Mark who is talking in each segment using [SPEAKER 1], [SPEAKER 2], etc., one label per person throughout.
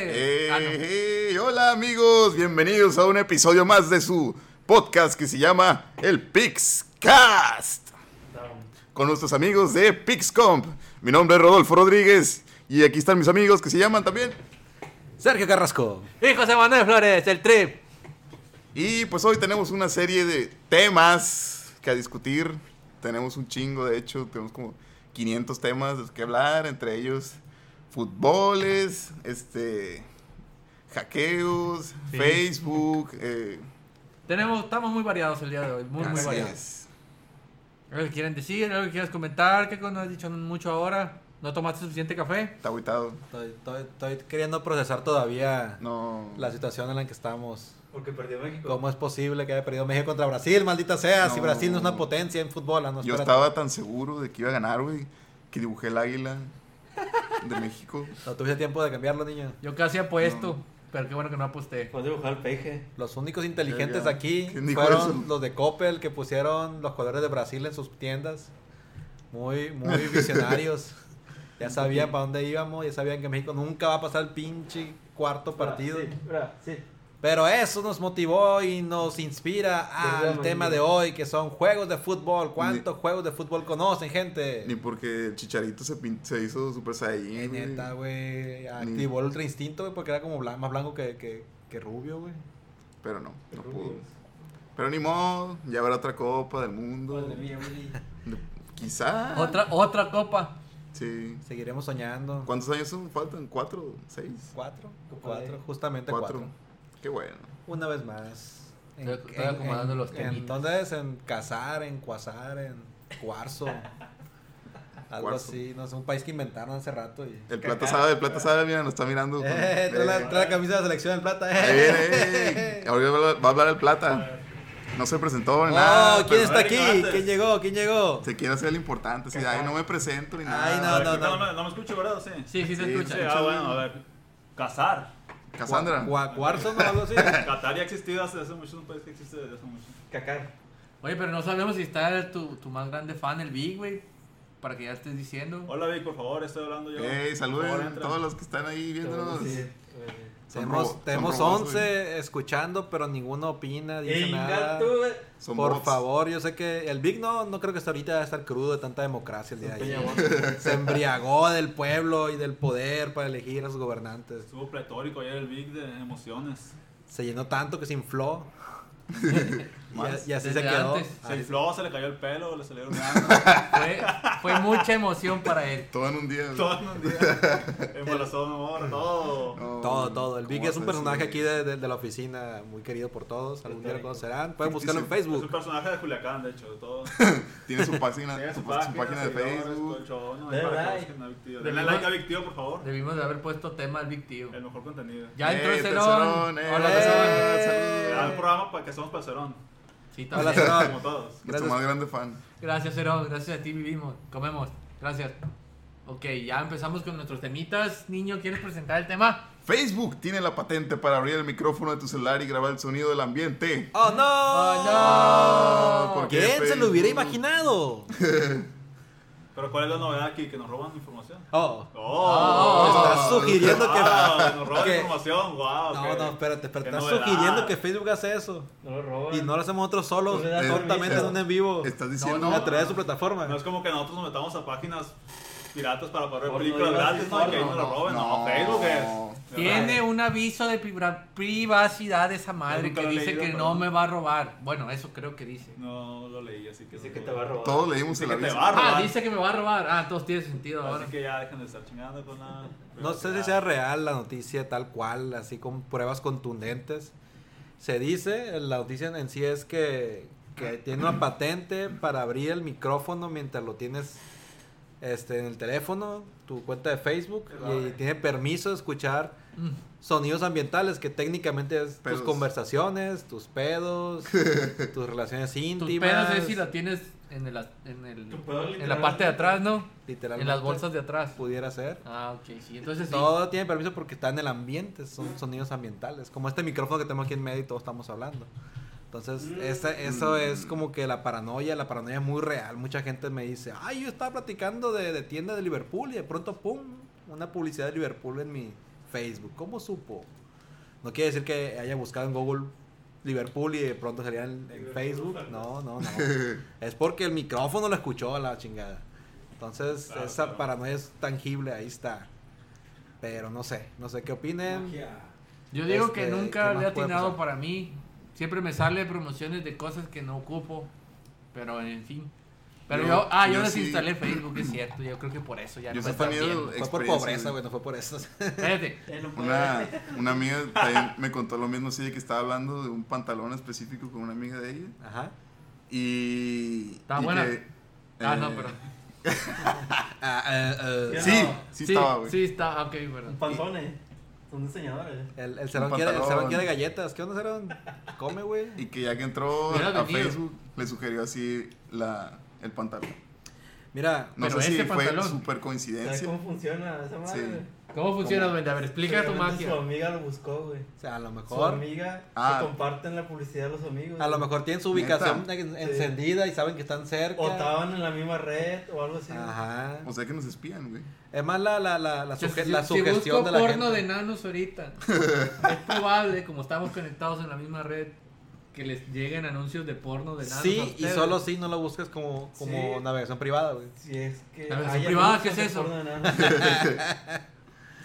[SPEAKER 1] mano.
[SPEAKER 2] Hey, Eh, hola amigos, bienvenidos a un episodio más de su podcast que se llama el PixCast. Con nuestros amigos de PixComp. Mi nombre es Rodolfo Rodríguez y aquí están mis amigos que se llaman también.
[SPEAKER 3] Sergio Carrasco.
[SPEAKER 1] Y José Manuel Flores, el trip.
[SPEAKER 2] Y pues hoy tenemos una serie de temas que a discutir. Tenemos un chingo, de hecho, tenemos como 500 temas de los que hablar, entre ellos futboles, este hackeos,
[SPEAKER 1] Sí.
[SPEAKER 2] Facebook, eh,
[SPEAKER 1] Tenemos, estamos muy variados el día de hoy, muy, muy
[SPEAKER 3] Así
[SPEAKER 1] variados. ¿Algo que quieren decir? ¿Algo que quieras comentar? ¿Qué no has dicho mucho ahora? ¿No tomaste suficiente café?
[SPEAKER 2] está agüitado.
[SPEAKER 3] Estoy, estoy- estoy queriendo procesar todavía
[SPEAKER 2] No.
[SPEAKER 3] la situación en la que estamos.
[SPEAKER 4] Porque perdió México.
[SPEAKER 3] ¿Cómo es posible que haya perdido México contra Brasil? Maldita sea, si
[SPEAKER 2] No.
[SPEAKER 3] Brasil no es una potencia en fútbol. ah, No,
[SPEAKER 2] Yo
[SPEAKER 3] espérate.
[SPEAKER 2] estaba tan seguro de que iba a ganar, güey, que dibujé el águila de México.
[SPEAKER 3] No tuviste tiempo de cambiarlo, niño.
[SPEAKER 1] Yo casi apuesto, pero qué bueno que no aposté.
[SPEAKER 4] Puedes dibujar el peje.
[SPEAKER 3] Los únicos inteligentes
[SPEAKER 2] Verga.
[SPEAKER 3] aquí
[SPEAKER 2] ¿Quién dijo eso?
[SPEAKER 3] fueron los de Coppel que pusieron los colores de Brasil en sus tiendas. Muy, muy visionarios. Ya sabían para dónde íbamos, ya sabían que México nunca va a pasar el pinche
[SPEAKER 2] Ah,
[SPEAKER 3] cuarto partido.
[SPEAKER 4] sí.
[SPEAKER 3] Pero eso nos motivó y nos inspira al
[SPEAKER 4] Perdón,
[SPEAKER 3] tema
[SPEAKER 4] amigo.
[SPEAKER 3] de hoy, que son juegos de fútbol. ¿Cuántos juegos de fútbol conocen, gente?
[SPEAKER 2] Ni porque el chicharito se, pin- se hizo super
[SPEAKER 3] Eh,
[SPEAKER 2] saiyan. güey.
[SPEAKER 3] neta, güey.
[SPEAKER 2] Ni-
[SPEAKER 3] Activó el ultra instinto, güey, porque era como blan- más blanco que, que- que rubio, güey.
[SPEAKER 2] Pero no, no pudo. Pero ni modo, ya habrá otra copa del mundo. Quizá.
[SPEAKER 1] Otra, otra copa.
[SPEAKER 2] Sí.
[SPEAKER 3] Seguiremos soñando.
[SPEAKER 2] ¿Cuántos años son? faltan? ¿Cuatro? ¿Seis?
[SPEAKER 3] ¿Cuatro?
[SPEAKER 4] Por
[SPEAKER 3] Cuatro,
[SPEAKER 4] ahí.
[SPEAKER 3] justamente cuatro.
[SPEAKER 2] Cuatro. Qué bueno.
[SPEAKER 3] Una vez más.
[SPEAKER 1] Estoy- estoy acomodando los
[SPEAKER 3] en-
[SPEAKER 1] tenis.
[SPEAKER 3] Entonces, en cazar, en cuasar, en cuarzo. algo
[SPEAKER 2] Cuarzo.
[SPEAKER 3] así, no sé, un país que inventaron hace rato. Y...
[SPEAKER 2] El plata sabe, el plata sabe, mira, nos está mirando. con-
[SPEAKER 3] Eh, trae la,
[SPEAKER 2] Eh,
[SPEAKER 3] trae la camisa de la selección del plata.
[SPEAKER 2] ahí
[SPEAKER 3] Eh.
[SPEAKER 2] viene, eh. Ahorita va a hablar- va a hablar el plata. No se presentó ni nada.
[SPEAKER 3] Oh, ¿quién
[SPEAKER 2] pero
[SPEAKER 3] está
[SPEAKER 4] no le
[SPEAKER 3] aquí?
[SPEAKER 4] levantes.
[SPEAKER 3] ¿Quién llegó? ¿Quién llegó?
[SPEAKER 2] Se quiere hacer el importante. Sí, ay, no me presento ni nada.
[SPEAKER 3] Ay, No, no, no.
[SPEAKER 4] me escucho, ¿verdad? Sí.
[SPEAKER 1] Sí, sí se
[SPEAKER 2] Sí,
[SPEAKER 4] Sí,
[SPEAKER 1] escucha.
[SPEAKER 4] ah, bueno, a ver. Cazar.
[SPEAKER 2] Cassandra.
[SPEAKER 3] Gua- Cuarzo, ¿no? Algo así.
[SPEAKER 4] Qatar ya ha existido hace, hace mucho, es un país que existe desde hace mucho. Cacar.
[SPEAKER 1] Oye, pero no sabemos si está el- tu, tu más grande fan, el Big, güey. Para que ya estés diciendo.
[SPEAKER 4] Hola, Vic, por favor, estoy hablando yo.
[SPEAKER 2] Ey,
[SPEAKER 4] Por
[SPEAKER 2] saluden
[SPEAKER 4] favor,
[SPEAKER 2] a
[SPEAKER 4] entra.
[SPEAKER 2] todos los que están ahí viéndonos. Son robo- son
[SPEAKER 3] Tenemos, tenemos
[SPEAKER 2] robos,
[SPEAKER 3] 11 escuchando, pero ninguno opina, dice nada.
[SPEAKER 2] Son
[SPEAKER 3] Por
[SPEAKER 2] bots.
[SPEAKER 3] favor, yo sé que el Big no, no creo que hasta ahorita va a estar crudo de tanta democracia el día de ayer. Se embriagó del pueblo y del poder para elegir a sus gobernantes.
[SPEAKER 4] Estuvo pletórico ayer el Vic de emociones.
[SPEAKER 3] Se llenó tanto que se infló. y, a-
[SPEAKER 2] Más.
[SPEAKER 3] y así
[SPEAKER 1] Desde
[SPEAKER 3] se quedó.
[SPEAKER 1] antes.
[SPEAKER 4] Se
[SPEAKER 3] Así-
[SPEAKER 4] infló, se le cayó el pelo, le salieron ganas.
[SPEAKER 1] Fue, fue mucha emoción para él.
[SPEAKER 2] Todo en un día.
[SPEAKER 4] todo en un día. Embarazó mi amor, todo.
[SPEAKER 2] No,
[SPEAKER 3] Todo, todo. El
[SPEAKER 2] ¿cómo
[SPEAKER 3] Vic es
[SPEAKER 2] vas
[SPEAKER 3] un
[SPEAKER 2] a
[SPEAKER 3] personaje
[SPEAKER 2] decir?
[SPEAKER 3] aquí de, de- de la oficina, muy querido por todos. Algún día lo conocerán. Pueden buscarlo en
[SPEAKER 4] Es un
[SPEAKER 3] Facebook.
[SPEAKER 4] personaje de Culiacán, de hecho, de todo.
[SPEAKER 2] Tiene su página,
[SPEAKER 4] Tiene
[SPEAKER 2] su,
[SPEAKER 4] su
[SPEAKER 2] su
[SPEAKER 4] página,
[SPEAKER 2] página de
[SPEAKER 4] seguidores,
[SPEAKER 2] Facebook.
[SPEAKER 4] todo el show, ¿no?
[SPEAKER 5] De
[SPEAKER 4] Para que
[SPEAKER 5] verdad.
[SPEAKER 4] busquen a Vic Tío.
[SPEAKER 1] De
[SPEAKER 4] Denle
[SPEAKER 1] verdad.
[SPEAKER 4] like a Vic Tío, por favor.
[SPEAKER 1] Debimos de haber puesto tema al Big Tío.
[SPEAKER 4] El mejor contenido.
[SPEAKER 1] Ya entró
[SPEAKER 2] Ey,
[SPEAKER 1] Eh, el
[SPEAKER 2] Tesorón,
[SPEAKER 1] Cerón.
[SPEAKER 2] ey,
[SPEAKER 1] Hola,
[SPEAKER 3] ey.
[SPEAKER 1] Cerón.
[SPEAKER 4] Le da
[SPEAKER 3] Eh.
[SPEAKER 4] el programa para que somos paserón.
[SPEAKER 1] Sí, también.
[SPEAKER 3] Hola, Cerón.
[SPEAKER 4] Como todos.
[SPEAKER 2] Nuestro
[SPEAKER 3] Gracias.
[SPEAKER 2] más grande fan.
[SPEAKER 1] Gracias, Cero. Gracias a ti vivimos. Comemos. Gracias. Ok, ya empezamos con nuestros temitas. Niño, ¿quieres presentar el tema?
[SPEAKER 2] Facebook tiene la patente para abrir el micrófono de tu celular y grabar el sonido del ambiente.
[SPEAKER 3] ¡Oh, no!
[SPEAKER 1] Oh,
[SPEAKER 2] no. ¿Por qué
[SPEAKER 3] ¿Quién se
[SPEAKER 2] Facebook?
[SPEAKER 3] lo hubiera imaginado?
[SPEAKER 4] Pero ¿cuál es la novedad aquí? Que nos roban información.
[SPEAKER 3] Oh.
[SPEAKER 4] ¡Oh!
[SPEAKER 3] Estás sugiriendo que...
[SPEAKER 4] Wow, nos roban
[SPEAKER 3] que-
[SPEAKER 4] información, wow.
[SPEAKER 3] No, no, espérate, espérate.
[SPEAKER 4] Qué
[SPEAKER 3] Estás
[SPEAKER 4] novedad.
[SPEAKER 3] sugiriendo que Facebook hace eso.
[SPEAKER 5] No lo roban.
[SPEAKER 3] Y no lo hacemos nosotros solos,
[SPEAKER 5] Pues le da
[SPEAKER 3] tontamente
[SPEAKER 5] permiso.
[SPEAKER 3] en un en vivo.
[SPEAKER 2] Estás
[SPEAKER 1] No,
[SPEAKER 2] diciendo.
[SPEAKER 1] no,
[SPEAKER 3] A través de su plataforma.
[SPEAKER 4] No es como que nosotros nos metamos a páginas piratas para poder ver
[SPEAKER 5] Porno,
[SPEAKER 4] películas
[SPEAKER 5] iba a
[SPEAKER 4] gratis,
[SPEAKER 5] decir
[SPEAKER 4] ¿no? Y que ahí
[SPEAKER 1] porno.
[SPEAKER 4] nos lo roben. No,
[SPEAKER 2] No.
[SPEAKER 4] Facebook es.
[SPEAKER 1] Tiene un aviso de pri- privacidad de esa madre
[SPEAKER 4] Nunca
[SPEAKER 1] que
[SPEAKER 4] lo he
[SPEAKER 1] dice
[SPEAKER 4] leído,
[SPEAKER 1] que
[SPEAKER 4] pero-
[SPEAKER 1] no me va a robar. Bueno, eso creo que dice.
[SPEAKER 4] No lo leí, así que.
[SPEAKER 5] Dice
[SPEAKER 4] no
[SPEAKER 5] que
[SPEAKER 4] lo-
[SPEAKER 5] te va a robar.
[SPEAKER 2] Todos leímos
[SPEAKER 4] Dice
[SPEAKER 2] el
[SPEAKER 4] que te
[SPEAKER 2] aviso.
[SPEAKER 4] va a robar.
[SPEAKER 1] Ah, dice que me va a robar. Ah, todos tiene sentido ahora.
[SPEAKER 4] Así que ya dejen de estar chingando pues, con la.
[SPEAKER 3] No sé si sea real la noticia tal cual, así con pruebas contundentes. Se dice, la noticia en sí es que, que tiene una patente para abrir el micrófono mientras lo tienes este, en el teléfono, tu cuenta de Facebook, y tiene permiso de escuchar
[SPEAKER 1] Mm.
[SPEAKER 3] sonidos ambientales, que técnicamente es
[SPEAKER 2] Pedos.
[SPEAKER 3] tus conversaciones, tus pedos, tus relaciones
[SPEAKER 1] Tus
[SPEAKER 3] íntimas.
[SPEAKER 1] pedos es si la tienes en, el, en, el-
[SPEAKER 5] Tu pedo
[SPEAKER 1] en la parte de atrás, ¿no?
[SPEAKER 3] Literalmente.
[SPEAKER 1] En las bolsas de atrás.
[SPEAKER 4] Pues
[SPEAKER 3] Pudiera ser.
[SPEAKER 1] Ah, ok, sí. Entonces sí.
[SPEAKER 3] Todo tiene permiso porque está en el ambiente, son sonidos ambientales, como este micrófono que tenemos aquí en medio y todos estamos hablando. Entonces, esa- eso es como que la paranoia, la paranoia es muy real. Mucha gente me dice, ay, yo estaba platicando de, de tienda de Liverpool y de pronto, ¡pum!, una publicidad de Liverpool en mi Facebook. ¿Cómo supo? No quiere decir que haya buscado en Google Liverpool y de pronto salía en, en Facebook. No, no, no. es porque el micrófono lo escuchó a la chingada. Entonces,
[SPEAKER 4] Claro,
[SPEAKER 3] esa
[SPEAKER 4] claro.
[SPEAKER 3] paranoia es tangible, ahí está. Pero no sé, no sé qué opinen.
[SPEAKER 1] Yo digo
[SPEAKER 3] Este,
[SPEAKER 1] que
[SPEAKER 3] ¿qué
[SPEAKER 1] nunca
[SPEAKER 3] más
[SPEAKER 1] le he
[SPEAKER 3] puede
[SPEAKER 1] atinado
[SPEAKER 3] pasar?
[SPEAKER 1] para mí. Siempre me sale promociones de cosas que no ocupo. Pero en fin. Pero
[SPEAKER 2] Yo-
[SPEAKER 1] yo, ah, yo,
[SPEAKER 2] yo sí.
[SPEAKER 1] desinstalé Facebook, es cierto. Yo creo que por eso ya
[SPEAKER 2] Yo
[SPEAKER 1] no
[SPEAKER 2] sí
[SPEAKER 1] me
[SPEAKER 2] he tenido-
[SPEAKER 1] también.
[SPEAKER 3] Fue por
[SPEAKER 2] Experiencia,
[SPEAKER 3] pobreza,
[SPEAKER 2] güey.
[SPEAKER 3] güey, no fue por eso.
[SPEAKER 1] Espérate.
[SPEAKER 2] Una, una amiga también me contó lo mismo, sí, de que estaba hablando de un pantalón específico con una amiga de ella.
[SPEAKER 3] Ajá.
[SPEAKER 2] Y.
[SPEAKER 1] Estaba
[SPEAKER 2] y
[SPEAKER 1] buena. Ah,
[SPEAKER 2] eh,
[SPEAKER 1] no, pero.
[SPEAKER 3] Ah, eh, eh,
[SPEAKER 5] Ya.
[SPEAKER 2] Sí,
[SPEAKER 5] No.
[SPEAKER 2] sí estaba, güey.
[SPEAKER 1] Sí, está, ah, ok, perdón.
[SPEAKER 5] Pantones. Son diseñadores.
[SPEAKER 3] El, el Cerón
[SPEAKER 2] Un
[SPEAKER 3] quiere, el
[SPEAKER 2] pantalón.
[SPEAKER 3] Cerón quiere galletas. ¿Qué onda, Cerón? Come, güey.
[SPEAKER 2] Y que ya que entró
[SPEAKER 1] Hubiera
[SPEAKER 2] a
[SPEAKER 1] venido.
[SPEAKER 2] Facebook, le sugirió así la, el pantalón.
[SPEAKER 3] Mira,
[SPEAKER 2] No
[SPEAKER 1] Pero
[SPEAKER 2] sé si
[SPEAKER 1] ese
[SPEAKER 2] fue
[SPEAKER 1] pantalón.
[SPEAKER 2] súper
[SPEAKER 5] ¿Sabes
[SPEAKER 2] coincidencia.
[SPEAKER 5] cómo funciona esa madre?
[SPEAKER 2] Sí.
[SPEAKER 5] güey?
[SPEAKER 1] ¿Cómo funciona,
[SPEAKER 2] ¿Cómo?
[SPEAKER 1] duende? A ver, explica tu
[SPEAKER 5] Seguramente
[SPEAKER 1] magia.
[SPEAKER 5] Su amiga lo buscó, güey.
[SPEAKER 3] o sea, a lo
[SPEAKER 5] Su
[SPEAKER 3] mejor.
[SPEAKER 5] amiga
[SPEAKER 2] Ah.
[SPEAKER 5] se comparten la publicidad de los amigos.
[SPEAKER 3] A lo
[SPEAKER 5] güey.
[SPEAKER 3] mejor tienen su ubicación
[SPEAKER 2] Neta.
[SPEAKER 3] en- encendida y saben que están cerca.
[SPEAKER 5] O estaban en la misma red o algo así. güey.
[SPEAKER 3] Ajá.
[SPEAKER 2] O sea que nos espían, güey.
[SPEAKER 3] Es más la, la, la, la,
[SPEAKER 1] Si-
[SPEAKER 3] suge-
[SPEAKER 1] si-
[SPEAKER 3] la
[SPEAKER 1] si
[SPEAKER 3] sugestión
[SPEAKER 1] busco
[SPEAKER 3] de la
[SPEAKER 1] porno
[SPEAKER 3] gente.
[SPEAKER 1] de nanos ahorita, es probable, como estamos conectados en la misma red, que les lleguen anuncios de porno de nanos. a
[SPEAKER 3] sí, y
[SPEAKER 1] ustedes.
[SPEAKER 3] solo sí no lo buscas como, como
[SPEAKER 5] Sí.
[SPEAKER 3] navegación privada, güey.
[SPEAKER 5] Si es que.
[SPEAKER 1] A ver,
[SPEAKER 5] hay
[SPEAKER 1] ¿son privadas?
[SPEAKER 5] anuncios
[SPEAKER 1] ¿Qué es
[SPEAKER 5] de
[SPEAKER 1] eso?
[SPEAKER 5] porno de nanos.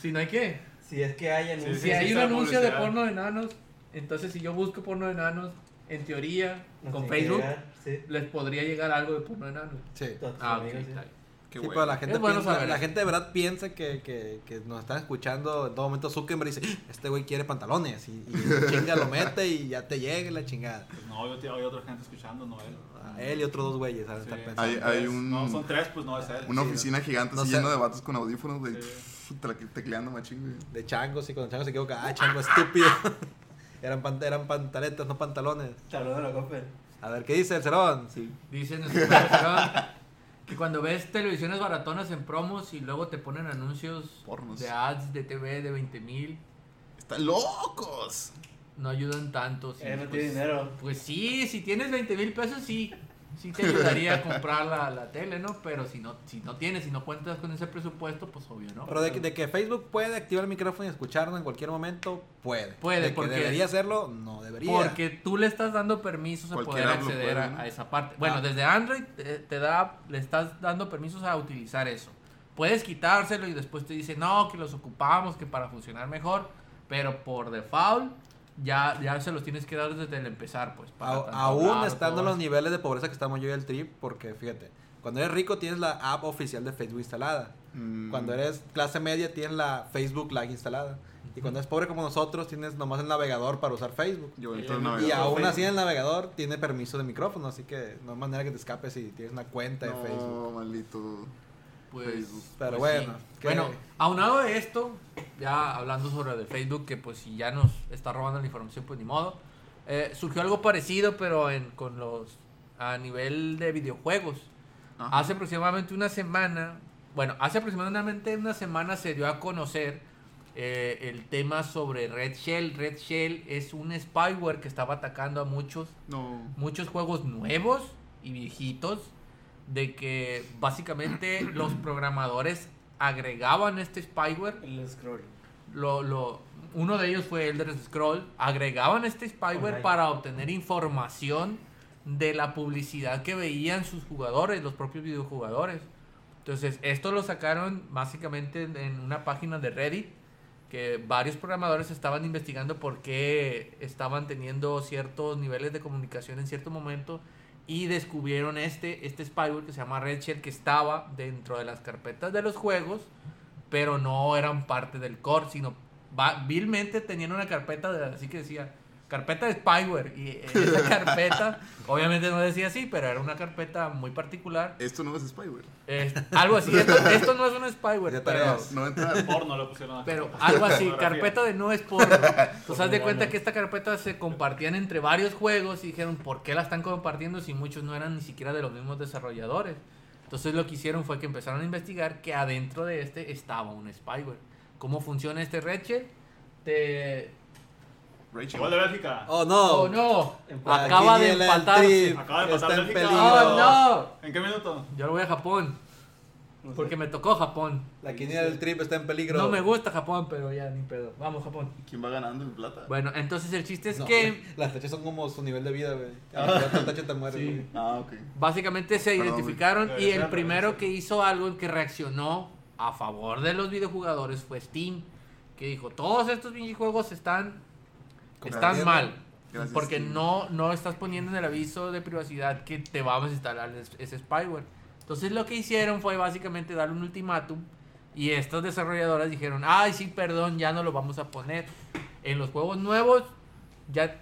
[SPEAKER 1] Si no hay que.
[SPEAKER 5] si es que hay anuncios.
[SPEAKER 1] Si
[SPEAKER 4] sí,
[SPEAKER 1] hay
[SPEAKER 4] sí,
[SPEAKER 1] un
[SPEAKER 4] está
[SPEAKER 1] anuncio de
[SPEAKER 4] publicidad.
[SPEAKER 1] porno de nanos, entonces si yo busco porno de nanos, en teoría,
[SPEAKER 5] nos
[SPEAKER 1] con
[SPEAKER 5] tiene que
[SPEAKER 1] Facebook,
[SPEAKER 5] llegar, Sí.
[SPEAKER 1] les podría llegar algo de porno de nanos.
[SPEAKER 3] Sí.
[SPEAKER 5] Todos tus
[SPEAKER 1] Ah, ok,
[SPEAKER 5] amigos, ¿eh? sí.
[SPEAKER 1] está bien.
[SPEAKER 2] Qué
[SPEAKER 3] Sí,
[SPEAKER 2] güey.
[SPEAKER 3] pero la gente,
[SPEAKER 1] Es bueno
[SPEAKER 3] piensa-
[SPEAKER 1] saber
[SPEAKER 3] la
[SPEAKER 1] eso.
[SPEAKER 3] gente de verdad piensa que, que, que nos están escuchando en todo momento Zuckerberg dice, este güey quiere pantalones y, y chinga lo mete y ya te llega la chingada.
[SPEAKER 4] Pues no, yo te- hay otra gente escuchando, no él.
[SPEAKER 3] A él y otros dos güeyes han de estar
[SPEAKER 4] Sí.
[SPEAKER 3] pensando.
[SPEAKER 2] Hay- hay
[SPEAKER 4] Tres.
[SPEAKER 2] un-
[SPEAKER 4] No, son tres, pues no es él.
[SPEAKER 2] Una
[SPEAKER 3] Sí,
[SPEAKER 2] oficina gigante
[SPEAKER 3] no
[SPEAKER 2] así
[SPEAKER 3] sé.
[SPEAKER 2] llena de vatos con audífonos, güey.
[SPEAKER 4] Sí.
[SPEAKER 2] tra- Tecleando machín, güey.
[SPEAKER 3] De changos y cuando el chango se equivoca, ah, chango estúpido. eran, pan- eran pantaletas, no pantalones.
[SPEAKER 5] Te habló de la Coppel.
[SPEAKER 3] A ver, ¿qué dice el cerón? Sí.
[SPEAKER 1] Dice nuestro productor que cuando ves televisiones baratonas en promos y luego te ponen anuncios
[SPEAKER 2] Pornos.
[SPEAKER 1] de ads de TV de 20 mil,
[SPEAKER 2] ¡Están locos!
[SPEAKER 1] no ayudan tanto. sí,
[SPEAKER 5] Eh, no
[SPEAKER 1] pues-
[SPEAKER 5] tiene dinero.
[SPEAKER 1] Pues sí, si tienes 20 mil pesos, sí. Sí te ayudaría a comprar la, la tele, ¿no? Pero si no, si no tienes, si no cuentas con ese presupuesto, pues obvio, ¿no?
[SPEAKER 3] Pero de que, de que Facebook puede activar el micrófono y escucharnos en cualquier momento, puede.
[SPEAKER 1] Puede,
[SPEAKER 3] De que
[SPEAKER 1] porque-
[SPEAKER 3] debería hacerlo, no debería.
[SPEAKER 1] Porque tú le estás dando permisos a poder
[SPEAKER 2] Cualquiera lo
[SPEAKER 1] acceder a,
[SPEAKER 2] puede, ¿no?
[SPEAKER 1] a esa parte. Bueno,
[SPEAKER 3] Ah.
[SPEAKER 1] desde Android te, te da, le estás dando permisos a utilizar eso. Puedes quitárselo y después te dice, no, que los ocupamos, que para funcionar mejor, pero por default ya, ya se los tienes que dar desde el empezar, pues. para
[SPEAKER 3] A-
[SPEAKER 1] tanto
[SPEAKER 3] aún
[SPEAKER 1] hablar,
[SPEAKER 3] estando en
[SPEAKER 1] todo
[SPEAKER 3] los
[SPEAKER 1] eso.
[SPEAKER 3] niveles de pobreza que estamos yo y el trip, porque fíjate, cuando eres rico tienes la app oficial de Facebook instalada.
[SPEAKER 2] Mm.
[SPEAKER 3] Cuando eres clase media tienes la Facebook Live instalada. Y cuando eres pobre como nosotros tienes nomás el navegador para usar Facebook.
[SPEAKER 2] Yo,
[SPEAKER 5] Y-
[SPEAKER 2] entonces,
[SPEAKER 5] y
[SPEAKER 2] no,
[SPEAKER 3] Y
[SPEAKER 5] Navegador,
[SPEAKER 3] aún
[SPEAKER 5] Facebook.
[SPEAKER 3] así el navegador tiene permiso de micrófono, así que no hay manera que te escapes si tienes una cuenta de Facebook.
[SPEAKER 2] No, maldito.
[SPEAKER 1] Pues,
[SPEAKER 2] Facebook.
[SPEAKER 3] Pero
[SPEAKER 1] pues
[SPEAKER 3] bueno,
[SPEAKER 1] sí.
[SPEAKER 3] ¿qué?
[SPEAKER 1] Bueno, aunado de esto, ya hablando sobre de Facebook, que pues si ya nos está robando la información, pues ni modo. Eh, surgió algo parecido, pero en, con los a nivel de videojuegos.
[SPEAKER 2] Ajá.
[SPEAKER 1] Hace aproximadamente una semana, bueno, hace aproximadamente una semana se dio a conocer eh, el tema sobre Red Shell. Red Shell es un spyware que estaba atacando a muchos
[SPEAKER 2] No.
[SPEAKER 1] muchos juegos nuevos y viejitos de que básicamente los programadores agregaban este spyware.
[SPEAKER 5] El scroll.
[SPEAKER 1] Lo, lo- uno de ellos fue Elder Scroll. Agregaban este spyware
[SPEAKER 5] Online.
[SPEAKER 1] para obtener información de la publicidad que veían sus jugadores, los propios videojugadores. Entonces, esto lo sacaron básicamente en- en una página de Reddit que varios programadores estaban investigando por qué estaban teniendo ciertos niveles de comunicación en cierto momento y descubrieron este, este spyware que se llama Red Shell que estaba dentro de las carpetas de los juegos, pero no eran parte del core, sino va- vilmente tenían una carpeta de, así que decía carpeta de spyware y en esa carpeta obviamente no decía así, pero era una carpeta muy particular,
[SPEAKER 2] Esto no es spyware.
[SPEAKER 1] es- algo así, esto, esto no es un spyware,
[SPEAKER 3] De
[SPEAKER 1] pero,
[SPEAKER 3] tareas.
[SPEAKER 2] No entrar.
[SPEAKER 4] Porno le pusieron a
[SPEAKER 1] pero algo así,
[SPEAKER 4] Pornografía.
[SPEAKER 1] carpeta de no es porno. Entonces, haz de
[SPEAKER 5] Pornografía.
[SPEAKER 1] cuenta que esta carpeta se compartían entre varios juegos y dijeron, ¿por qué la están compartiendo si muchos no eran ni siquiera de los mismos desarrolladores? Entonces, lo que hicieron fue que empezaron a investigar que adentro de este estaba un spyware. ¿Cómo funciona este Red Shell? Te...
[SPEAKER 2] Rachel.
[SPEAKER 4] Igual de Bélgica.
[SPEAKER 3] Oh no.
[SPEAKER 1] ¡Oh, no!
[SPEAKER 5] Empate.
[SPEAKER 1] Acaba
[SPEAKER 3] Aquí
[SPEAKER 1] de
[SPEAKER 3] viene el
[SPEAKER 1] empatarse.
[SPEAKER 3] trip.
[SPEAKER 4] Acaba de
[SPEAKER 3] Está
[SPEAKER 4] empatar
[SPEAKER 3] en
[SPEAKER 4] Bélgica.
[SPEAKER 3] peligro.
[SPEAKER 1] ¡Oh, no!
[SPEAKER 4] ¿En qué minuto?
[SPEAKER 1] Yo lo voy a Japón.
[SPEAKER 5] No
[SPEAKER 1] Porque
[SPEAKER 5] sé.
[SPEAKER 1] me tocó Japón.
[SPEAKER 3] La quiniela del trip está en peligro.
[SPEAKER 1] No me gusta Japón, pero ya ni pedo. Vamos, Japón.
[SPEAKER 2] ¿Quién va ganando en plata?
[SPEAKER 1] Bueno, entonces el chiste es
[SPEAKER 3] No,
[SPEAKER 1] que
[SPEAKER 3] güey, Las tachas son como su nivel de vida, güey. Ya con tacha te mueres,
[SPEAKER 1] Sí.
[SPEAKER 3] güey.
[SPEAKER 2] Ah, ok.
[SPEAKER 1] básicamente se
[SPEAKER 2] Perdón,
[SPEAKER 1] identificaron
[SPEAKER 4] güey.
[SPEAKER 1] y el
[SPEAKER 4] Regresando,
[SPEAKER 1] primero
[SPEAKER 4] regresando.
[SPEAKER 1] que hizo algo en que reaccionó a favor de los videojugadores fue Steam, que dijo, todos estos videojuegos están, están
[SPEAKER 2] Comprendo.
[SPEAKER 1] mal.
[SPEAKER 2] Gracias,
[SPEAKER 1] porque
[SPEAKER 2] Steam.
[SPEAKER 1] no, no estás poniendo en el aviso de privacidad que te vamos a instalar es- ese spyware. Entonces lo que hicieron fue básicamente dar un ultimátum y estas desarrolladoras dijeron, ay sí, perdón, ya no lo vamos a poner. En los juegos nuevos, ya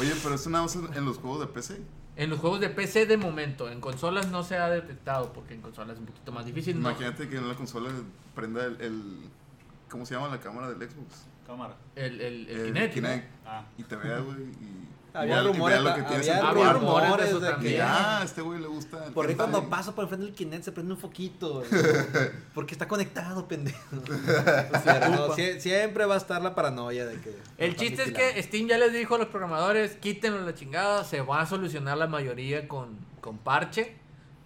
[SPEAKER 2] Oye, pero eso nada más en los juegos de PC.
[SPEAKER 1] en los juegos de PC de momento, en consolas no se ha detectado porque en consolas es un poquito más difícil. no.
[SPEAKER 2] Imagínate que en la consola prenda el, el- ¿Cómo se llama la cámara del Xbox?
[SPEAKER 4] Cámara.
[SPEAKER 1] El, el, el
[SPEAKER 2] El
[SPEAKER 1] Kinect. ¿no?
[SPEAKER 2] Kinect.
[SPEAKER 4] Ah.
[SPEAKER 2] Y te vea, güey. Y,
[SPEAKER 3] Había
[SPEAKER 2] y vea- y
[SPEAKER 3] rumores,
[SPEAKER 2] vea lo que tienes
[SPEAKER 3] había,
[SPEAKER 2] en tu
[SPEAKER 1] Había
[SPEAKER 2] cuarto.
[SPEAKER 1] rumores
[SPEAKER 3] rumores
[SPEAKER 1] de eso
[SPEAKER 3] de
[SPEAKER 1] también.
[SPEAKER 2] Que,
[SPEAKER 3] que...
[SPEAKER 2] ah, a este güey le gusta. el
[SPEAKER 3] Por ahí cuando
[SPEAKER 2] Fortnite.
[SPEAKER 3] paso por el frente del Kinect se prende un foquito. güey. Porque está conectado, pendejo. Pero no, sie- siempre va a estar la paranoia de que.
[SPEAKER 1] El chiste es que Steam ya les dijo a los programadores, quítenlo a la chingada, se va a solucionar la mayoría con, con parche,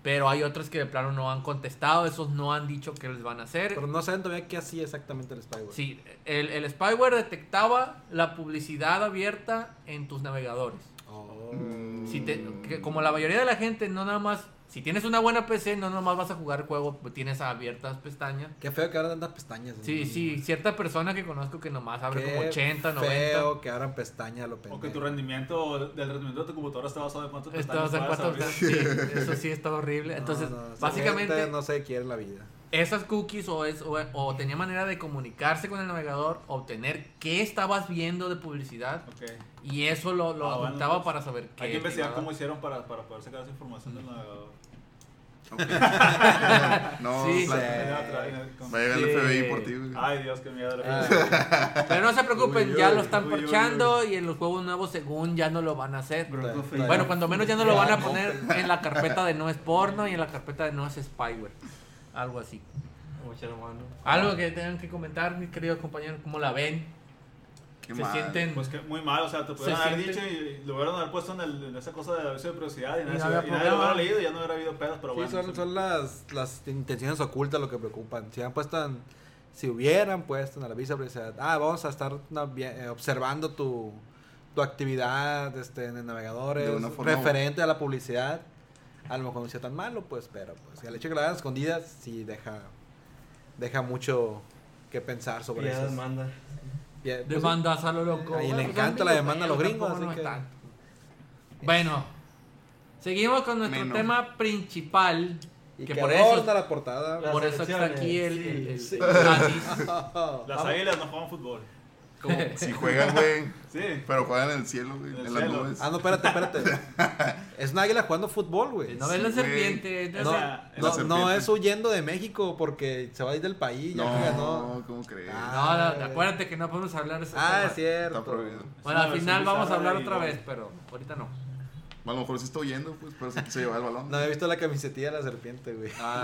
[SPEAKER 1] pero hay otros que de plano no han contestado, esos no han dicho qué les van a hacer.
[SPEAKER 3] Pero no saben todavía qué hacía exactamente el spyware.
[SPEAKER 1] Sí, el, el spyware detectaba la publicidad abierta en tus navegadores.
[SPEAKER 3] Oh.
[SPEAKER 2] Mm.
[SPEAKER 1] Si te- que como la mayoría de la gente, no nada más, si tienes una buena PC, no nada más vas a jugar juegos, tienes abiertas pestañas.
[SPEAKER 3] Qué feo que ahora tantas pestañas.
[SPEAKER 1] Sí,
[SPEAKER 3] ¿no?
[SPEAKER 1] sí, cierta persona que conozco que nomás abre
[SPEAKER 3] Qué
[SPEAKER 1] como 80, 90.
[SPEAKER 3] Feo que abran pestañas lo pendejo.
[SPEAKER 4] O que tu rendimiento, del rendimiento de tu computadora está basado en cuántos
[SPEAKER 1] Estabas en cuatro- sí, eso sí está horrible.
[SPEAKER 3] No,
[SPEAKER 1] Entonces,
[SPEAKER 3] no, esa
[SPEAKER 1] básicamente,
[SPEAKER 3] gente no se quiere la vida.
[SPEAKER 1] esas cookies o, es, o, o tenía manera de comunicarse con el navegador, obtener qué estabas viendo de publicidad
[SPEAKER 4] Ok.
[SPEAKER 1] y eso lo, lo
[SPEAKER 4] Ah, bueno,
[SPEAKER 1] adoptaba
[SPEAKER 4] pues,
[SPEAKER 1] para saber qué.
[SPEAKER 4] Hay que investigar
[SPEAKER 1] te iba a
[SPEAKER 4] cómo
[SPEAKER 1] dar.
[SPEAKER 4] hicieron para, para poder sacar esa información del navegador.
[SPEAKER 2] Ok. no,
[SPEAKER 1] Sí.
[SPEAKER 2] plata.
[SPEAKER 4] Era otra- era con-
[SPEAKER 2] Va a llegar
[SPEAKER 1] Sí. Ah,
[SPEAKER 2] el FBI por ti, güey.
[SPEAKER 4] Ay, Dios, qué miedo.
[SPEAKER 3] Ah,
[SPEAKER 1] Pero no se preocupen,
[SPEAKER 2] Uy,
[SPEAKER 1] ya
[SPEAKER 2] uy,
[SPEAKER 1] lo están
[SPEAKER 4] uy, uy,
[SPEAKER 1] parchando y en los juegos nuevos, según ya no lo van a hacer.
[SPEAKER 5] Bronco
[SPEAKER 3] Bueno,
[SPEAKER 5] feliz.
[SPEAKER 1] Bueno, cuando menos ya no lo van a
[SPEAKER 3] Ya,
[SPEAKER 1] poner en la carpeta de no es porno y en la carpeta de no es spyware. Algo así.
[SPEAKER 5] Mucha hermano.
[SPEAKER 1] Algo que tengan que comentar, mis queridos compañeros, cómo la ven.
[SPEAKER 2] Qué
[SPEAKER 1] se
[SPEAKER 2] mal.
[SPEAKER 1] sienten.
[SPEAKER 4] Pues que muy mal, o sea, te pudieron
[SPEAKER 1] Se
[SPEAKER 4] haber
[SPEAKER 1] siente-
[SPEAKER 4] dicho y lo hubieran haber puesto en, el- en esa cosa de aviso de privacidad y
[SPEAKER 1] Y
[SPEAKER 4] nadie,
[SPEAKER 1] no
[SPEAKER 4] se-
[SPEAKER 1] había
[SPEAKER 4] y nadie lo hubiera
[SPEAKER 1] problema.
[SPEAKER 4] leído y ya no hubiera habido pedos, pero bueno.
[SPEAKER 3] sí, son,
[SPEAKER 4] no sé.
[SPEAKER 3] son las, las intenciones ocultas lo que preocupan. Si han puesto en- si hubieran puesto en la visa privacidad, ah, vamos a estar na- vi- eh, observando tu, tu actividad este, en el navegadores,
[SPEAKER 2] De una forma-
[SPEAKER 3] referente a la publicidad, a lo mejor no sea tan malo, pues, pero pues, el hecho de que la hagan escondidas sí deja, deja mucho que pensar sobre
[SPEAKER 5] Piedad
[SPEAKER 3] eso.
[SPEAKER 5] manda.
[SPEAKER 3] Pie- pues,
[SPEAKER 1] Demandas a lo loco.
[SPEAKER 3] Ahí le
[SPEAKER 1] Bueno, pues,
[SPEAKER 3] encanta
[SPEAKER 1] son
[SPEAKER 3] la
[SPEAKER 1] amigos,
[SPEAKER 3] demanda a los
[SPEAKER 1] ellos
[SPEAKER 3] gringos,
[SPEAKER 1] tampoco
[SPEAKER 3] así
[SPEAKER 1] no es
[SPEAKER 3] que-
[SPEAKER 1] tanto. Bueno, seguimos con nuestro
[SPEAKER 2] Menos.
[SPEAKER 1] tema principal.
[SPEAKER 3] y
[SPEAKER 1] que
[SPEAKER 3] que,
[SPEAKER 1] por
[SPEAKER 3] adorna
[SPEAKER 1] eso-
[SPEAKER 3] la portada.
[SPEAKER 5] Las
[SPEAKER 1] por eso está
[SPEAKER 5] elecciones,
[SPEAKER 1] aquí el,
[SPEAKER 5] sí,
[SPEAKER 1] el- el-
[SPEAKER 5] sí.
[SPEAKER 1] el Anis.
[SPEAKER 4] Las águilas no juegan fútbol.
[SPEAKER 3] Como-
[SPEAKER 2] Si juegan, güey.
[SPEAKER 4] Sí.
[SPEAKER 2] Pero juegan en el cielo, güey.
[SPEAKER 4] En
[SPEAKER 2] En,
[SPEAKER 4] el
[SPEAKER 2] las
[SPEAKER 4] cielo.
[SPEAKER 2] nubes.
[SPEAKER 3] Ah, no, espérate, espérate. Es un águila jugando fútbol, güey.
[SPEAKER 1] No ves la
[SPEAKER 2] güey.
[SPEAKER 1] serpiente. es de
[SPEAKER 3] No,
[SPEAKER 1] esa-
[SPEAKER 4] sea,
[SPEAKER 3] no,
[SPEAKER 2] la
[SPEAKER 3] no
[SPEAKER 2] serpiente.
[SPEAKER 3] es huyendo de México porque se va a ir del país, ya que ganó.
[SPEAKER 2] no, ¿cómo crees?
[SPEAKER 3] Ah,
[SPEAKER 1] No, no,
[SPEAKER 3] güey.
[SPEAKER 1] acuérdate que no podemos hablar de ese
[SPEAKER 3] Ah,
[SPEAKER 1] tema.
[SPEAKER 3] es cierto.
[SPEAKER 2] Está prohibido.
[SPEAKER 1] Bueno,
[SPEAKER 4] Es
[SPEAKER 1] al
[SPEAKER 4] una
[SPEAKER 1] final
[SPEAKER 4] versión
[SPEAKER 1] vamos a hablar
[SPEAKER 4] bizarra
[SPEAKER 1] otra
[SPEAKER 4] y-
[SPEAKER 1] vez, pero ahorita no.
[SPEAKER 2] A lo mejor sí está huyendo, pues, pero se quiso llevar el balón.
[SPEAKER 3] No había visto la camisetilla de la serpiente, güey.
[SPEAKER 2] Ah.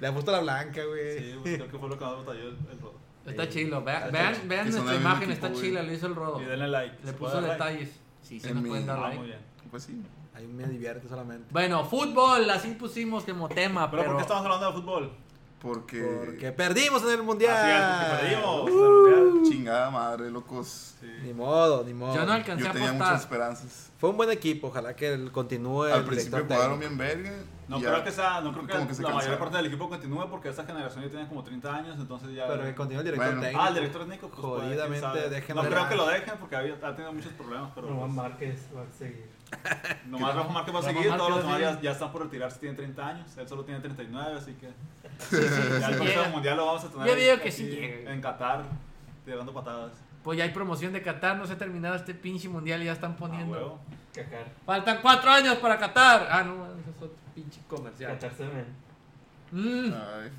[SPEAKER 3] Le han puesto la blanca, güey.
[SPEAKER 4] Sí, pues creo que fue lo que más batalló el, el rodo.
[SPEAKER 1] está
[SPEAKER 3] Sí.
[SPEAKER 1] chilo. Vea-
[SPEAKER 3] Eh, Está
[SPEAKER 1] vean
[SPEAKER 3] chido.
[SPEAKER 1] vean
[SPEAKER 2] Que son
[SPEAKER 1] nuestra
[SPEAKER 2] del mismo
[SPEAKER 1] imagen,
[SPEAKER 2] equipo,
[SPEAKER 1] está
[SPEAKER 2] güey.
[SPEAKER 1] chila, le hizo el rodo.
[SPEAKER 4] Y denle like.
[SPEAKER 1] Le
[SPEAKER 4] ¿Se
[SPEAKER 1] puso
[SPEAKER 4] puede dar like?
[SPEAKER 1] detalles. Sí, sí,
[SPEAKER 2] En
[SPEAKER 1] nos
[SPEAKER 2] mi-
[SPEAKER 1] pueden dar
[SPEAKER 4] Ah,
[SPEAKER 1] like.
[SPEAKER 4] muy bien.
[SPEAKER 2] Pues sí.
[SPEAKER 3] Ahí me divierte solamente.
[SPEAKER 1] Bueno, fútbol, así pusimos como tema,
[SPEAKER 4] Pero,
[SPEAKER 1] pero...
[SPEAKER 4] ¿por qué estamos hablando de fútbol? Ah,
[SPEAKER 2] Porque.
[SPEAKER 3] Porque perdimos en el mundial.
[SPEAKER 4] Así es, porque perdimos.
[SPEAKER 2] Chingada madre, locos.
[SPEAKER 4] Sí.
[SPEAKER 3] Ni modo, ni modo.
[SPEAKER 1] Yo no
[SPEAKER 2] Yo
[SPEAKER 1] alcancé
[SPEAKER 2] tenía
[SPEAKER 1] a
[SPEAKER 2] muchas
[SPEAKER 1] apostar.
[SPEAKER 2] esperanzas.
[SPEAKER 3] Fue un buen equipo, ojalá que él continúe.
[SPEAKER 2] Al
[SPEAKER 3] el
[SPEAKER 2] principio
[SPEAKER 3] director
[SPEAKER 2] jugaron
[SPEAKER 3] técnico.
[SPEAKER 2] bien verga.
[SPEAKER 4] No
[SPEAKER 2] y ya-
[SPEAKER 4] creo que, sea, no creo
[SPEAKER 2] como
[SPEAKER 4] que,
[SPEAKER 2] que se
[SPEAKER 4] la mayor
[SPEAKER 2] cansaron.
[SPEAKER 4] parte del equipo continúe porque esta generación ya tiene como 30 años, entonces ya...
[SPEAKER 3] Pero que continúe el director
[SPEAKER 2] Bueno.
[SPEAKER 3] técnico.
[SPEAKER 4] ah, el director técnico, pues, puede, quién
[SPEAKER 3] Jodidamente,
[SPEAKER 4] sabe.
[SPEAKER 3] déjenlo
[SPEAKER 4] No creo
[SPEAKER 3] hablar.
[SPEAKER 4] que lo dejen porque había- ha tenido muchos problemas, pero
[SPEAKER 5] Román
[SPEAKER 4] pues,
[SPEAKER 5] Márquez va a seguir.
[SPEAKER 4] nomás Rafa Márquez va a
[SPEAKER 1] Rafa
[SPEAKER 4] seguir, todos los
[SPEAKER 1] Márquez va a
[SPEAKER 4] demás ya,
[SPEAKER 1] seguir.
[SPEAKER 4] ya están por retirarse, tienen 30 años, él solo tiene 39, así que...
[SPEAKER 1] sí
[SPEAKER 4] ya el próximo
[SPEAKER 1] llega.
[SPEAKER 4] mundial lo vamos a tener
[SPEAKER 1] Yo
[SPEAKER 4] ahí,
[SPEAKER 1] digo que
[SPEAKER 4] aquí
[SPEAKER 1] sí llega.
[SPEAKER 4] en Qatar, tirando patadas.
[SPEAKER 1] Pues ya hay promoción de Qatar, no se ha terminado este pinche mundial y ya están
[SPEAKER 4] Ah,
[SPEAKER 1] poniendo.
[SPEAKER 4] huevo.
[SPEAKER 5] Cacar.
[SPEAKER 1] Faltan cuatro años para Qatar. Ah, no, eso es otro pinche comercial.
[SPEAKER 5] Cacar semen.
[SPEAKER 1] Mm.
[SPEAKER 2] Ay,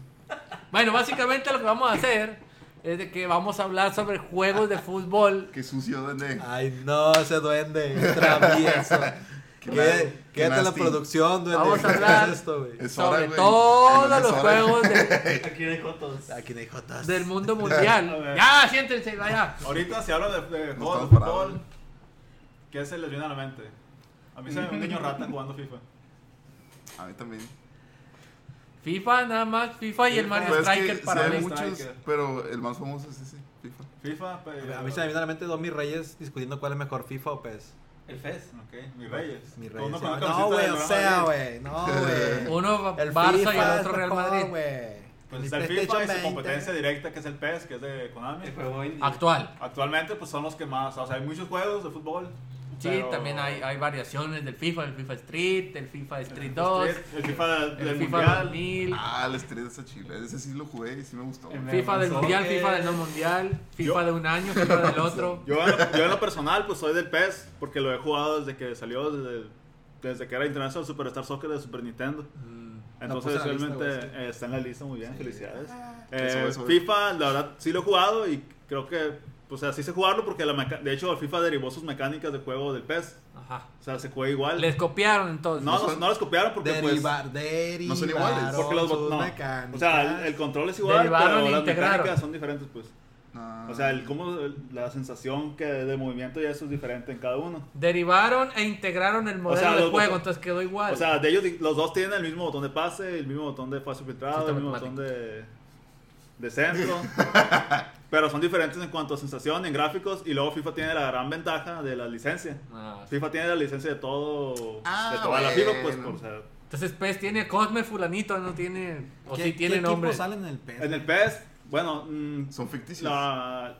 [SPEAKER 1] Bueno, básicamente lo que vamos a hacer es de que vamos a hablar sobre juegos de fútbol.
[SPEAKER 2] qué sucio, duende.
[SPEAKER 3] Ay, no, ese duende, travieso.
[SPEAKER 2] Qué
[SPEAKER 3] Qué-
[SPEAKER 2] mal- qué
[SPEAKER 3] Quédate en la
[SPEAKER 2] nasty.
[SPEAKER 3] producción, duende.
[SPEAKER 1] Vamos a
[SPEAKER 3] ¿qué
[SPEAKER 1] hablar.
[SPEAKER 3] es esto, güey?
[SPEAKER 2] Es hora,
[SPEAKER 1] sobre
[SPEAKER 2] güey.
[SPEAKER 1] todos
[SPEAKER 2] En donde
[SPEAKER 1] los
[SPEAKER 2] es hora.
[SPEAKER 1] juegos de-
[SPEAKER 5] Aquí hay Jotos.
[SPEAKER 3] Aquí no hay jotas.
[SPEAKER 1] del mundo
[SPEAKER 4] A
[SPEAKER 1] mundial.
[SPEAKER 4] ver.
[SPEAKER 1] ya, siéntense, vaya.
[SPEAKER 4] Ahorita si hablo de, de
[SPEAKER 2] No
[SPEAKER 4] juegos de
[SPEAKER 2] estamos
[SPEAKER 4] fútbol,
[SPEAKER 2] parados.
[SPEAKER 4] ¿qué se les viene a la mente? A mí se me ve un niño rata jugando FIFA.
[SPEAKER 2] A mí también.
[SPEAKER 1] FIFA nada más, FIFA y el Mario
[SPEAKER 2] Pues es que
[SPEAKER 1] Striker
[SPEAKER 2] sí
[SPEAKER 1] para
[SPEAKER 2] hay
[SPEAKER 1] mí.
[SPEAKER 4] mucho-
[SPEAKER 2] muchos,
[SPEAKER 4] Striker.
[SPEAKER 2] pero el más famoso es ese, FIFA.
[SPEAKER 4] FIFA, pero.
[SPEAKER 3] A mí se me viene a la mente dos mis reyes discutiendo cuál es mejor, FIFA o PES.
[SPEAKER 5] El FES.
[SPEAKER 4] Ok, mis reyes.
[SPEAKER 3] Mis
[SPEAKER 4] Tú
[SPEAKER 3] reyes.
[SPEAKER 4] no
[SPEAKER 3] Ah,
[SPEAKER 4] conoces
[SPEAKER 3] No,
[SPEAKER 4] el
[SPEAKER 3] güey, o
[SPEAKER 4] Real
[SPEAKER 3] sea,
[SPEAKER 4] Madrid.
[SPEAKER 3] güey. No, güey.
[SPEAKER 1] Uno
[SPEAKER 3] El
[SPEAKER 1] Barça y
[SPEAKER 3] FIFA
[SPEAKER 1] el
[SPEAKER 3] es
[SPEAKER 1] otro Real
[SPEAKER 3] mejor,
[SPEAKER 1] Madrid.
[SPEAKER 3] güey.
[SPEAKER 4] Pues
[SPEAKER 3] Mi
[SPEAKER 4] está el
[SPEAKER 3] PlayStation
[SPEAKER 4] FIFA y su
[SPEAKER 3] 20.
[SPEAKER 4] competencia directa, que es el PES, que es de Konami.
[SPEAKER 5] El
[SPEAKER 1] E
[SPEAKER 5] juego indie.
[SPEAKER 1] Actual.
[SPEAKER 4] Actualmente, pues son los que más. O sea, hay muchos juegos de fútbol.
[SPEAKER 1] Sí,
[SPEAKER 4] pero-
[SPEAKER 1] también hay, hay variaciones del FIFA, el FIFA Street, el FIFA
[SPEAKER 4] el
[SPEAKER 1] Street
[SPEAKER 4] FIFA
[SPEAKER 1] 2,
[SPEAKER 4] Street, El FIFA del,
[SPEAKER 1] el
[SPEAKER 4] del
[SPEAKER 1] FIFA
[SPEAKER 4] Mundial.
[SPEAKER 1] 2000,
[SPEAKER 2] Ah, el Street de Chile. Ese sí lo jugué y sí me gustó.
[SPEAKER 5] El
[SPEAKER 1] FIFA del
[SPEAKER 5] Soccer.
[SPEAKER 1] Mundial, FIFA del no Mundial, FIFA de un año, FIFA del otro.
[SPEAKER 4] Yo en, lo, yo en lo personal, pues soy del PES, porque lo he jugado desde que salió, desde, desde que era International Superstar Soccer de Super Nintendo.
[SPEAKER 1] Mm,
[SPEAKER 4] Entonces,
[SPEAKER 3] puse en la lista,
[SPEAKER 4] realmente
[SPEAKER 3] güey, Ah.
[SPEAKER 4] eh, está en la lista, muy bien, felicidades.
[SPEAKER 2] Eso,
[SPEAKER 4] Eh,
[SPEAKER 2] eso, eso.
[SPEAKER 4] FIFA, la verdad, sí lo he jugado y creo que, pues así sé jugarlo porque, la meca- de hecho, FIFA derivó sus mecánicas de juego del PES.
[SPEAKER 1] Ajá.
[SPEAKER 4] O sea, se juega igual.
[SPEAKER 1] Les copiaron entonces.
[SPEAKER 4] no, no, no las copiaron porque, pues.
[SPEAKER 3] Derivar,
[SPEAKER 2] no
[SPEAKER 3] derivar.
[SPEAKER 2] son iguales.
[SPEAKER 4] Porque los bot- no. O sea, el, el control es igual,
[SPEAKER 1] Derivaron
[SPEAKER 4] pero
[SPEAKER 1] e
[SPEAKER 4] las
[SPEAKER 1] integraron.
[SPEAKER 4] mecánicas son diferentes, pues.
[SPEAKER 2] Ah.
[SPEAKER 4] O sea, el, cómo, el- la sensación que de movimiento ya eso es diferente en cada uno.
[SPEAKER 1] Derivaron e integraron el modelo
[SPEAKER 4] sea,
[SPEAKER 1] de
[SPEAKER 4] los
[SPEAKER 1] juego,
[SPEAKER 4] botó-
[SPEAKER 1] entonces quedó igual.
[SPEAKER 4] O sea, de ellos, los dos tienen el mismo botón de pase, el mismo botón de pase filtrado,
[SPEAKER 1] Sistema
[SPEAKER 4] el mismo
[SPEAKER 1] automático.
[SPEAKER 4] botón de, de centro. pero son diferentes en cuanto a sensación, en gráficos. Y luego FIFA tiene la gran ventaja de la licencia.
[SPEAKER 1] Ah,
[SPEAKER 4] FIFA tiene la licencia de todo.
[SPEAKER 2] Ah,
[SPEAKER 4] de toda la
[SPEAKER 2] bueno.
[SPEAKER 4] FIFA, pues. por- o sea,
[SPEAKER 1] entonces PES tiene a Cosme Fulanito, no tiene... O
[SPEAKER 3] ¿Qué,
[SPEAKER 1] sí tiene
[SPEAKER 3] ¿qué
[SPEAKER 1] nombre.
[SPEAKER 3] equipo sale en el PES?
[SPEAKER 4] en el PES, bueno. mm,
[SPEAKER 2] Son ficticios.
[SPEAKER 4] la,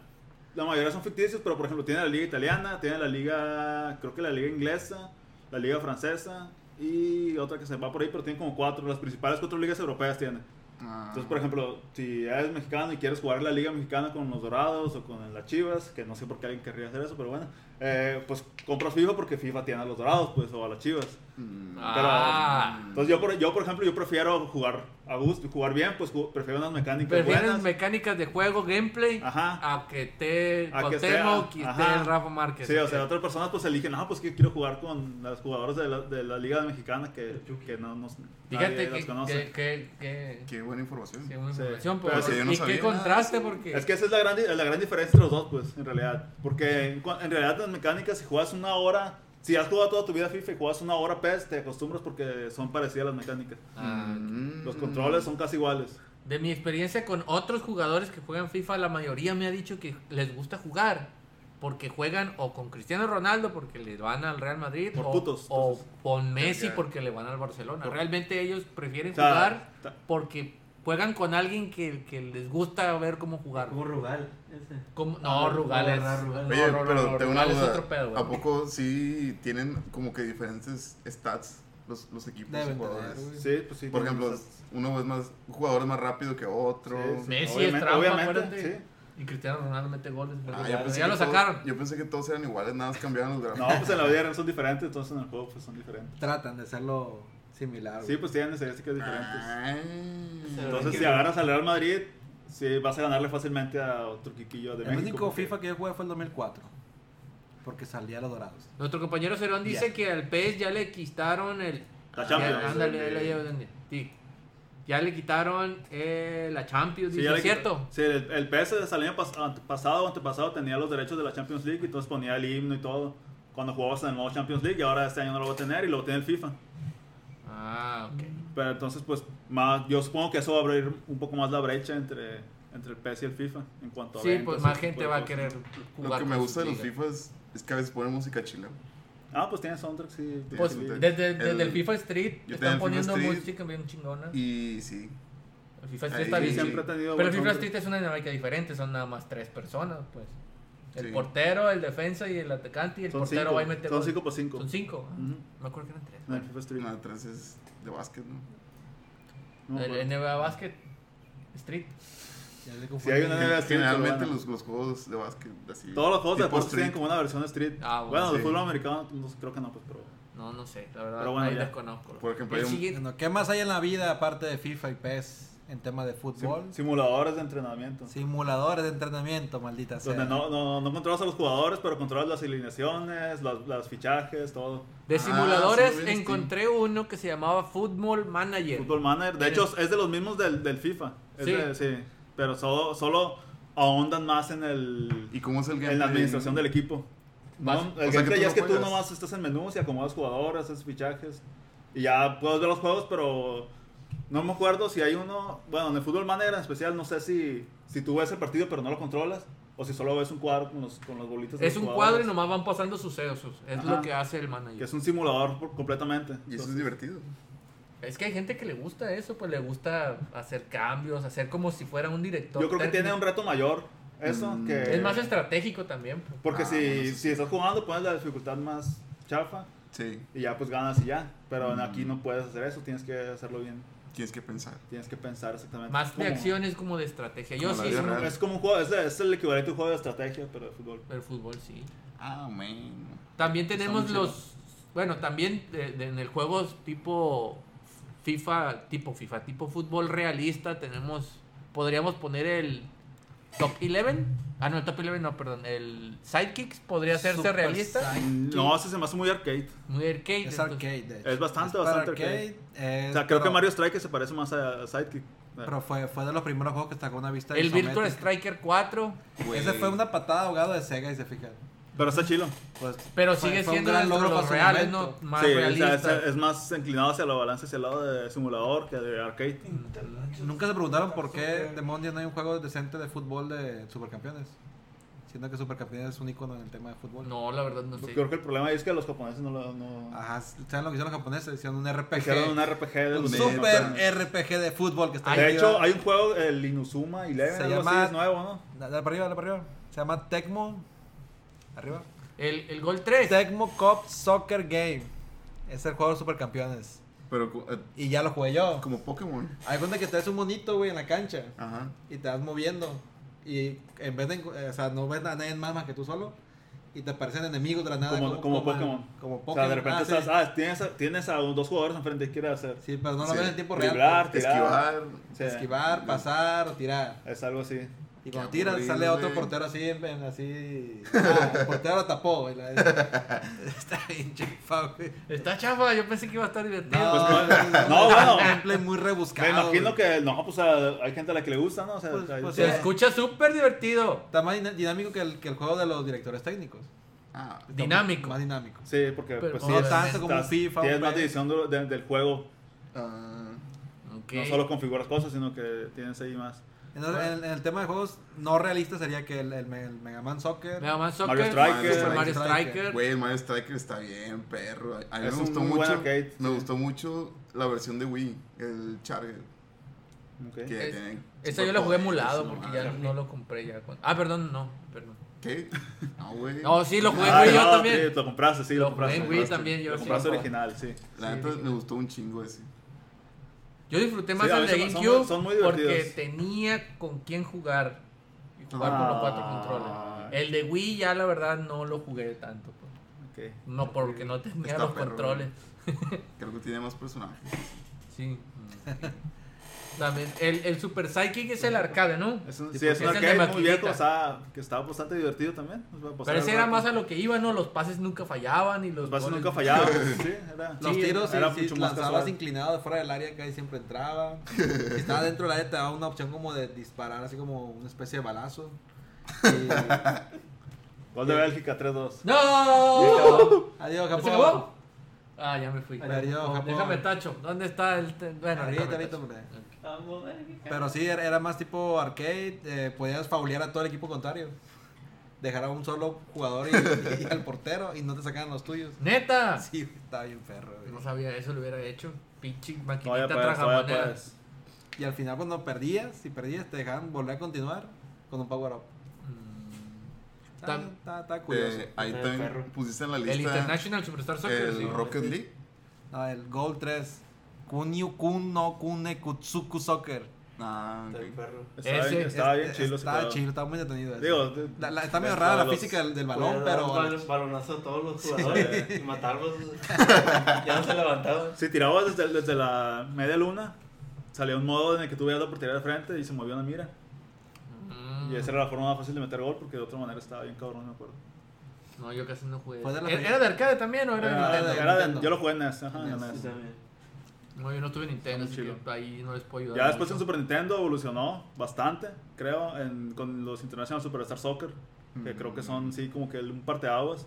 [SPEAKER 4] la mayoría son ficticios, pero por ejemplo, tiene la liga italiana, tiene la liga. Creo que la liga inglesa, la liga francesa. Y otra que se va por ahí, pero tiene como cuatro. Las principales cuatro ligas europeas tiene.
[SPEAKER 2] Ah.
[SPEAKER 4] Entonces, por ejemplo, si eres mexicano y quieres jugar la Liga Mexicana con los Dorados o con las Chivas, que no sé por qué alguien querría hacer eso, pero bueno, eh, pues compras FIFA porque FIFA tiene a los Dorados, pues, o a las Chivas.
[SPEAKER 2] Mm.
[SPEAKER 1] Ah,
[SPEAKER 4] Entonces, yo por, yo, por ejemplo, yo prefiero jugar a gusto, jugar bien, pues ju- prefiero unas mecánicas
[SPEAKER 1] prefieres
[SPEAKER 4] buenas.
[SPEAKER 1] mecánicas de juego, gameplay,
[SPEAKER 4] Ajá.
[SPEAKER 1] a que te
[SPEAKER 4] A
[SPEAKER 1] con
[SPEAKER 4] que
[SPEAKER 1] Temo,
[SPEAKER 4] sea,
[SPEAKER 1] que esté
[SPEAKER 4] ajá.
[SPEAKER 1] el Rafa Márquez.
[SPEAKER 4] Sí, o sea, otras personas pues eligen, no, pues que quiero jugar con los jugadores de la, de la Liga Mexicana que, que no nos. nadie
[SPEAKER 1] Fíjate
[SPEAKER 4] los
[SPEAKER 1] que,
[SPEAKER 4] conoce.
[SPEAKER 1] que, que, que-
[SPEAKER 2] Qué buena información.
[SPEAKER 1] que buena
[SPEAKER 4] Sí.
[SPEAKER 1] información,
[SPEAKER 2] Pero
[SPEAKER 1] pero-
[SPEAKER 2] si yo no
[SPEAKER 1] y
[SPEAKER 2] sabía.
[SPEAKER 1] qué contraste porque...
[SPEAKER 4] Es que esa es la gran, la gran diferencia entre los dos, pues, en realidad. Porque en, cua- en realidad las mecánicas, si juegas una hora, si has jugado toda tu vida FIFA y juegas una hora PES, te acostumbras porque son parecidas las mecánicas.
[SPEAKER 1] Ah,
[SPEAKER 2] Mm.
[SPEAKER 4] Los controles son casi iguales.
[SPEAKER 1] De mi experiencia con otros jugadores que juegan FIFA, la mayoría me ha dicho que les gusta jugar porque juegan o con Cristiano Ronaldo porque le van al Real Madrid
[SPEAKER 4] Por
[SPEAKER 1] o,
[SPEAKER 4] putos,
[SPEAKER 1] o
[SPEAKER 4] entonces.
[SPEAKER 1] con Messi
[SPEAKER 2] Ya.
[SPEAKER 1] porque le van al Barcelona.
[SPEAKER 4] Por-
[SPEAKER 1] Realmente ellos prefieren
[SPEAKER 4] O sea,
[SPEAKER 1] jugar
[SPEAKER 4] ta-
[SPEAKER 1] porque juegan con alguien que, que les gusta ver cómo jugar.
[SPEAKER 5] Como Rugal. Ese.
[SPEAKER 1] Como- no,
[SPEAKER 5] Ah,
[SPEAKER 1] Rugal
[SPEAKER 5] ah,
[SPEAKER 1] es-
[SPEAKER 5] Rugal.
[SPEAKER 1] no,
[SPEAKER 2] Oye,
[SPEAKER 1] no,
[SPEAKER 2] pero
[SPEAKER 1] no,
[SPEAKER 2] tengo una
[SPEAKER 1] Rugal es
[SPEAKER 2] duda.
[SPEAKER 1] otro pedo, güey.
[SPEAKER 2] ¿A poco sí tienen como que diferentes stats los, los equipos y
[SPEAKER 3] Deben
[SPEAKER 2] jugadores?
[SPEAKER 3] tener, güey.
[SPEAKER 4] Sí, pues sí.
[SPEAKER 2] Por
[SPEAKER 4] tiene
[SPEAKER 2] ejemplo,
[SPEAKER 4] esas-
[SPEAKER 2] uno es más, un jugador es más rápido que otro.
[SPEAKER 4] Sí, sí.
[SPEAKER 1] Messi es
[SPEAKER 4] Obviamente-
[SPEAKER 1] trampa,
[SPEAKER 4] obviamente,
[SPEAKER 1] acuérdate.
[SPEAKER 4] sí.
[SPEAKER 1] Y Cristiano Ronaldo mete goles. pero
[SPEAKER 2] Ah, yo
[SPEAKER 1] ya,
[SPEAKER 2] pensé
[SPEAKER 1] pues, ya
[SPEAKER 2] que
[SPEAKER 1] lo
[SPEAKER 2] todos-
[SPEAKER 1] sacaron.
[SPEAKER 2] yo pensé que todos eran iguales, nada más cambiaban los
[SPEAKER 4] No,
[SPEAKER 2] gráficos.
[SPEAKER 4] pues en la vida real son diferentes, entonces en el juego pues son diferentes.
[SPEAKER 3] Tratan de hacerlo similar.
[SPEAKER 4] Sí,
[SPEAKER 3] güey.
[SPEAKER 4] pues tienen estadísticas diferentes.
[SPEAKER 2] Ah.
[SPEAKER 4] Entonces, si agarras al Real Madrid, sí, vas a ganarle fácilmente a otro quiquillo de
[SPEAKER 3] el
[SPEAKER 4] México.
[SPEAKER 3] único
[SPEAKER 4] porque-
[SPEAKER 3] FIFA que yo jugué fue el 2004. Porque salía los dorados.
[SPEAKER 1] Nuestro compañero Cerón dice
[SPEAKER 3] Ya.
[SPEAKER 1] que al PES ya le quitaron el.
[SPEAKER 4] La Champions.
[SPEAKER 1] ya, ándale, ahí la llevo, Dani. Sí. Ya le quitaron eh, la Champions,
[SPEAKER 4] Sí,
[SPEAKER 1] dice,
[SPEAKER 4] ya le
[SPEAKER 1] ¿cierto?
[SPEAKER 4] quitó- Sí, el, el PS del año pas- ante- pasado o antepasado tenía los derechos de la Champions League y entonces ponía el himno y todo. Cuando jugabas en el nuevo Champions League y ahora este año no lo va a tener y lo tiene el FIFA.
[SPEAKER 1] Ah,
[SPEAKER 2] Mm.
[SPEAKER 1] ok.
[SPEAKER 4] Pero entonces, pues, más, yo supongo que eso va a abrir un poco más la brecha entre, entre el PS y el FIFA en cuanto a
[SPEAKER 1] Sí,
[SPEAKER 4] ventas
[SPEAKER 1] pues
[SPEAKER 4] y
[SPEAKER 1] más
[SPEAKER 4] ese tipo
[SPEAKER 1] gente
[SPEAKER 4] de
[SPEAKER 1] va a
[SPEAKER 4] cosas.
[SPEAKER 1] querer jugar.
[SPEAKER 2] Lo que
[SPEAKER 1] con
[SPEAKER 2] me
[SPEAKER 1] sus
[SPEAKER 2] gusta de los
[SPEAKER 1] ligas.
[SPEAKER 2] FIFA es, es que a veces ponen música chila. güey.
[SPEAKER 4] Ah, pues tiene soundtrack, sí. tiene
[SPEAKER 1] Pues
[SPEAKER 4] sí.
[SPEAKER 2] Entonces,
[SPEAKER 1] desde, desde el,
[SPEAKER 2] el-
[SPEAKER 1] FIFA Street
[SPEAKER 2] yo tenía el
[SPEAKER 1] están
[SPEAKER 2] FIFA
[SPEAKER 1] poniendo
[SPEAKER 2] Street
[SPEAKER 1] música bien chingona.
[SPEAKER 2] Y sí.
[SPEAKER 1] el FIFA Street
[SPEAKER 2] ahí
[SPEAKER 1] está
[SPEAKER 4] Sí,
[SPEAKER 1] bien.
[SPEAKER 2] sí.
[SPEAKER 4] siempre ha tenido
[SPEAKER 1] Pero el FIFA
[SPEAKER 4] buen soundtrack.
[SPEAKER 1] Street es una dinámica diferente, son nada más tres personas, pues. El
[SPEAKER 2] Sí.
[SPEAKER 1] portero, el defensa y el atacante, y el
[SPEAKER 4] Son
[SPEAKER 1] portero
[SPEAKER 4] cinco,
[SPEAKER 1] va y mete
[SPEAKER 4] son
[SPEAKER 1] gol.
[SPEAKER 4] cinco por cinco.
[SPEAKER 1] Son cinco. ah.
[SPEAKER 4] Ujú.
[SPEAKER 1] Me acuerdo que eran tres.
[SPEAKER 4] No, el FIFA Street.
[SPEAKER 2] La atrás es de básquet, ¿no?
[SPEAKER 4] No,
[SPEAKER 1] Ah, el
[SPEAKER 4] pues,
[SPEAKER 1] NBA Basket Street.
[SPEAKER 3] Ya se confundí.
[SPEAKER 4] Si hay una NBA Street,
[SPEAKER 2] Generalmente
[SPEAKER 4] pero bueno.
[SPEAKER 2] los, los juegos de básquet así.
[SPEAKER 4] Todos los juegos de
[SPEAKER 2] tipo
[SPEAKER 4] deportes tienen
[SPEAKER 2] street.
[SPEAKER 4] como una versión Street.
[SPEAKER 1] Ah, bueno,
[SPEAKER 4] bueno, de
[SPEAKER 2] sí.
[SPEAKER 4] fútbol americano no, creo que no, pues, pero...
[SPEAKER 1] No, no sé, la verdad,
[SPEAKER 4] Pero bueno,
[SPEAKER 1] ahí
[SPEAKER 4] ya. Ah,
[SPEAKER 1] desconozco.
[SPEAKER 2] Por ejemplo,
[SPEAKER 1] El
[SPEAKER 2] hay un-
[SPEAKER 1] siguiente-
[SPEAKER 3] Bueno, ¿Qué más hay en la vida aparte de FIFA y PES en tema de fútbol?
[SPEAKER 4] Simuladores de entrenamiento.
[SPEAKER 3] Simuladores de entrenamiento, maldita sea.
[SPEAKER 4] Donde no, no, no controlas a los jugadores, pero controlas las alineaciones, las, las fichajes, todo.
[SPEAKER 1] de
[SPEAKER 2] Ah,
[SPEAKER 1] simuladores
[SPEAKER 2] sí lo vi en
[SPEAKER 1] encontré uno que se llamaba Football Manager.
[SPEAKER 4] Football Manager. De
[SPEAKER 1] En
[SPEAKER 4] hecho, es de los mismos del, del FIFA. Es
[SPEAKER 1] Sí.
[SPEAKER 4] de- sí. Pero solo, solo ahondan más en el...
[SPEAKER 2] ¿Y cómo es el
[SPEAKER 4] En la administración del equipo. No,
[SPEAKER 1] Vas-
[SPEAKER 4] el
[SPEAKER 2] o sea, que
[SPEAKER 4] gameplay
[SPEAKER 2] tú
[SPEAKER 4] ya
[SPEAKER 2] no
[SPEAKER 4] es que tú
[SPEAKER 2] juegas.
[SPEAKER 4] nomás estás en menús y acomodas jugadores, haces fichajes. Y ya puedes ver los juegos, pero No me acuerdo si hay uno, bueno, en el fútbol manager en especial, no sé si, si tú ves el partido pero no lo controlas o si solo ves un cuadro con los, con los bolitas. de
[SPEAKER 1] Es
[SPEAKER 4] los
[SPEAKER 1] un cuadro
[SPEAKER 4] jugadores,
[SPEAKER 1] y nomás van pasando sucesos. Es
[SPEAKER 4] Ajá.
[SPEAKER 1] lo que hace el
[SPEAKER 4] Que
[SPEAKER 1] manager.
[SPEAKER 4] es un simulador por- completamente.
[SPEAKER 2] Y eso es
[SPEAKER 4] Entonces,
[SPEAKER 2] divertido.
[SPEAKER 1] Es que hay gente que le gusta eso, pues le gusta hacer cambios, hacer como si fuera un director.
[SPEAKER 4] yo creo que
[SPEAKER 1] técnico.
[SPEAKER 4] tiene un reto mayor eso
[SPEAKER 2] Mm.
[SPEAKER 4] que...
[SPEAKER 1] Es más estratégico también. pues.
[SPEAKER 4] Porque
[SPEAKER 2] Ah,
[SPEAKER 4] si,
[SPEAKER 2] bueno, eso
[SPEAKER 4] si estás jugando pones la dificultad más chafa
[SPEAKER 2] Sí,
[SPEAKER 4] y ya pues ganas y ya. Pero en
[SPEAKER 2] Mm.
[SPEAKER 4] aquí no puedes hacer eso, tienes que hacerlo bien.
[SPEAKER 2] tienes que pensar.
[SPEAKER 4] Tienes que pensar exactamente.
[SPEAKER 1] Más de
[SPEAKER 4] cómo-
[SPEAKER 1] acciones como de estrategia. Yo
[SPEAKER 2] Como la
[SPEAKER 1] sí,
[SPEAKER 2] vida
[SPEAKER 1] sí,
[SPEAKER 2] real.
[SPEAKER 4] Es como un juego, es, es el equivalente a un juego de estrategia, pero de fútbol.
[SPEAKER 1] el fútbol sí.
[SPEAKER 2] Ah, man.
[SPEAKER 1] También
[SPEAKER 2] Está
[SPEAKER 1] tenemos
[SPEAKER 2] muy
[SPEAKER 1] los. Bueno, también de- de- en el juego tipo FIFA, tipo FIFA, tipo fútbol realista, tenemos. Podríamos poner el Top 11. Ah, no, el Top 11, no, perdón. El Sidekicks podría hacerse
[SPEAKER 5] Super
[SPEAKER 1] realista.
[SPEAKER 5] Psychic.
[SPEAKER 4] No, ese se me hace muy arcade.
[SPEAKER 1] Muy arcade.
[SPEAKER 3] Es
[SPEAKER 1] entonces-
[SPEAKER 3] arcade, de hecho.
[SPEAKER 4] Es bastante,
[SPEAKER 3] para
[SPEAKER 4] bastante arcade.
[SPEAKER 3] es-
[SPEAKER 4] O sea, creo
[SPEAKER 3] pero-
[SPEAKER 4] que Mario Strike se parece más a, a Sidekick.
[SPEAKER 3] Pero fue, fue de los primeros juegos que sacó una vista
[SPEAKER 1] el Virtual
[SPEAKER 3] isométrica.
[SPEAKER 1] Striker 4.
[SPEAKER 3] Ese fue una patada de ahogado de Sega y se fijan.
[SPEAKER 4] Pero está chilo.
[SPEAKER 3] Pues,
[SPEAKER 1] Pero
[SPEAKER 3] fue-
[SPEAKER 1] sigue
[SPEAKER 3] fue un
[SPEAKER 1] siendo
[SPEAKER 3] gran
[SPEAKER 1] dentro de
[SPEAKER 3] logro
[SPEAKER 1] los
[SPEAKER 3] para su
[SPEAKER 1] reales, ¿no?
[SPEAKER 3] momento.
[SPEAKER 1] Más
[SPEAKER 4] sí, o sea,
[SPEAKER 1] realista.
[SPEAKER 4] es, es más inclinado hacia lo balance, hacia el lado de simulador que de arcade.
[SPEAKER 1] Mm,
[SPEAKER 3] Nunca se preguntaron por qué demonios no hay un juego decente de fútbol de supercampeones. Siendo que supercampeones es un icono en el tema de fútbol.
[SPEAKER 1] No, la verdad no sé.
[SPEAKER 4] Creo que el problema ahí es que los japoneses no lo. No...
[SPEAKER 3] Ajá, ¿saben lo que hicieron los japoneses? Hicieron un RPG.
[SPEAKER 4] Hicieron un RPG de
[SPEAKER 3] un
[SPEAKER 4] los
[SPEAKER 3] super
[SPEAKER 4] Nintendo.
[SPEAKER 3] RPG de fútbol que está
[SPEAKER 4] De
[SPEAKER 3] ahí
[SPEAKER 4] hecho,
[SPEAKER 3] arriba.
[SPEAKER 4] hay un juego, el Inuzuma Eleven,
[SPEAKER 3] Se
[SPEAKER 4] algo
[SPEAKER 3] llama-
[SPEAKER 4] así, es nuevo, ¿no?
[SPEAKER 3] Dale para arriba, dale para arriba. Se llama Tecmo. Arriba.
[SPEAKER 1] El, el Gol 3.
[SPEAKER 3] Tecmo Cup Soccer Game. Es el juego de supercampeones.
[SPEAKER 2] Pero co- eh,
[SPEAKER 3] Y ya lo jugué yo.
[SPEAKER 2] como Pokémon.
[SPEAKER 3] Hay cuenta que traes un monito, güey, en la cancha.
[SPEAKER 2] Ajá.
[SPEAKER 3] Y te vas moviendo. Y en vez de. eh, O sea, no ves a nadie más más que tú solo. Y te aparecen enemigos de la nada.
[SPEAKER 4] Como- como Pokémon.
[SPEAKER 3] Como
[SPEAKER 4] O
[SPEAKER 3] Pokémon.
[SPEAKER 4] sea, de repente
[SPEAKER 3] Ah, sí.
[SPEAKER 4] estás, ah, tienes, a- tienes a dos jugadores enfrente que quieres hacer.
[SPEAKER 3] Sí, pero no lo
[SPEAKER 2] Sí.
[SPEAKER 3] ves en tiempo real.
[SPEAKER 4] Driblar, tirar.
[SPEAKER 2] Esquivar.
[SPEAKER 4] Sí,
[SPEAKER 3] pues. Esquivar, pasar o tirar.
[SPEAKER 4] Es algo así.
[SPEAKER 3] Y cuando
[SPEAKER 2] Qué
[SPEAKER 3] tiras,
[SPEAKER 2] aburrido,
[SPEAKER 3] sale otro
[SPEAKER 2] güey.
[SPEAKER 3] portero así, en- en- así. Ah, el portero lo tapó, güey. la- Está bien chafa, güey.
[SPEAKER 1] Está chafa, yo pensé que iba a estar divertido.
[SPEAKER 3] No,
[SPEAKER 4] Pues, no, bueno.
[SPEAKER 3] Un gameplay muy rebuscado.
[SPEAKER 4] Me imagino
[SPEAKER 3] güey.
[SPEAKER 4] que, no, pues a- hay gente a la que le gusta, ¿no? O sea,
[SPEAKER 3] Pues-
[SPEAKER 4] hay-
[SPEAKER 3] pues,
[SPEAKER 1] Se escucha súper divertido.
[SPEAKER 3] Está más dina- dinámico que el, que el juego de los directores técnicos.
[SPEAKER 2] Ah,
[SPEAKER 3] Está
[SPEAKER 1] Dinámico.
[SPEAKER 3] Más dinámico.
[SPEAKER 4] sí, porque
[SPEAKER 1] Pero
[SPEAKER 4] pues,
[SPEAKER 1] no
[SPEAKER 4] sí, es-
[SPEAKER 3] tanto como un
[SPEAKER 4] estás-
[SPEAKER 3] FIFA,
[SPEAKER 4] Tienes
[SPEAKER 3] un
[SPEAKER 4] más
[SPEAKER 3] PES.
[SPEAKER 4] división de- de- del juego.
[SPEAKER 2] ah,
[SPEAKER 1] Ok.
[SPEAKER 4] No solo configuras cosas, sino que tienes ahí más.
[SPEAKER 3] Entonces, en, en el tema de juegos no realistas sería que el, el, Me- el Mega Man Soccer.
[SPEAKER 1] Mega Man Soccer,
[SPEAKER 4] Mario Striker.
[SPEAKER 1] Super Mario
[SPEAKER 3] Mario Striker.
[SPEAKER 1] Striker.
[SPEAKER 2] ah, Güey, el Mario Striker está bien, perro. A mí
[SPEAKER 4] Es
[SPEAKER 2] me
[SPEAKER 4] un
[SPEAKER 2] gustó
[SPEAKER 4] muy
[SPEAKER 2] mucho.
[SPEAKER 4] buen arcade,
[SPEAKER 2] me
[SPEAKER 4] sí.
[SPEAKER 2] gustó mucho la versión de Wii, el Charger.
[SPEAKER 4] Ok.
[SPEAKER 2] Que
[SPEAKER 1] Es-
[SPEAKER 2] tiene
[SPEAKER 1] Esa yo la jugué emulado
[SPEAKER 2] superpoderes,
[SPEAKER 1] porque
[SPEAKER 2] no
[SPEAKER 1] ya
[SPEAKER 2] mames.
[SPEAKER 1] no lo compré ya. cuando- Ah, perdón, no, perdón.
[SPEAKER 2] ¿Qué? No, güey.
[SPEAKER 1] No, sí, lo jugué en
[SPEAKER 4] Ah,
[SPEAKER 1] Wii
[SPEAKER 4] no,
[SPEAKER 1] yo
[SPEAKER 4] sí,
[SPEAKER 1] también.
[SPEAKER 4] Lo compraste, sí,
[SPEAKER 1] Lo
[SPEAKER 4] lo compraste.
[SPEAKER 1] jugué en Wii también, yo
[SPEAKER 4] Lo
[SPEAKER 1] sí.
[SPEAKER 4] compraste original, sí.
[SPEAKER 2] La neta me gustó un chingo ese.
[SPEAKER 1] Yo disfruté más
[SPEAKER 4] Sí, a
[SPEAKER 1] el
[SPEAKER 4] mí
[SPEAKER 1] de
[SPEAKER 4] son- son
[SPEAKER 1] GameCube
[SPEAKER 4] muy- son muy
[SPEAKER 1] porque
[SPEAKER 4] divertidos.
[SPEAKER 1] tenía con quién jugar y jugar con los cuatro controles.
[SPEAKER 4] Ah,
[SPEAKER 1] El de Wii ya la verdad no lo jugué tanto. pues.
[SPEAKER 4] ok.
[SPEAKER 1] No, porque no tenía
[SPEAKER 2] Está
[SPEAKER 1] los
[SPEAKER 2] perro,
[SPEAKER 1] controles.
[SPEAKER 2] Creo que tiene más personajes.
[SPEAKER 1] Sí. También, el, el Super Psychic es el arcade, ¿no?
[SPEAKER 4] Es un,
[SPEAKER 1] Sí,
[SPEAKER 4] sí,
[SPEAKER 1] porque
[SPEAKER 4] es
[SPEAKER 1] es el
[SPEAKER 4] un
[SPEAKER 1] de
[SPEAKER 4] arcade muy viejo,
[SPEAKER 1] maquinita.
[SPEAKER 4] o sea, que estaba bastante divertido también. Nos va a pasar
[SPEAKER 1] Pero ese
[SPEAKER 4] Pues el
[SPEAKER 1] era
[SPEAKER 4] rato.
[SPEAKER 1] más a lo que iba, ¿no? Los pases nunca fallaban y los,
[SPEAKER 4] Los bases
[SPEAKER 1] goles-
[SPEAKER 4] nunca fallaban, sí, era.
[SPEAKER 3] Los
[SPEAKER 1] Sí,
[SPEAKER 3] tiros,
[SPEAKER 4] era
[SPEAKER 3] si,
[SPEAKER 4] mucho más
[SPEAKER 3] lanzabas
[SPEAKER 4] casual.
[SPEAKER 3] inclinado fuera del área, casi siempre entraba. Si estaba dentro del área, te daba una opción como de disparar, así como una especie de balazo. Y-
[SPEAKER 4] Gol de Bélgica 3-2.
[SPEAKER 1] ¡No!
[SPEAKER 3] Adiós,
[SPEAKER 1] ¿Ya se
[SPEAKER 3] Japón.
[SPEAKER 1] acabó? Ah, ya me fui.
[SPEAKER 3] Adiós, Japón.
[SPEAKER 1] Déjame tacho. ¿Dónde está el.? te- Bueno,
[SPEAKER 3] Ahorita,
[SPEAKER 1] déjame
[SPEAKER 3] ahorita,
[SPEAKER 1] tacho.
[SPEAKER 3] hombre.
[SPEAKER 1] Ok.
[SPEAKER 5] Vamos, Bélgica.
[SPEAKER 3] Pero sí, era, era más tipo arcade. eh, podías faulear a todo el equipo contrario. Dejar a un solo jugador y, y al portero y no te sacaban los tuyos.
[SPEAKER 1] ¡Neta!
[SPEAKER 3] Sí, güey, estaba bien perro. güey.
[SPEAKER 1] No sabía eso, lo hubiera hecho. Pinche
[SPEAKER 4] Todavía
[SPEAKER 1] maquinita
[SPEAKER 4] puedes, todavía
[SPEAKER 1] tragamanera.
[SPEAKER 4] puedes.
[SPEAKER 3] Y al final, cuando perdías, si perdías, te dejaban volver a continuar con un power up.
[SPEAKER 1] Mm.
[SPEAKER 3] Está-
[SPEAKER 1] Tam-
[SPEAKER 3] Está está curioso.
[SPEAKER 2] Eh, ahí
[SPEAKER 5] Está de
[SPEAKER 2] también
[SPEAKER 5] perro.
[SPEAKER 2] pusiste en la
[SPEAKER 1] El
[SPEAKER 2] lista
[SPEAKER 1] International Superstar
[SPEAKER 2] el,
[SPEAKER 1] Soccer. sí.
[SPEAKER 2] Rocket League.
[SPEAKER 3] Ah, el Goal 3. Kunyu Kun no Kune Kutsuku Soccer.
[SPEAKER 2] Ah,
[SPEAKER 5] Está el
[SPEAKER 2] ok.
[SPEAKER 5] perro.
[SPEAKER 4] Estaba,
[SPEAKER 1] Ese-
[SPEAKER 4] bien, estaba bien
[SPEAKER 3] Este-
[SPEAKER 4] chido. ese
[SPEAKER 3] Estaba
[SPEAKER 4] pedo.
[SPEAKER 3] chido, estaba muy detenido. ese.
[SPEAKER 4] Digo, de-
[SPEAKER 3] La- la- está medio
[SPEAKER 4] de-
[SPEAKER 3] rara la
[SPEAKER 4] los-
[SPEAKER 3] física del, del
[SPEAKER 5] Voy
[SPEAKER 3] balón,
[SPEAKER 5] a dar
[SPEAKER 3] pero.
[SPEAKER 5] un bal- balonazo a todos los jugadores y matarlos. ya no se levantaban.
[SPEAKER 4] Si tirabas desde, desde la media luna, salía un modo en el que tú veías la oportunidad de frente y se movía la mira.
[SPEAKER 1] Mm.
[SPEAKER 4] Y esa era la forma más fácil de meter gol porque de otra manera estaba bien cabrón, no me acuerdo.
[SPEAKER 1] No, yo casi no jugué.
[SPEAKER 3] Fue de la
[SPEAKER 1] ¿Era,
[SPEAKER 3] feria.
[SPEAKER 1] era de arcade también o era de
[SPEAKER 4] Era-
[SPEAKER 1] Nintendo?
[SPEAKER 3] de
[SPEAKER 4] era Ah, de-
[SPEAKER 3] Nintendo.
[SPEAKER 4] yo lo jugué en NES, ajá, en
[SPEAKER 3] NES,
[SPEAKER 4] NES.
[SPEAKER 5] Sí, también.
[SPEAKER 1] No, yo no tuve Nintendo,
[SPEAKER 4] Está
[SPEAKER 1] así
[SPEAKER 4] muy
[SPEAKER 1] que ahí no les puedo ayudar.
[SPEAKER 4] Ya después en
[SPEAKER 1] mucho.
[SPEAKER 4] Super Nintendo evolucionó bastante, creo, en- con los International Superstar Soccer, que
[SPEAKER 2] Mm.
[SPEAKER 4] creo que son, sí, como que el- un parteaguas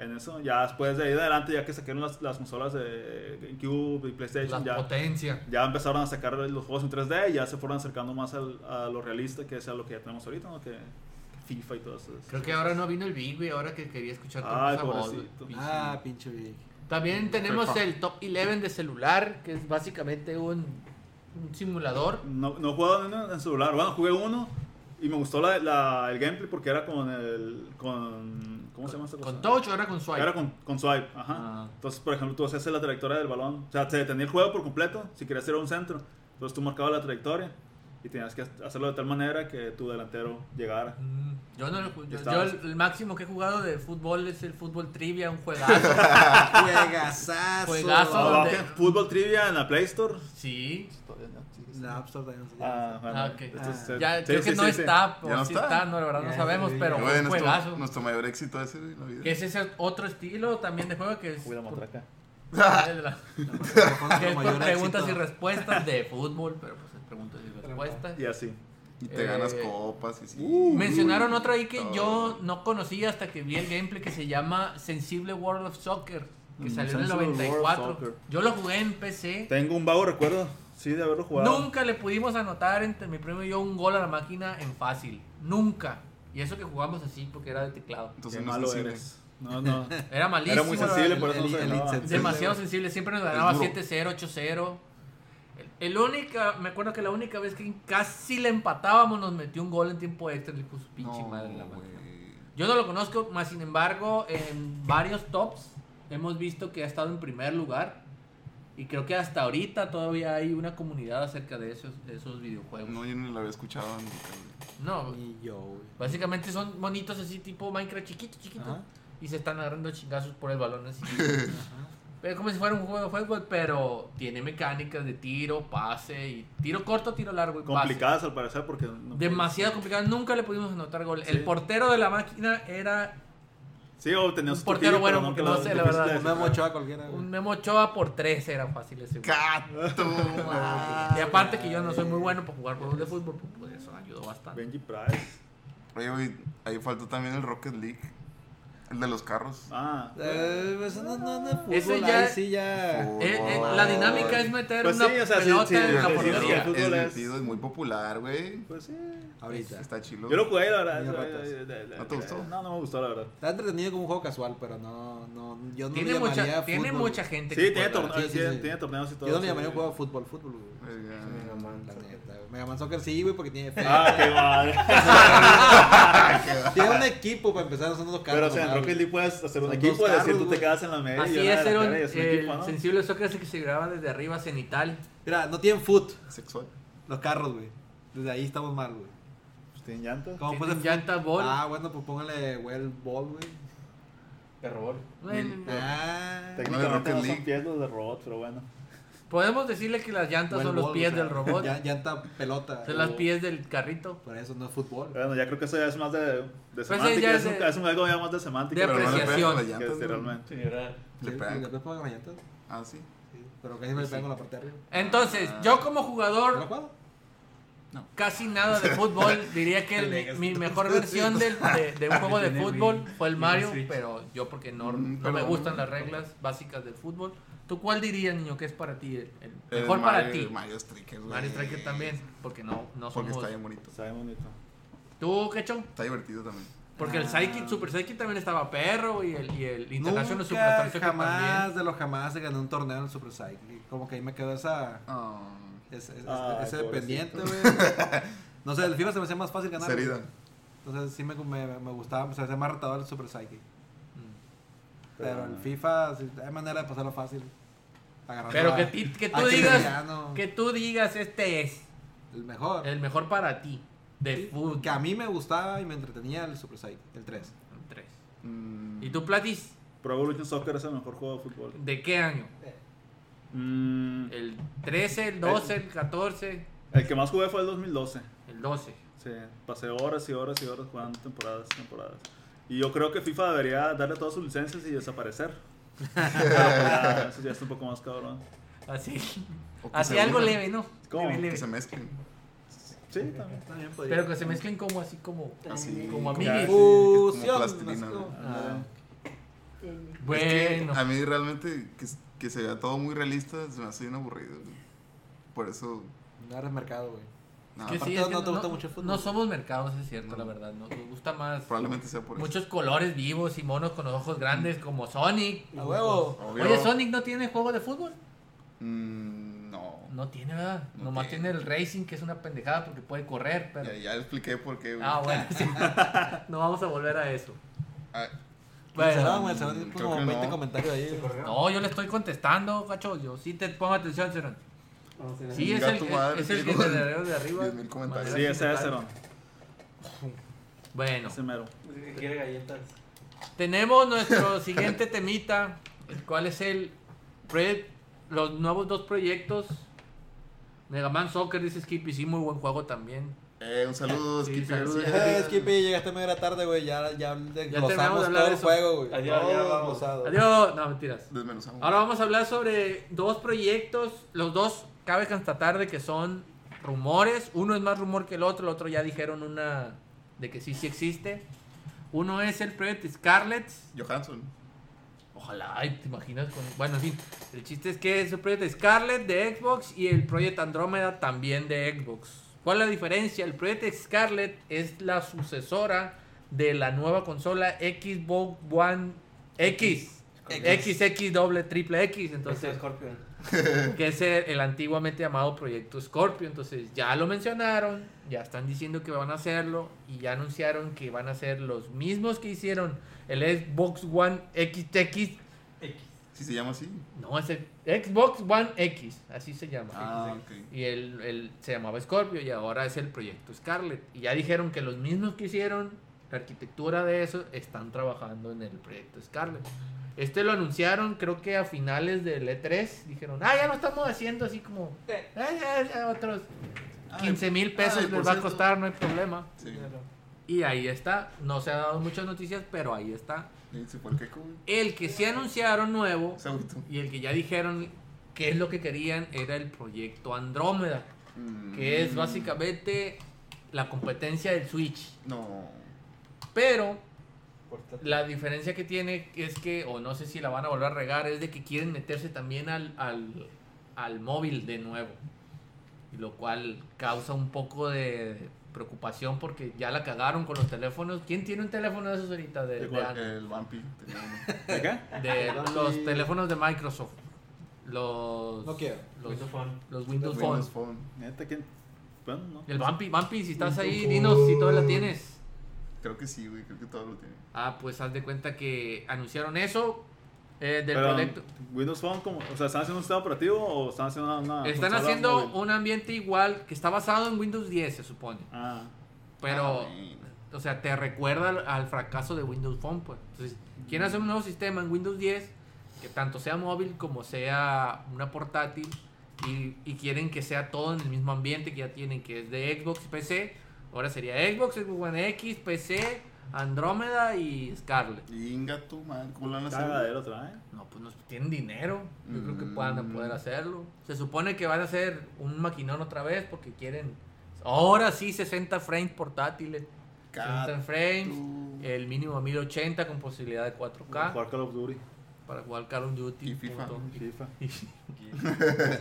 [SPEAKER 4] en eso. Ya después de ahí en adelante, ya que sacaron las, las consolas de GameCube y PlayStation,
[SPEAKER 1] La
[SPEAKER 4] ya,
[SPEAKER 1] potencia.
[SPEAKER 4] ya empezaron a sacar los juegos en 3D y ya se fueron acercando más al- a lo realista, que es a lo que ya tenemos ahorita, ¿no? Que FIFA y todo eso.
[SPEAKER 1] Creo que ahora no vino el Big, güey, ahora que quería escuchar
[SPEAKER 4] Ay,
[SPEAKER 1] esa voz,
[SPEAKER 4] pobrecito.
[SPEAKER 1] güey.
[SPEAKER 3] Ah, pinche Vic.
[SPEAKER 1] También tenemos
[SPEAKER 4] FIFA.
[SPEAKER 1] el Top 11 de celular, que es básicamente un, un simulador.
[SPEAKER 4] No, no he jugado en, en celular. Bueno, jugué uno y me gustó la, la- el gameplay porque era con el. Con, ¿Cómo se llama esta cosa?
[SPEAKER 1] Con touch, ahora con swipe.
[SPEAKER 4] Era con, con swipe, ajá.
[SPEAKER 1] Ah.
[SPEAKER 4] Entonces, por ejemplo, tú hacías la trayectoria del balón. O sea, te detenía el juego por completo si querías ir a un centro. Entonces tú marcabas la trayectoria y tenías que hacerlo de tal manera que tu delantero llegara.
[SPEAKER 1] Mm, Yo no lo ju-
[SPEAKER 4] Ya
[SPEAKER 1] yo- Yo
[SPEAKER 4] estabas.
[SPEAKER 1] el, el máximo que he jugado de fútbol es el fútbol trivia, un juegazo.
[SPEAKER 3] Juegazazo.
[SPEAKER 1] Juegazo.
[SPEAKER 4] Ah,
[SPEAKER 1] ¿dónde?
[SPEAKER 4] bajen Fútbol Trivia en la Play Store.
[SPEAKER 1] sí.
[SPEAKER 2] Todavía no, sí, sí.
[SPEAKER 3] La App Store también no sé.
[SPEAKER 4] Ah, bueno.
[SPEAKER 1] Ah, ok.
[SPEAKER 4] Entonces,
[SPEAKER 1] Ya,
[SPEAKER 4] sí,
[SPEAKER 1] creo
[SPEAKER 4] sí,
[SPEAKER 1] que
[SPEAKER 4] sí,
[SPEAKER 1] no
[SPEAKER 4] sí.
[SPEAKER 1] está, o
[SPEAKER 2] Ya no
[SPEAKER 1] sí
[SPEAKER 2] está.
[SPEAKER 1] está. no, la verdad no
[SPEAKER 3] Ya,
[SPEAKER 1] sabemos,
[SPEAKER 3] sí,
[SPEAKER 1] pero
[SPEAKER 3] ya.
[SPEAKER 1] fue
[SPEAKER 2] Bueno,
[SPEAKER 1] un
[SPEAKER 2] nuestro,
[SPEAKER 1] juegazo.
[SPEAKER 2] nuestro mayor éxito ese de la vida.
[SPEAKER 1] Que ese es otro estilo también de juego que es
[SPEAKER 4] Uy, la matraca.
[SPEAKER 1] el de la- que es
[SPEAKER 3] Nuestro
[SPEAKER 1] por
[SPEAKER 3] mayor
[SPEAKER 1] preguntas y
[SPEAKER 3] éxito.
[SPEAKER 1] respuestas de fútbol, pero pues es preguntas y respuestas.
[SPEAKER 4] Y así.
[SPEAKER 2] Y te ganas
[SPEAKER 1] Eh,
[SPEAKER 2] copas y sí.
[SPEAKER 1] Mencionaron otra ahí que
[SPEAKER 2] todo.
[SPEAKER 1] yo no conocía hasta que vi el gameplay que se llama Sensible World of Soccer, que
[SPEAKER 4] Mm,
[SPEAKER 1] salió en el
[SPEAKER 4] Sensible World of
[SPEAKER 1] 94.
[SPEAKER 4] Soccer.
[SPEAKER 1] Yo lo jugué en PC.
[SPEAKER 4] Tengo un vago recuerdo, sí, de haberlo jugado.
[SPEAKER 1] Nunca le pudimos anotar entre mi primo y yo un gol a la máquina en fácil. Nunca. Y eso que jugamos así porque era de teclado.
[SPEAKER 4] Qué
[SPEAKER 2] Entonces no es
[SPEAKER 4] malo
[SPEAKER 2] sensible.
[SPEAKER 4] eres. No, no.
[SPEAKER 1] Era malísimo.
[SPEAKER 4] Era muy
[SPEAKER 1] la
[SPEAKER 4] sensible,
[SPEAKER 1] verdad.
[SPEAKER 4] por eso no
[SPEAKER 3] el-
[SPEAKER 4] se
[SPEAKER 3] el
[SPEAKER 4] ganaba.
[SPEAKER 3] Insect.
[SPEAKER 1] Demasiado sensible. Siempre nos ganaba
[SPEAKER 2] duro.
[SPEAKER 1] 7-0, 8-0. El, el única, me acuerdo que la única vez que casi le empatábamos nos metió un gol en tiempo extra. Le puso pinche
[SPEAKER 2] No,
[SPEAKER 1] madre la máquina.
[SPEAKER 2] güey.
[SPEAKER 1] Yo no lo conozco, más sin embargo, en varios tops hemos visto que ha estado en primer lugar. Y creo que hasta ahorita todavía hay una comunidad acerca de esos, de esos videojuegos.
[SPEAKER 2] No, yo ni lo había escuchado nunca. güey.
[SPEAKER 1] No,
[SPEAKER 3] Y yo, güey.
[SPEAKER 1] básicamente son monitos así tipo Minecraft chiquito, chiquito.
[SPEAKER 3] Ajá.
[SPEAKER 1] Y se están agarrando chingazos por el balón así.
[SPEAKER 3] Ajá.
[SPEAKER 1] pero como si fuera un juego de fútbol, pero tiene mecánicas de tiro, pase y tiro corto, tiro largo y pase.
[SPEAKER 4] Complicadas al parecer porque... no-
[SPEAKER 1] Demasiado complicado, nunca le pudimos anotar gol.
[SPEAKER 4] Sí.
[SPEAKER 1] El portero de la máquina era
[SPEAKER 4] Sí, o tenías
[SPEAKER 1] Un portero bueno, porque no sé, la verdad.
[SPEAKER 3] Un Memo Ochoa cualquiera, güey.
[SPEAKER 1] un Memo Ochoa por tres, era fácil ese. güey.
[SPEAKER 2] ¡Cato!
[SPEAKER 1] Y aparte que yo no soy muy bueno para jugar juegos de fútbol, pues, pues, eso ayudó bastante.
[SPEAKER 4] Benji Price.
[SPEAKER 2] Oye, güey, ahí faltó también el Rocket League. El de los carros.
[SPEAKER 4] Ah.
[SPEAKER 3] Eh, pues no, no, no, fútbol,
[SPEAKER 1] Ese ya-
[SPEAKER 3] ahí sí ya.
[SPEAKER 2] Fútbol.
[SPEAKER 1] Eh, eh, la dinámica es meter
[SPEAKER 4] Pues
[SPEAKER 1] una
[SPEAKER 4] sí, o sea, sí,
[SPEAKER 1] pelota
[SPEAKER 4] sí,
[SPEAKER 1] en la
[SPEAKER 4] sí, sí,
[SPEAKER 2] Es-
[SPEAKER 1] portería.
[SPEAKER 4] sí,
[SPEAKER 2] es
[SPEAKER 4] fútbol es-
[SPEAKER 2] divertido, es muy popular, güey.
[SPEAKER 4] Pues sí.
[SPEAKER 3] Ahorita.
[SPEAKER 2] Está chilo.
[SPEAKER 4] Yo lo jugué, la verdad.
[SPEAKER 3] Niño
[SPEAKER 4] eh,
[SPEAKER 3] ratas.
[SPEAKER 4] eh, eh, eh,
[SPEAKER 2] ¿No te gustó?
[SPEAKER 4] No, no me gustó, la verdad.
[SPEAKER 3] Está entretenido como un juego casual, pero no, no, yo no
[SPEAKER 1] Tiene
[SPEAKER 3] le llamaría
[SPEAKER 1] mucha, tiene
[SPEAKER 3] fútbol.
[SPEAKER 1] mucha eh, gente
[SPEAKER 4] Sí,
[SPEAKER 1] que
[SPEAKER 4] tiene,
[SPEAKER 1] juega.
[SPEAKER 4] torne-
[SPEAKER 3] sí,
[SPEAKER 4] sí,
[SPEAKER 3] sí.
[SPEAKER 4] tiene torneos y todo.
[SPEAKER 3] Yo no le
[SPEAKER 4] sí.
[SPEAKER 3] llamaría un juego de fútbol, fútbol, güey.
[SPEAKER 2] Verga.
[SPEAKER 3] La neta, güey. Mega Man Soccer sí, güey, porque tiene fe.
[SPEAKER 4] Ah, qué mal.
[SPEAKER 3] Tiene un equipo para empezar, son dos
[SPEAKER 4] Pero, o
[SPEAKER 3] carros.
[SPEAKER 4] sea, en
[SPEAKER 3] nomás,
[SPEAKER 4] Rocket
[SPEAKER 3] güey.
[SPEAKER 4] League puedes hacer un
[SPEAKER 3] Son
[SPEAKER 4] equipo
[SPEAKER 3] dos
[SPEAKER 4] y decir
[SPEAKER 3] carros,
[SPEAKER 4] tú te
[SPEAKER 3] güey.
[SPEAKER 4] quedas en la media.
[SPEAKER 1] Así
[SPEAKER 4] y
[SPEAKER 1] es,
[SPEAKER 4] una
[SPEAKER 1] eh, era
[SPEAKER 4] delantera
[SPEAKER 1] un,
[SPEAKER 4] y es un
[SPEAKER 1] el
[SPEAKER 4] equipo, ¿no?
[SPEAKER 1] sensible soccer que se grababa desde arriba, cenital.
[SPEAKER 3] Mira, no tienen foot
[SPEAKER 2] Sexual.
[SPEAKER 3] los carros, güey. Desde ahí estamos mal, güey.
[SPEAKER 4] Pues tienen llantas.
[SPEAKER 3] ¿Cómo
[SPEAKER 1] Tienen
[SPEAKER 3] puede-
[SPEAKER 1] llantas, bol.
[SPEAKER 3] Ah, bueno, pues póngale, güey, el ball, güey.
[SPEAKER 5] Perro bol.
[SPEAKER 1] Bueno,
[SPEAKER 3] Ah,
[SPEAKER 4] Técnicamente
[SPEAKER 2] Rocket
[SPEAKER 4] no son
[SPEAKER 2] League.
[SPEAKER 4] pies los de robot, pero bueno.
[SPEAKER 1] podemos decirle que las llantas
[SPEAKER 3] buen
[SPEAKER 1] son los
[SPEAKER 3] ball,
[SPEAKER 1] pies
[SPEAKER 3] o sea,
[SPEAKER 1] del robot,
[SPEAKER 3] Ya, llanta pelota. Oh,
[SPEAKER 1] son las pies del carrito.
[SPEAKER 3] Por eso no es fútbol.
[SPEAKER 4] Bueno, ya creo que eso ya es más de, de
[SPEAKER 1] sí,
[SPEAKER 4] semántica.
[SPEAKER 1] ya
[SPEAKER 4] es, un,
[SPEAKER 1] es de-
[SPEAKER 4] es un algo ya más de semántica.
[SPEAKER 1] de
[SPEAKER 4] pero
[SPEAKER 2] Pero no le pegas con las
[SPEAKER 1] apreciación.
[SPEAKER 4] que
[SPEAKER 2] llantas,
[SPEAKER 4] sí,
[SPEAKER 2] güey.
[SPEAKER 4] realmente.
[SPEAKER 5] Sí, era-
[SPEAKER 2] Le
[SPEAKER 3] Sí,
[SPEAKER 2] pegan.
[SPEAKER 3] ¿Le pegan con las llantas?
[SPEAKER 2] Ah, sí.
[SPEAKER 3] Sí, pero casi me le pegan con la parte de arriba.
[SPEAKER 1] Entonces, yo como
[SPEAKER 3] Ah. ¿No lo
[SPEAKER 1] jugador,
[SPEAKER 3] juego?
[SPEAKER 1] casi nada de fútbol, diría que el- mi, mi mejor versión del- de, de un juego de
[SPEAKER 5] Tiene
[SPEAKER 1] fútbol
[SPEAKER 5] Wii,
[SPEAKER 1] fue el
[SPEAKER 5] tiene
[SPEAKER 1] Mario,
[SPEAKER 5] Switch.
[SPEAKER 1] pero yo porque no,
[SPEAKER 2] Mm,
[SPEAKER 1] no
[SPEAKER 2] pero-
[SPEAKER 1] me gustan las reglas básicas del fútbol. ¿Tú cuál dirías, niño, que es para ti el, el
[SPEAKER 2] El
[SPEAKER 1] mejor para ti?
[SPEAKER 2] Mario- Mario Striker, güey.
[SPEAKER 1] Mario Striker también, porque no, no
[SPEAKER 2] Porque
[SPEAKER 1] somos...
[SPEAKER 2] está bien bonito.
[SPEAKER 4] Está bien bonito.
[SPEAKER 1] ¿Tú, Quechón?
[SPEAKER 2] Está divertido también.
[SPEAKER 1] Porque el
[SPEAKER 3] Ah.
[SPEAKER 1] Psychic, Super Psychic también estaba perro y el, y el International
[SPEAKER 3] Nunca,
[SPEAKER 1] Superstar Soccer
[SPEAKER 3] jamás
[SPEAKER 1] también.
[SPEAKER 3] de los jamás se ganó un torneo en el Super Psyche. Como que ahí me quedó esa,
[SPEAKER 2] Ah.
[SPEAKER 3] ese, ese-
[SPEAKER 4] Ay,
[SPEAKER 3] ese
[SPEAKER 4] pobrecito.
[SPEAKER 3] pendiente, güey. No sé, el FIFA se me hacía más fácil ganar. güey.
[SPEAKER 2] Serida.
[SPEAKER 3] Entonces sí me, me, me gustaba, se me hacía más retador el Super Psyche. Pero
[SPEAKER 4] Pero-
[SPEAKER 3] el FIFA, sí, hay manera de pasarlo fácil. Agarrando
[SPEAKER 1] Pero
[SPEAKER 3] a-
[SPEAKER 1] que, ti- que
[SPEAKER 3] a
[SPEAKER 1] tú digas,
[SPEAKER 3] Cristiano,
[SPEAKER 1] que tú digas, este es
[SPEAKER 3] el mejor.
[SPEAKER 1] el mejor para ti de
[SPEAKER 3] Sí,
[SPEAKER 1] fútbol.
[SPEAKER 3] Que a mí me gustaba y me entretenía el Super Psyche, el 3.
[SPEAKER 1] Tres.
[SPEAKER 2] Mm.
[SPEAKER 1] ¿Y tú, Platis?
[SPEAKER 4] Pro Evolution Soccer es el mejor juego de fútbol.
[SPEAKER 1] ¿De qué año?
[SPEAKER 4] Mm,
[SPEAKER 1] ¿El 13, el 12, el 14?
[SPEAKER 4] el que más jugué fue el 2012.
[SPEAKER 1] El 12.
[SPEAKER 4] Sí, pasé horas y horas y horas jugando temporadas, temporadas. Y yo creo que FIFA debería darle todas sus licencias y desaparecer. Pero pues ya, eso ya es un poco más cabrón.
[SPEAKER 1] Así.
[SPEAKER 2] O que
[SPEAKER 1] Así
[SPEAKER 2] se
[SPEAKER 1] Ah, algo
[SPEAKER 2] unan,
[SPEAKER 1] leve, ¿no?
[SPEAKER 4] ¿Cómo?
[SPEAKER 1] Leve,
[SPEAKER 2] Que
[SPEAKER 1] leve.
[SPEAKER 2] se mezclen.
[SPEAKER 4] Sí, también.
[SPEAKER 3] También
[SPEAKER 1] Pero que se mezclen como así como...
[SPEAKER 2] Así.
[SPEAKER 1] Como
[SPEAKER 2] como
[SPEAKER 1] amiguis.
[SPEAKER 2] así, como
[SPEAKER 3] Fusión,
[SPEAKER 2] plastilina,
[SPEAKER 3] así como-
[SPEAKER 2] güey.
[SPEAKER 3] Ah.
[SPEAKER 2] Es que
[SPEAKER 1] Bueno,
[SPEAKER 2] a mí realmente que, que se vea todo muy realista se me hace bien aburrido. güey. Por eso.
[SPEAKER 3] No eres mercado, güey.
[SPEAKER 2] no,
[SPEAKER 1] que
[SPEAKER 3] aparte
[SPEAKER 1] es
[SPEAKER 3] no
[SPEAKER 1] que
[SPEAKER 3] te gusta mucho el fútbol.
[SPEAKER 1] No somos mercados, es cierto,
[SPEAKER 2] No.
[SPEAKER 1] la verdad. Nos nos gusta más
[SPEAKER 2] Probablemente sea por eso.
[SPEAKER 1] muchos colores vivos y monos con los ojos grandes como Sonic.
[SPEAKER 3] A huevo.
[SPEAKER 2] Obvio.
[SPEAKER 1] Oye, Sonic no tiene juego de fútbol.
[SPEAKER 2] Mm, no.
[SPEAKER 1] No tiene, ¿verdad?
[SPEAKER 2] No
[SPEAKER 1] Nomás
[SPEAKER 2] tiene.
[SPEAKER 1] tiene. el racing, que es una pendejada porque puede correr, pero...
[SPEAKER 2] Ya, ya expliqué por qué. güey.
[SPEAKER 1] Ah, bueno, sí. No vamos a volver a eso.
[SPEAKER 2] Ah,
[SPEAKER 3] Bueno, se
[SPEAKER 1] Bueno,
[SPEAKER 3] güey, se van
[SPEAKER 2] creo
[SPEAKER 3] como
[SPEAKER 2] que
[SPEAKER 3] 20
[SPEAKER 2] no.
[SPEAKER 3] comentarios ahí.
[SPEAKER 1] no, yo le estoy contestando, gacho. Yo sí te pongo atención, Cerón. Sí, es
[SPEAKER 2] Chinga
[SPEAKER 1] el,
[SPEAKER 2] tu madre,
[SPEAKER 1] es el que
[SPEAKER 2] tío.
[SPEAKER 1] te leo de arriba.
[SPEAKER 2] 10,000 comentarios.
[SPEAKER 4] Sí,
[SPEAKER 1] Madera
[SPEAKER 4] ese es
[SPEAKER 1] sin
[SPEAKER 4] Cerón.
[SPEAKER 1] total. Bueno,
[SPEAKER 4] Ese mero.
[SPEAKER 5] Que quiere galletas.
[SPEAKER 1] tenemos nuestro siguiente temita, el cual es el proye- los nuevos dos proyectos. Mega Man Soccer, dice Skippy, sí, muy buen juego también.
[SPEAKER 2] eh, un saludo,
[SPEAKER 1] Sí,
[SPEAKER 2] Skippy
[SPEAKER 1] saludos.
[SPEAKER 2] García.
[SPEAKER 3] Eh, Skippy, llegaste media tarde, güey. Ya, ya
[SPEAKER 1] terminamos de hablar
[SPEAKER 3] desglosamos todo
[SPEAKER 1] de
[SPEAKER 3] el
[SPEAKER 1] eso.
[SPEAKER 3] juego, güey.
[SPEAKER 5] Adiós,
[SPEAKER 3] Todo
[SPEAKER 5] ya vamos.
[SPEAKER 3] desglosado.
[SPEAKER 1] Adiós. No, mentiras.
[SPEAKER 2] Desmenuzamos.
[SPEAKER 1] Ahora vamos a hablar sobre dos proyectos. Los dos, cabe constatar de que son rumores. Uno es más rumor que el otro. El otro ya dijeron una de que sí, sí existe. Uno es el Project Scarlet.
[SPEAKER 2] Johansson.
[SPEAKER 1] Ojalá, ay, te imaginas con... Bueno, en fin, el chiste es que es el Project Scarlet de Xbox y el Project Andrómeda también de Xbox. ¿Cuál es la diferencia? El Project Scarlet es la sucesora de la nueva consola Xbox One X.
[SPEAKER 3] X.
[SPEAKER 1] XX doble triple X, entonces
[SPEAKER 5] Entonces, Scorpion.
[SPEAKER 1] que es el, el antiguamente llamado Proyecto Scorpio. Entonces ya lo mencionaron, ya están diciendo que van a hacerlo y ya anunciaron que van a ser los mismos que hicieron el Xbox One XX.
[SPEAKER 5] X.
[SPEAKER 2] Sí, se llama así.
[SPEAKER 1] No, es el Xbox One X, así se llama.
[SPEAKER 2] Ah, ok.
[SPEAKER 1] Y él, él se llamaba Scorpio y ahora es el Proyecto Scarlet. Y ya dijeron que los mismos que hicieron la arquitectura de eso están trabajando en el Proyecto Scarlet. Este lo anunciaron creo que a finales del E3. Dijeron, ah, ya lo estamos haciendo así como... "Eh, eh, eh, otros 15 mil pesos
[SPEAKER 2] ay, por
[SPEAKER 1] les va a
[SPEAKER 2] cierto.
[SPEAKER 1] costar, no hay problema.
[SPEAKER 2] Ah, Sí,
[SPEAKER 1] Y ahí está. No se ha dado muchas noticias, pero ahí está.
[SPEAKER 2] sí, se fue el queco, güey.
[SPEAKER 1] El que sí anunciaron nuevo
[SPEAKER 2] Se agüitó.
[SPEAKER 1] y el que ya dijeron qué es lo que querían era el Proyecto Andrómeda
[SPEAKER 2] Mm.
[SPEAKER 1] que es básicamente la competencia del Switch.
[SPEAKER 2] No.
[SPEAKER 1] Pero
[SPEAKER 5] Portátil.
[SPEAKER 1] la diferencia que tiene es que, o no sé si la van a volver a regar, es de que quieren meterse también al, al, al móvil de nuevo. Y lo cual causa un poco de preocupación porque ya la cagaron con los teléfonos. ¿Quién tiene un teléfono de esos ahorita? De, de
[SPEAKER 4] Igual,
[SPEAKER 1] an-
[SPEAKER 2] El Vampi. tenía uno.
[SPEAKER 4] ¿De qué?
[SPEAKER 1] de los
[SPEAKER 3] Sí.
[SPEAKER 1] teléfonos de Microsoft. Los,
[SPEAKER 3] No quiero.
[SPEAKER 1] los,
[SPEAKER 5] Windows Phone.
[SPEAKER 1] los Windows, Phone.
[SPEAKER 2] Windows Phone.
[SPEAKER 4] Neta, ¿quién? Bueno, no.
[SPEAKER 1] El Vampi, Vampi, si estás ahí, dinos si todavía la tienes.
[SPEAKER 2] Creo que sí, güey. Creo que todo lo tiene.
[SPEAKER 1] Ah, pues haz de cuenta que anunciaron eso eh, del
[SPEAKER 4] Pero, ah,
[SPEAKER 1] proyecto.
[SPEAKER 4] Windows Phone, como, o sea, ¿están haciendo un sistema operativo o están haciendo una.
[SPEAKER 1] Están
[SPEAKER 4] consola
[SPEAKER 1] haciendo
[SPEAKER 4] móvil?
[SPEAKER 1] un ambiente igual que está basado en Windows 10, se supone.
[SPEAKER 4] Ah,
[SPEAKER 1] Pero,
[SPEAKER 2] Ah, bueno.
[SPEAKER 1] o sea, te recuerda al, al fracaso de Windows Phone, pues. Entonces, quieren hacer un nuevo sistema en Windows 10 que tanto sea móvil como sea una portátil y, y quieren que sea todo en el mismo ambiente que ya tienen, que es de Xbox y PC. Ahora sería Xbox, Xbox One X, PC, Andrómeda y Scarlet.
[SPEAKER 2] Inga tu madre. ¿Cómo lo van a hacer? güey?
[SPEAKER 4] cagadero otra, ¿eh?
[SPEAKER 1] No, pues no tienen dinero. Yo creo que
[SPEAKER 2] Mm.
[SPEAKER 1] van a poder hacerlo. Se supone que van a hacer un maquinón otra vez porque quieren. Ahora sí, 60 frames portátiles. 60
[SPEAKER 2] Cat-
[SPEAKER 1] frames.
[SPEAKER 2] tú.
[SPEAKER 1] El mínimo a 1080 con posibilidad de 4K
[SPEAKER 4] Jugar Call of Duty.
[SPEAKER 1] para jugar Call of Duty.
[SPEAKER 2] Y FIFA.
[SPEAKER 1] punto.
[SPEAKER 4] FIFA.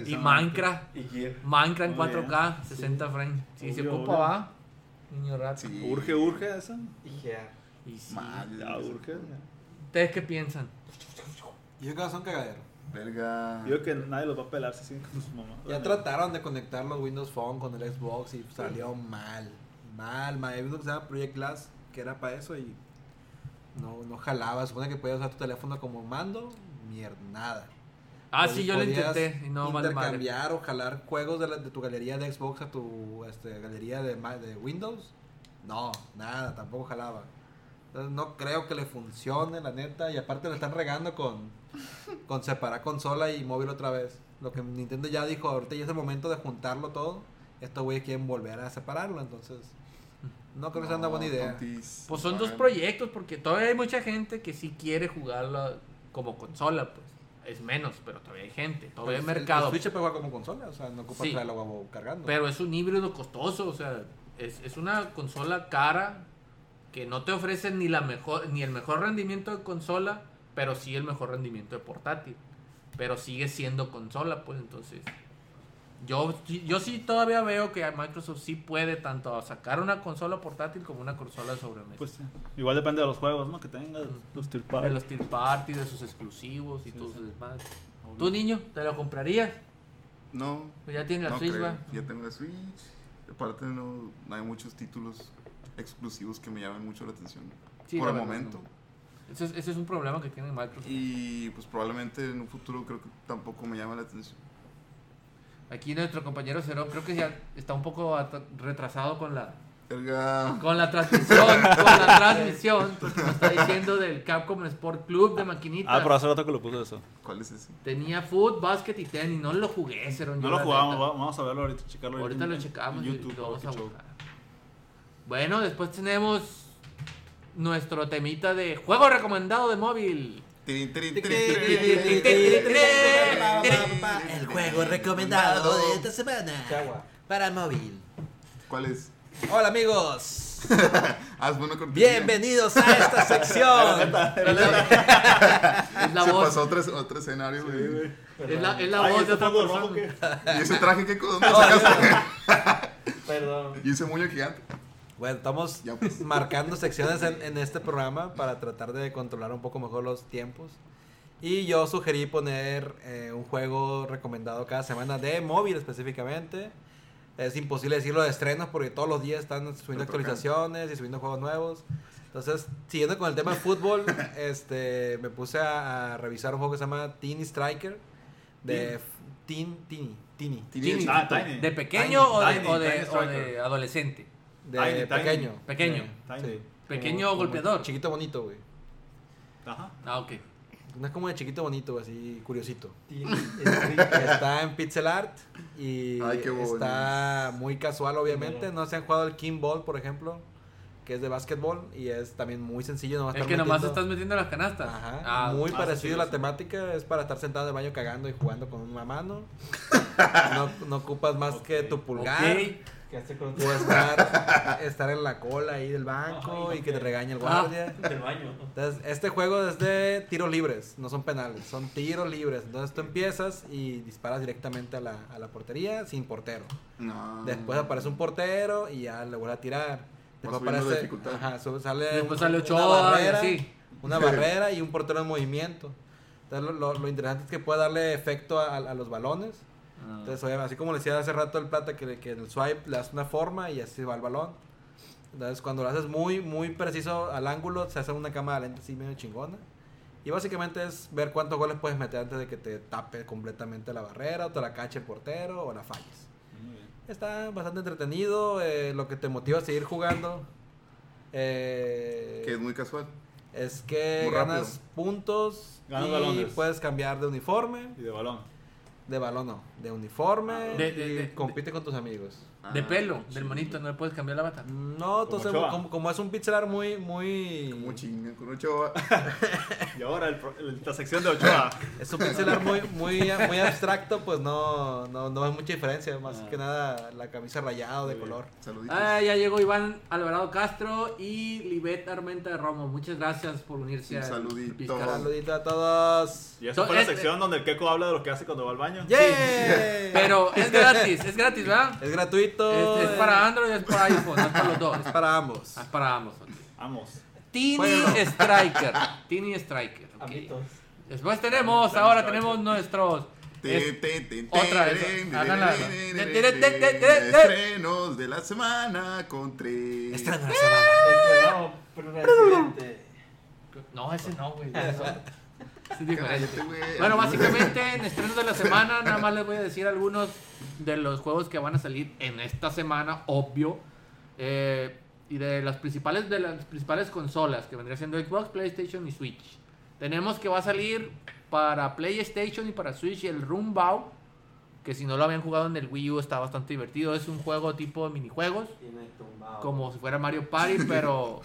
[SPEAKER 1] Y Minecraft.
[SPEAKER 5] Y Gear.
[SPEAKER 1] Minecraft en
[SPEAKER 4] Muy bien.
[SPEAKER 1] 4K, 60 frames. Si se
[SPEAKER 4] Obvio,
[SPEAKER 1] ocupa,
[SPEAKER 4] obvio.
[SPEAKER 1] va. Niño rato.
[SPEAKER 2] Sí.
[SPEAKER 4] Urge, urge eso.
[SPEAKER 5] Y Gear.
[SPEAKER 1] Y sí.
[SPEAKER 2] Madre,
[SPEAKER 4] Ya, urge.
[SPEAKER 1] ¿Ustedes qué piensan?
[SPEAKER 3] Y Yo creo que son cagaderos.
[SPEAKER 2] Verga.
[SPEAKER 4] Yo creo que nadie los va a pelar si siguen con sus mamás.
[SPEAKER 3] Ya trataron de conectar los Windows Phone con el Xbox y salió mal. Mal, mal. Hay uno que se llama Project Glass, que era para eso y no, no jalaba. Supone que podías usar tu teléfono como mando. Mierda, nada.
[SPEAKER 1] Ah,
[SPEAKER 3] Pod-
[SPEAKER 1] sí, yo lo
[SPEAKER 3] Pues, podías
[SPEAKER 1] intenté. Y no, vale madre.
[SPEAKER 3] intercambiar o jalar juegos de, la- de tu galería de Xbox a tu este, galería de, ma- de Windows. No, nada, tampoco jalaba. Entonces no creo que le funcione, la neta. Y aparte le están regando con, con separar consola y móvil otra vez. Lo que Nintendo ya dijo, ahorita ya es el momento de juntarlo todo. Estos güeyes quieren volver a separarlo, entonces no creo que sea una
[SPEAKER 2] No,
[SPEAKER 3] buena idea.
[SPEAKER 2] tontis.
[SPEAKER 1] Pues son
[SPEAKER 2] No
[SPEAKER 1] dos
[SPEAKER 2] hagan.
[SPEAKER 1] proyectos, porque todavía hay mucha gente que sí quiere jugarla como consola, pues. Es menos, pero todavía hay gente, todavía hay
[SPEAKER 3] Pues, el-
[SPEAKER 1] mercado.
[SPEAKER 3] El Switch se juega como consola, o sea, no ocupa
[SPEAKER 1] Sí.
[SPEAKER 3] traerlo huevo cargando.
[SPEAKER 1] pero es un híbrido costoso, o sea, es, es una consola cara que no te ofrece ni, la mejor, ni el mejor rendimiento de consola, pero sí el mejor rendimiento de portátil. Pero sigue siendo consola, pues entonces. Yo, yo sí todavía veo que Microsoft sí puede tanto sacar una consola portátil como una consola de sobremesa.
[SPEAKER 4] Pues sí. igual depende de los juegos, ¿no? Que tengas los tier
[SPEAKER 1] de
[SPEAKER 4] party.
[SPEAKER 1] los tier party, de sus exclusivos y todo
[SPEAKER 4] sí.
[SPEAKER 1] eso demás. ¿Tú, niño, te lo comprarías?
[SPEAKER 2] No,
[SPEAKER 1] Pues ya tienes la
[SPEAKER 2] no
[SPEAKER 1] Switch,
[SPEAKER 2] creo.
[SPEAKER 1] va.
[SPEAKER 2] Ya tengo la Switch. Aparte, no, no hay muchos títulos exclusivos que me llamen mucho la atención
[SPEAKER 1] Sí,
[SPEAKER 2] por
[SPEAKER 1] la
[SPEAKER 2] el
[SPEAKER 1] verdad,
[SPEAKER 2] momento.
[SPEAKER 1] Ese es, ese es un problema que tiene Microsoft.
[SPEAKER 2] Y pues probablemente en un futuro creo que tampoco me llama la atención.
[SPEAKER 1] Aquí nuestro compañero Cero creo que ya está un poco at- retrasado con la
[SPEAKER 2] Verga.
[SPEAKER 1] con la transmisión, con la transmisión, porque nos está diciendo del Capcom Sport Club de maquinita.
[SPEAKER 4] Ah, pero hace rato que lo puso eso.
[SPEAKER 2] ¿Cuál es ese?
[SPEAKER 1] Tenía foot, basket y tenis, no lo jugué, Cero.
[SPEAKER 4] No
[SPEAKER 1] yo
[SPEAKER 4] lo
[SPEAKER 1] la
[SPEAKER 4] jugamos,
[SPEAKER 1] neta.
[SPEAKER 4] va- vamos a verlo ahorita, checarlo.
[SPEAKER 1] Ahorita
[SPEAKER 4] en-
[SPEAKER 1] lo
[SPEAKER 4] en
[SPEAKER 1] checamos y
[SPEAKER 4] YouTube,
[SPEAKER 1] lo vamos a
[SPEAKER 4] qué show.
[SPEAKER 1] buscar. Bueno, después tenemos nuestro temita de juego recomendado de móvil.
[SPEAKER 2] Tirin, tirin, tirin, tirin, tirin, tirin.
[SPEAKER 6] El juego recomendado de esta semana
[SPEAKER 3] Chagua.
[SPEAKER 6] para el móvil.
[SPEAKER 2] ¿Cuál es?
[SPEAKER 6] Hola amigos,
[SPEAKER 2] Hazme una cortinilla.
[SPEAKER 6] bienvenidos a esta sección.
[SPEAKER 1] Es la
[SPEAKER 2] Se
[SPEAKER 1] voz.
[SPEAKER 2] pasó otro, otro escenario, güey.
[SPEAKER 1] Es la, es la
[SPEAKER 4] Ay,
[SPEAKER 1] voz
[SPEAKER 4] ese
[SPEAKER 1] de otra
[SPEAKER 4] fondo rojo
[SPEAKER 1] persona.
[SPEAKER 4] que-
[SPEAKER 2] ¿Y ese traje qué? co- ¿Dónde lo sacaste?
[SPEAKER 5] Perdón.
[SPEAKER 2] ¿Y ese moño gigante?
[SPEAKER 3] Bueno, estamos
[SPEAKER 2] Ya, pues.
[SPEAKER 3] marcando secciones en, en este programa para tratar de controlar un poco mejor los tiempos. Y yo sugerí poner eh, un juego recomendado cada semana de móvil específicamente. Es imposible decirlo de estrenos porque todos los días están subiendo
[SPEAKER 2] Otro cambio.
[SPEAKER 3] actualizaciones y subiendo juegos nuevos. Entonces, siguiendo con el tema de fútbol, este, me puse a, a revisar un juego que se llama Teeny Striker. De Teen, Teeny, Teeny.
[SPEAKER 1] Tiny.
[SPEAKER 4] Ah, Tiny.
[SPEAKER 1] ¿De pequeño o de,
[SPEAKER 4] Tiny,
[SPEAKER 1] o de-
[SPEAKER 4] Tiny
[SPEAKER 1] o
[SPEAKER 4] Striker.
[SPEAKER 1] de adolescente?
[SPEAKER 3] De
[SPEAKER 4] Tiny, Tiny.
[SPEAKER 3] pequeño.
[SPEAKER 1] Pequeño.
[SPEAKER 4] Tiny.
[SPEAKER 3] Sí.
[SPEAKER 1] Pequeño
[SPEAKER 3] Como- como
[SPEAKER 1] golpeador.
[SPEAKER 3] Chiquito bonito, güey.
[SPEAKER 4] Ajá.
[SPEAKER 1] Ah, ok.
[SPEAKER 3] No es como de chiquito bonito, así curiosito.
[SPEAKER 5] Está
[SPEAKER 3] Está en pixel art y
[SPEAKER 2] Ay, qué bonito.
[SPEAKER 3] está muy casual, obviamente. No se han jugado el King Ball, por ejemplo, que es de básquetbol y es también muy sencillo. Nomás
[SPEAKER 1] El
[SPEAKER 3] estar
[SPEAKER 1] que nomás
[SPEAKER 3] metiendo-
[SPEAKER 1] estás metiendo las canastas.
[SPEAKER 3] Ajá,
[SPEAKER 1] Ah,
[SPEAKER 3] muy
[SPEAKER 4] ah,
[SPEAKER 3] parecido
[SPEAKER 4] sí,
[SPEAKER 3] a la
[SPEAKER 4] sí.
[SPEAKER 3] temática, es para estar sentado en el baño cagando y jugando con una mano. No, no ocupas más que tu pulgar.
[SPEAKER 1] ok.
[SPEAKER 5] ¿Qué hace con tu
[SPEAKER 3] O estar, estar en la cola ahí del banco
[SPEAKER 5] Ay,
[SPEAKER 3] y
[SPEAKER 5] no
[SPEAKER 3] que te
[SPEAKER 5] sé.
[SPEAKER 3] regañe el
[SPEAKER 1] Ah.
[SPEAKER 3] guardia.
[SPEAKER 5] del baño?
[SPEAKER 3] Entonces, este juego es de tiros libres, no son penales, son tiros libres. Entonces tú empiezas y disparas directamente a la, a la portería sin portero.
[SPEAKER 2] No.
[SPEAKER 3] Después aparece un portero y ya le vuelve a tirar. Después
[SPEAKER 2] subiendo la
[SPEAKER 3] aparece.
[SPEAKER 2] dificultad.
[SPEAKER 3] ajá, sube- sale,
[SPEAKER 1] Después
[SPEAKER 3] un-
[SPEAKER 1] sale
[SPEAKER 3] una
[SPEAKER 1] Ochoa y
[SPEAKER 3] barrera,
[SPEAKER 1] así.
[SPEAKER 3] Una barrera y un portero en movimiento. Entonces lo, lo- lo interesante es que puede darle efecto a, a los balones.
[SPEAKER 2] Ah.
[SPEAKER 3] Entonces, oye, así como le decía hace rato el plata que, le- que en el swipe le das una forma y así va el balón. Entonces, cuando lo haces muy, muy preciso al ángulo, se hace una cámara lenta así medio chingona. Y básicamente es ver cuántos goles puedes meter antes de que te tape completamente la barrera, o te la cache el portero, o la falles.
[SPEAKER 4] Muy bien.
[SPEAKER 3] Está bastante entretenido, eh, lo que te motiva a seguir jugando. eh,
[SPEAKER 2] Que es muy casual.
[SPEAKER 3] es que
[SPEAKER 2] muy rápido.
[SPEAKER 3] ganas puntos
[SPEAKER 4] Ganas
[SPEAKER 3] y
[SPEAKER 4] balones.
[SPEAKER 3] puedes cambiar de uniforme.
[SPEAKER 4] Y de balón.
[SPEAKER 3] De balón no, de uniforme
[SPEAKER 1] Ah, De- de-
[SPEAKER 3] y
[SPEAKER 1] de-
[SPEAKER 3] compite con tus amigos.
[SPEAKER 1] De
[SPEAKER 2] Ah,
[SPEAKER 1] pelo,
[SPEAKER 2] sí.
[SPEAKER 1] del monito, no le puedes cambiar la bata.
[SPEAKER 3] No, entonces
[SPEAKER 4] Ochoa.
[SPEAKER 3] como, como es un pixel art muy, muy,
[SPEAKER 2] Como chingan con Ochoa.
[SPEAKER 4] Y ahora el pro- el- la sección de Ochoa.
[SPEAKER 3] es un pixel art muy, muy, muy abstracto, pues no, no, no hay mucha diferencia, más
[SPEAKER 4] Ah.
[SPEAKER 3] que nada la camisa rayada de
[SPEAKER 4] Muy bien.
[SPEAKER 3] color.
[SPEAKER 2] Saluditos.
[SPEAKER 1] Ah, ya llegó Iván Alvarado Castro y Libet Armenta de Romo. Muchas gracias por unirse
[SPEAKER 2] Un
[SPEAKER 1] al
[SPEAKER 2] saludito.
[SPEAKER 1] Pizcarra.
[SPEAKER 3] Saludito a todos.
[SPEAKER 4] Y esa
[SPEAKER 1] So,
[SPEAKER 4] fue la
[SPEAKER 1] este-
[SPEAKER 4] sección donde el Keco habla de lo que hace cuando va al baño.
[SPEAKER 3] ¡Yay!
[SPEAKER 1] Pero es gratis, es gratis, ¿verdad? Este,
[SPEAKER 3] es gratuito.
[SPEAKER 1] Es, es
[SPEAKER 3] eh,
[SPEAKER 1] para Android y es para iPhone, no es para los dos.
[SPEAKER 3] es para ambos.
[SPEAKER 1] Es para ambos. ok.
[SPEAKER 4] Vamos.
[SPEAKER 1] Teeny
[SPEAKER 3] Bueno.
[SPEAKER 1] Striker. Teeny Striker. ok.
[SPEAKER 5] Amitos.
[SPEAKER 1] Después tenemos, ahora tenemos nuestros.
[SPEAKER 2] Te,
[SPEAKER 1] es-
[SPEAKER 2] te, te,
[SPEAKER 1] otra
[SPEAKER 2] te,
[SPEAKER 1] vez,
[SPEAKER 2] te, te,
[SPEAKER 1] háganla.
[SPEAKER 2] te, te,
[SPEAKER 1] Te, te, te, te, te, te.
[SPEAKER 2] Estrenos de la semana con tres.
[SPEAKER 6] Estreno de la semana.
[SPEAKER 5] Estrenó Residente.
[SPEAKER 1] No, ese no, güey. Ese es diferente.
[SPEAKER 2] Cállate, güey.
[SPEAKER 1] Bueno, básicamente en estrenos de la semana, nada más les voy a decir algunos de los juegos que van a salir en esta semana, obvio. Eh, y de las principales de las principales consolas que vendría siendo Xbox, PlayStation y Switch. Tenemos que va a salir para PlayStation y para Switch el Rumbao, que si no lo habían jugado en el Wii U está bastante divertido. Es un juego tipo de minijuegos
[SPEAKER 5] Tiene tumbado.
[SPEAKER 1] como si fuera Mario Party, pero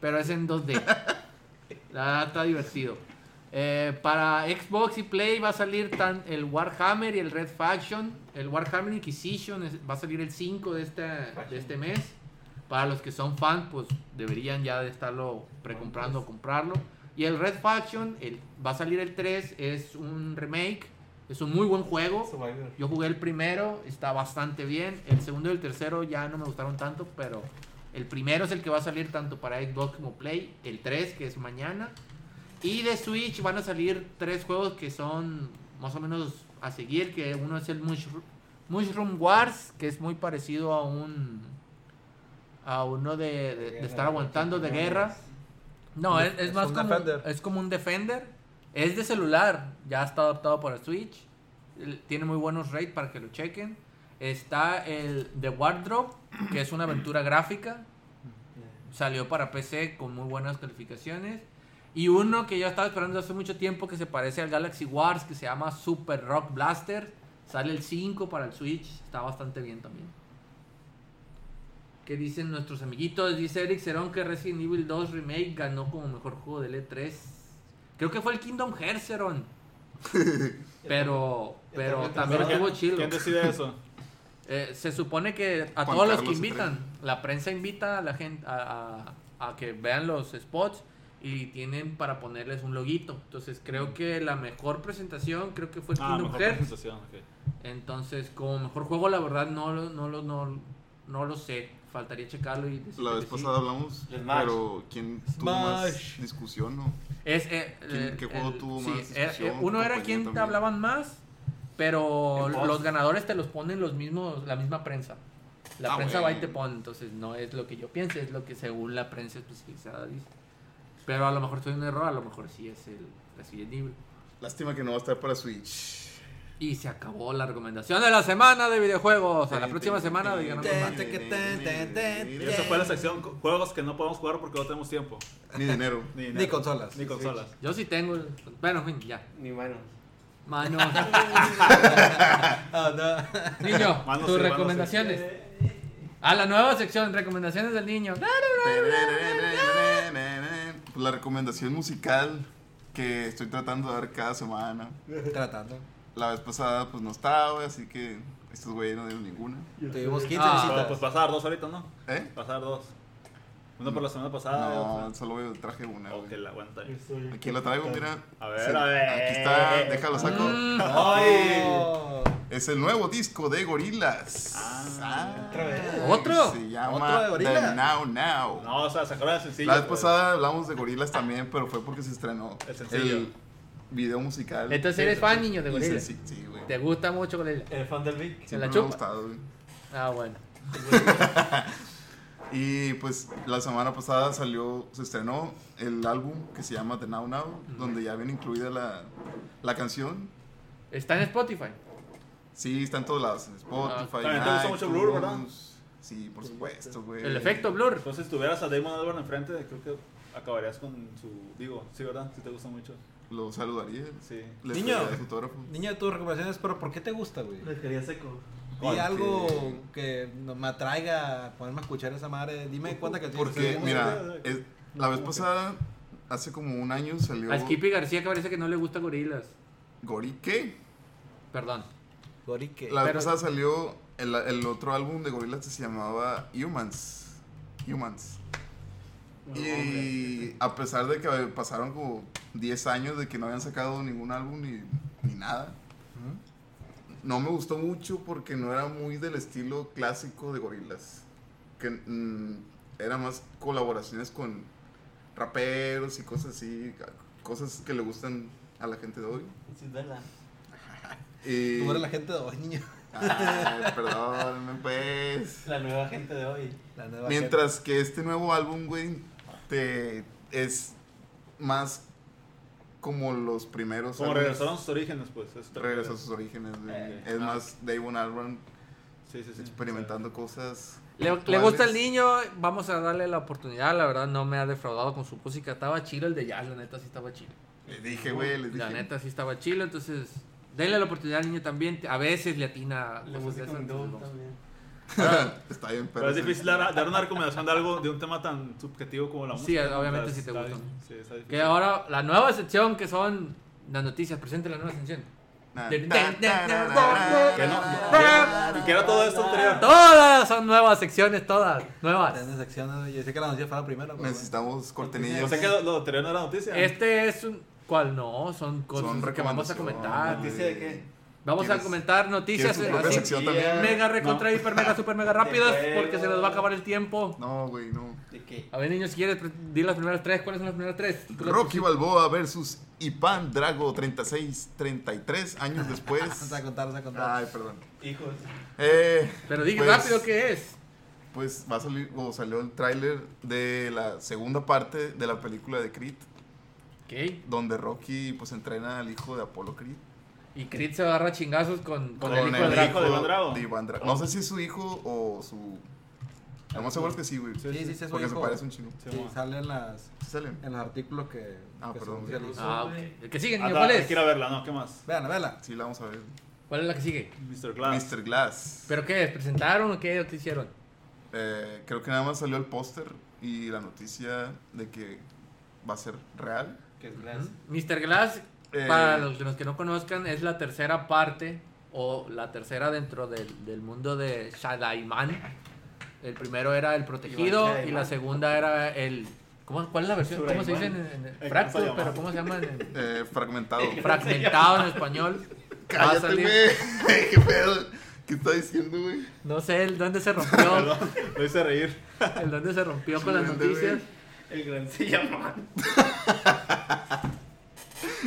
[SPEAKER 1] pero es en 2D. La, está divertido. Eh, para Xbox y Play va a salir tan el Warhammer y el Red Faction. El Warhammer Inquisition es- va a salir el 5 de, esta, de este mes. Para los que son fan, pues deberían ya de estarlo precomprando o comprarlo. Y el Red Faction el- va a salir el 3, es un remake, es un muy buen juego.
[SPEAKER 5] Survivor.
[SPEAKER 1] Yo jugué el primero, está bastante bien. El segundo y el tercero ya no me gustaron tanto, pero el primero es el que va a salir tanto para Xbox como Play. El 3, que es mañana. Y de Switch van a salir tres juegos que son más o menos a seguir, que uno es el Mushroom, Mushroom Wars, que es muy parecido a un... a uno de, de- de estar aguantando de guerra. No, es, es
[SPEAKER 3] Es
[SPEAKER 1] más
[SPEAKER 3] un
[SPEAKER 1] como,
[SPEAKER 3] Defender.
[SPEAKER 1] es como un Defender. Es de celular, ya está adaptado para Switch. El- Tiene muy buenos rates para que lo chequen. Está el The Wardrobe, que es una aventura gráfica. Salió para PC con muy buenas calificaciones. Y uno que yo estaba esperando hace mucho tiempo que se parece al Galaxy Wars, que se llama Super Rock Blaster. Sale el 5 para el Switch, está bastante bien también. ¿Qué dicen nuestros amiguitos? Dice Eric Cerón que Resident Evil 2 Remake ganó como mejor juego del E3. Creo que fue el Kingdom Hearts, Cerón. pero pero también
[SPEAKER 4] Pero
[SPEAKER 1] estuvo
[SPEAKER 4] ¿quién-
[SPEAKER 1] chido.
[SPEAKER 4] ¿Quién decide eso?
[SPEAKER 1] Eh, se supone que a
[SPEAKER 2] Juan
[SPEAKER 1] todos los que
[SPEAKER 2] Carlos
[SPEAKER 1] invitan, la prensa invita a la gente a, a- a que vean los spots y tienen para ponerles un loguito. Entonces creo que la mejor presentación creo que fue
[SPEAKER 4] Mm. Ah,
[SPEAKER 1] Kingdom
[SPEAKER 4] mejor
[SPEAKER 1] Hearts.
[SPEAKER 4] presentación, ok.
[SPEAKER 1] Entonces como mejor juego la verdad no lo, no lo, no, no lo sé. Faltaría checarlo y decirte
[SPEAKER 2] La vez
[SPEAKER 1] que sí.
[SPEAKER 2] pasada hablamos,
[SPEAKER 5] El Smash.
[SPEAKER 2] pero ¿quién tuvo más
[SPEAKER 3] Smash.
[SPEAKER 2] discusión? No?
[SPEAKER 1] Es, eh,
[SPEAKER 2] ¿Quién-
[SPEAKER 1] eh,
[SPEAKER 2] qué juego tuvo más
[SPEAKER 1] eh, eh,
[SPEAKER 2] discusión?
[SPEAKER 1] uno era
[SPEAKER 2] Compañía
[SPEAKER 1] quien te
[SPEAKER 2] también.
[SPEAKER 1] hablaban más, pero
[SPEAKER 5] En
[SPEAKER 1] los
[SPEAKER 5] post.
[SPEAKER 1] ganadores te los ponen los mismos, la misma prensa. La
[SPEAKER 2] Ah,
[SPEAKER 1] prensa va y
[SPEAKER 2] bueno.
[SPEAKER 1] te pone, entonces no es lo que yo piense, es lo que según la prensa especializada dice. Pero a lo mejor soy un error, a lo mejor sí es el Resident Evil.
[SPEAKER 2] Lástima que no va a estar para Switch.
[SPEAKER 1] Y se acabó la recomendación de la semana de videojuegos. A la próxima semana de Ganamos Más.
[SPEAKER 4] Y esa fue la sección co- juegos que no podemos jugar porque no tenemos tiempo.
[SPEAKER 2] Ni dinero.
[SPEAKER 4] Ni,
[SPEAKER 3] Ni
[SPEAKER 4] dinero,
[SPEAKER 3] consolas.
[SPEAKER 4] Ni consolas.
[SPEAKER 1] Yo sí tengo. el- Bueno, en fin, ya.
[SPEAKER 5] Ni manos.
[SPEAKER 1] Mano.
[SPEAKER 3] Ah, no.
[SPEAKER 1] Niño,
[SPEAKER 4] Manos
[SPEAKER 1] tus
[SPEAKER 4] sí, manos sí.
[SPEAKER 1] recomendaciones. A la nueva sección, recomendaciones del niño.
[SPEAKER 2] Pues la recomendación musical que estoy tratando de dar cada semana.
[SPEAKER 3] Tratando.
[SPEAKER 2] La vez pasada pues no estaba, así que estos güeyes no dieron ninguna.
[SPEAKER 3] Tuvimos 15
[SPEAKER 1] Ah,
[SPEAKER 4] Pero, pues
[SPEAKER 3] visitas.
[SPEAKER 4] pasar dos ahorita, ¿no?
[SPEAKER 2] ¿Eh?
[SPEAKER 4] Pasar dos. Uno por la semana pasada.
[SPEAKER 2] No,
[SPEAKER 4] y
[SPEAKER 2] solo traje una. güey.
[SPEAKER 4] otro. Ah, Ok, la aguanta.
[SPEAKER 5] Yo soy-
[SPEAKER 2] Aquí la traigo, mira.
[SPEAKER 4] A ver,
[SPEAKER 2] Sí,
[SPEAKER 4] a ver.
[SPEAKER 2] Aquí está, déjalo saco.
[SPEAKER 1] Mm.
[SPEAKER 4] ¡Ay!
[SPEAKER 2] Es el nuevo disco de Gorilas.
[SPEAKER 4] Ah,
[SPEAKER 5] otra vez.
[SPEAKER 1] ¿Otro?
[SPEAKER 2] Se llama
[SPEAKER 3] ¿Otro de Gorillaz?
[SPEAKER 2] The Now Now.
[SPEAKER 4] No, o sea, sacaron el sencillo.
[SPEAKER 2] la vez
[SPEAKER 4] pues.
[SPEAKER 2] pasada hablamos de Gorilas también, pero fue porque se estrenó
[SPEAKER 4] El sencillo.
[SPEAKER 2] video musical.
[SPEAKER 1] Entonces eres fan, niño, de
[SPEAKER 2] Y
[SPEAKER 1] Gorilla.
[SPEAKER 2] senci- Sí, güey.
[SPEAKER 1] ¿Te gusta mucho Gorilla?
[SPEAKER 5] El fan del Vic.
[SPEAKER 1] ¿Se la
[SPEAKER 2] Siempre me ha
[SPEAKER 1] chupa?
[SPEAKER 2] gustado, güey.
[SPEAKER 1] Ah, bueno.
[SPEAKER 2] Y pues la semana pasada salió, se estrenó el álbum que se llama The Now Now, donde ya viene incluida la, la canción.
[SPEAKER 1] Está en Spotify.
[SPEAKER 2] Sí, está en todos lados, en Spotify.
[SPEAKER 4] Ah, También te
[SPEAKER 2] en
[SPEAKER 4] gusta mucho Blur, ¿verdad?
[SPEAKER 2] iTunes. Sí, por supuesto, güey.
[SPEAKER 1] El efecto Blur.
[SPEAKER 4] Entonces, si tuvieras a Damon Albarn enfrente, creo que acabarías con su. Digo, sí, ¿verdad? Sí, te gusta mucho.
[SPEAKER 2] Lo saludaría.
[SPEAKER 4] Sí.
[SPEAKER 2] Le
[SPEAKER 3] Niño.
[SPEAKER 2] pediría el fotógrafo.
[SPEAKER 3] Niña, tus recomendaciones, pero ¿por qué te gusta, güey?
[SPEAKER 5] Lo quería seco.
[SPEAKER 3] Y
[SPEAKER 2] Porque-
[SPEAKER 3] algo que no me atraiga a ponerme a escuchar esa madre. Dime cuántas canciones.
[SPEAKER 2] Porque,
[SPEAKER 3] tiene.
[SPEAKER 2] mira, es- la vez pasada, hace como un año salió.
[SPEAKER 1] A Skippy García que parece que no le gusta Gorilas.
[SPEAKER 2] ¿Gori qué?
[SPEAKER 1] Perdón.
[SPEAKER 3] Gorique.
[SPEAKER 2] La vez
[SPEAKER 1] Pero-
[SPEAKER 2] pasada salió el, el otro álbum de Gorillaz que se llamaba Humans. Humans. Y a pesar de que pasaron como 10 años de que no habían sacado ningún álbum ni, ni nada, no me gustó mucho porque no era muy del estilo clásico de Gorillaz. Que mm, era más colaboraciones con raperos y cosas así, cosas que le gustan a la gente de hoy.
[SPEAKER 5] Sin verla.
[SPEAKER 2] Y-
[SPEAKER 3] Tú eres la gente de hoy, niño.
[SPEAKER 2] Ay, perdóname, pues.
[SPEAKER 5] La nueva gente de hoy.
[SPEAKER 3] La nueva
[SPEAKER 2] Mientras que este nuevo álbum, güey, te es más como los primeros.
[SPEAKER 4] Como
[SPEAKER 2] álbumes.
[SPEAKER 4] regresaron a sus orígenes, pues. es otra
[SPEAKER 2] Regresó a
[SPEAKER 4] cosa.
[SPEAKER 2] sus orígenes, güey.
[SPEAKER 4] Eh,
[SPEAKER 2] es
[SPEAKER 4] ah,
[SPEAKER 2] más Damon Albarn
[SPEAKER 4] Sí, sí, sí.
[SPEAKER 2] experimentando cosas.
[SPEAKER 1] Le, le
[SPEAKER 2] actuales.
[SPEAKER 1] gusta el niño, vamos a darle la oportunidad. La verdad, no me ha defraudado con su música. Estaba chido el de jazz, la neta sí estaba chido.
[SPEAKER 2] Les dije, güey, les dije.
[SPEAKER 1] La neta sí estaba chido, entonces denle la oportunidad al niño también. A veces le atina
[SPEAKER 5] La
[SPEAKER 1] cosas de
[SPEAKER 5] música
[SPEAKER 1] esas,
[SPEAKER 5] me
[SPEAKER 1] entonces, vamos.
[SPEAKER 5] también.
[SPEAKER 2] Está bien,
[SPEAKER 4] Pero
[SPEAKER 2] pero.
[SPEAKER 4] es difícil dar, dar una recomendación de algo, de un tema tan subjetivo como la
[SPEAKER 1] Sí,
[SPEAKER 4] música. ¿no?
[SPEAKER 1] obviamente
[SPEAKER 4] O sea,
[SPEAKER 1] sí te
[SPEAKER 4] está
[SPEAKER 1] gusta.
[SPEAKER 4] bien. Sí, está difícil.
[SPEAKER 1] Que ahora la nueva sección que son las noticias, presente la nueva sección.
[SPEAKER 4] Que no. Y que era todo esto anterior.
[SPEAKER 1] Todas son nuevas secciones, todas nuevas.
[SPEAKER 3] Tienes secciones, yo sé que la noticia fue la primera. pero bueno.
[SPEAKER 2] Necesitamos
[SPEAKER 4] Yo
[SPEAKER 2] cortinillas.
[SPEAKER 4] sé que lo, lo anterior no era noticia.
[SPEAKER 1] Este es un. ¿Cuál no? Son cosas
[SPEAKER 2] Son
[SPEAKER 1] que vamos a
[SPEAKER 2] recomendaciones.
[SPEAKER 1] comentar.
[SPEAKER 5] ¿Noticia de qué?
[SPEAKER 1] Vamos a
[SPEAKER 2] ¿Quieres-
[SPEAKER 1] comentar
[SPEAKER 2] ¿Quieres
[SPEAKER 1] noticias
[SPEAKER 2] tu propia
[SPEAKER 1] así,
[SPEAKER 2] sección también?
[SPEAKER 5] Ya.
[SPEAKER 1] mega, recontra,
[SPEAKER 4] No.
[SPEAKER 1] hiper, mega, super, mega rápidas
[SPEAKER 5] De
[SPEAKER 1] porque se nos va a
[SPEAKER 5] huevo.
[SPEAKER 1] acabar el tiempo.
[SPEAKER 2] No, güey, no.
[SPEAKER 5] ¿De qué?
[SPEAKER 1] A ver, niños, si quieres, di las primeras tres. ¿Cuáles son las primeras tres? Tú las-
[SPEAKER 2] Rocky Balboa versus Ipan Drago 36, 33 años después.
[SPEAKER 3] Vamos a contar, vamos a contar.
[SPEAKER 2] Ay, perdón.
[SPEAKER 5] Hijos.
[SPEAKER 2] Eh,
[SPEAKER 1] Pero di
[SPEAKER 2] pues-
[SPEAKER 1] rápido qué es.
[SPEAKER 2] Pues va a salir, o salió el tráiler de la segunda parte de la película de Creed,
[SPEAKER 1] Ok.
[SPEAKER 2] donde Rocky pues entrena al hijo de Apolo Creed.
[SPEAKER 1] Y Creed se agarra a chingazos con, con, el hijo
[SPEAKER 4] el
[SPEAKER 1] de Draco.
[SPEAKER 4] hijo de Iván Drago.
[SPEAKER 2] de Iván Drago. No sé si es su hijo o su... Lo más seguro es que sí, güey.
[SPEAKER 3] Sí, sí, sí, es su
[SPEAKER 2] Porque
[SPEAKER 3] hijo.
[SPEAKER 2] se parece un chingo.
[SPEAKER 4] Sí, Ah,
[SPEAKER 3] Sí,
[SPEAKER 4] bueno.
[SPEAKER 3] sale en, las,
[SPEAKER 2] ¿Sí sale?
[SPEAKER 3] en los artículos que,
[SPEAKER 2] Ah,
[SPEAKER 3] que
[SPEAKER 2] perdón.
[SPEAKER 3] se realizó.
[SPEAKER 1] Ah, ok. ¿El que sigue,
[SPEAKER 4] Ah,
[SPEAKER 1] niño?
[SPEAKER 4] ta-
[SPEAKER 1] ¿Cuál
[SPEAKER 4] hay
[SPEAKER 1] es?
[SPEAKER 4] que ir a verla, ¿no? ¿Qué más?
[SPEAKER 3] Véanla, véanla.
[SPEAKER 2] Sí, la vamos a ver.
[SPEAKER 1] ¿Cuál es la que sigue?
[SPEAKER 4] Mr. Glass.
[SPEAKER 2] Mr. Glass.
[SPEAKER 1] ¿Pero qué? ¿Presentaron o qué, o qué hicieron?
[SPEAKER 2] Eh, creo que nada más salió el póster y la noticia de que va a ser real.
[SPEAKER 5] Que es Glass.
[SPEAKER 1] Mr. ¿Mm? Glass,
[SPEAKER 2] Eh,
[SPEAKER 1] para los que, los que no conozcan, es la tercera parte o la tercera dentro del, del mundo de Shadaiman. El primero era El Protegido
[SPEAKER 5] Iván
[SPEAKER 1] y
[SPEAKER 5] Shadaiman.
[SPEAKER 1] la segunda era el... ¿cómo, ¿Cuál es la versión? ¿Cómo se dice? En, en- en-
[SPEAKER 4] Eh,
[SPEAKER 1] Fractus,
[SPEAKER 4] ¿cómo se llama?
[SPEAKER 1] pero ¿cómo se llama? en- en-
[SPEAKER 2] eh, fragmentado.
[SPEAKER 1] fragmentado en español. Va a
[SPEAKER 2] Cállate,
[SPEAKER 1] salir-
[SPEAKER 2] güey. ¿Qué pedo? ¿Qué está diciendo, güey?
[SPEAKER 1] no sé el dónde se rompió,
[SPEAKER 4] Perdón, lo hice reír.
[SPEAKER 1] el dónde se rompió con las
[SPEAKER 2] Chingate, güey.
[SPEAKER 1] noticias.
[SPEAKER 5] El gran se llama.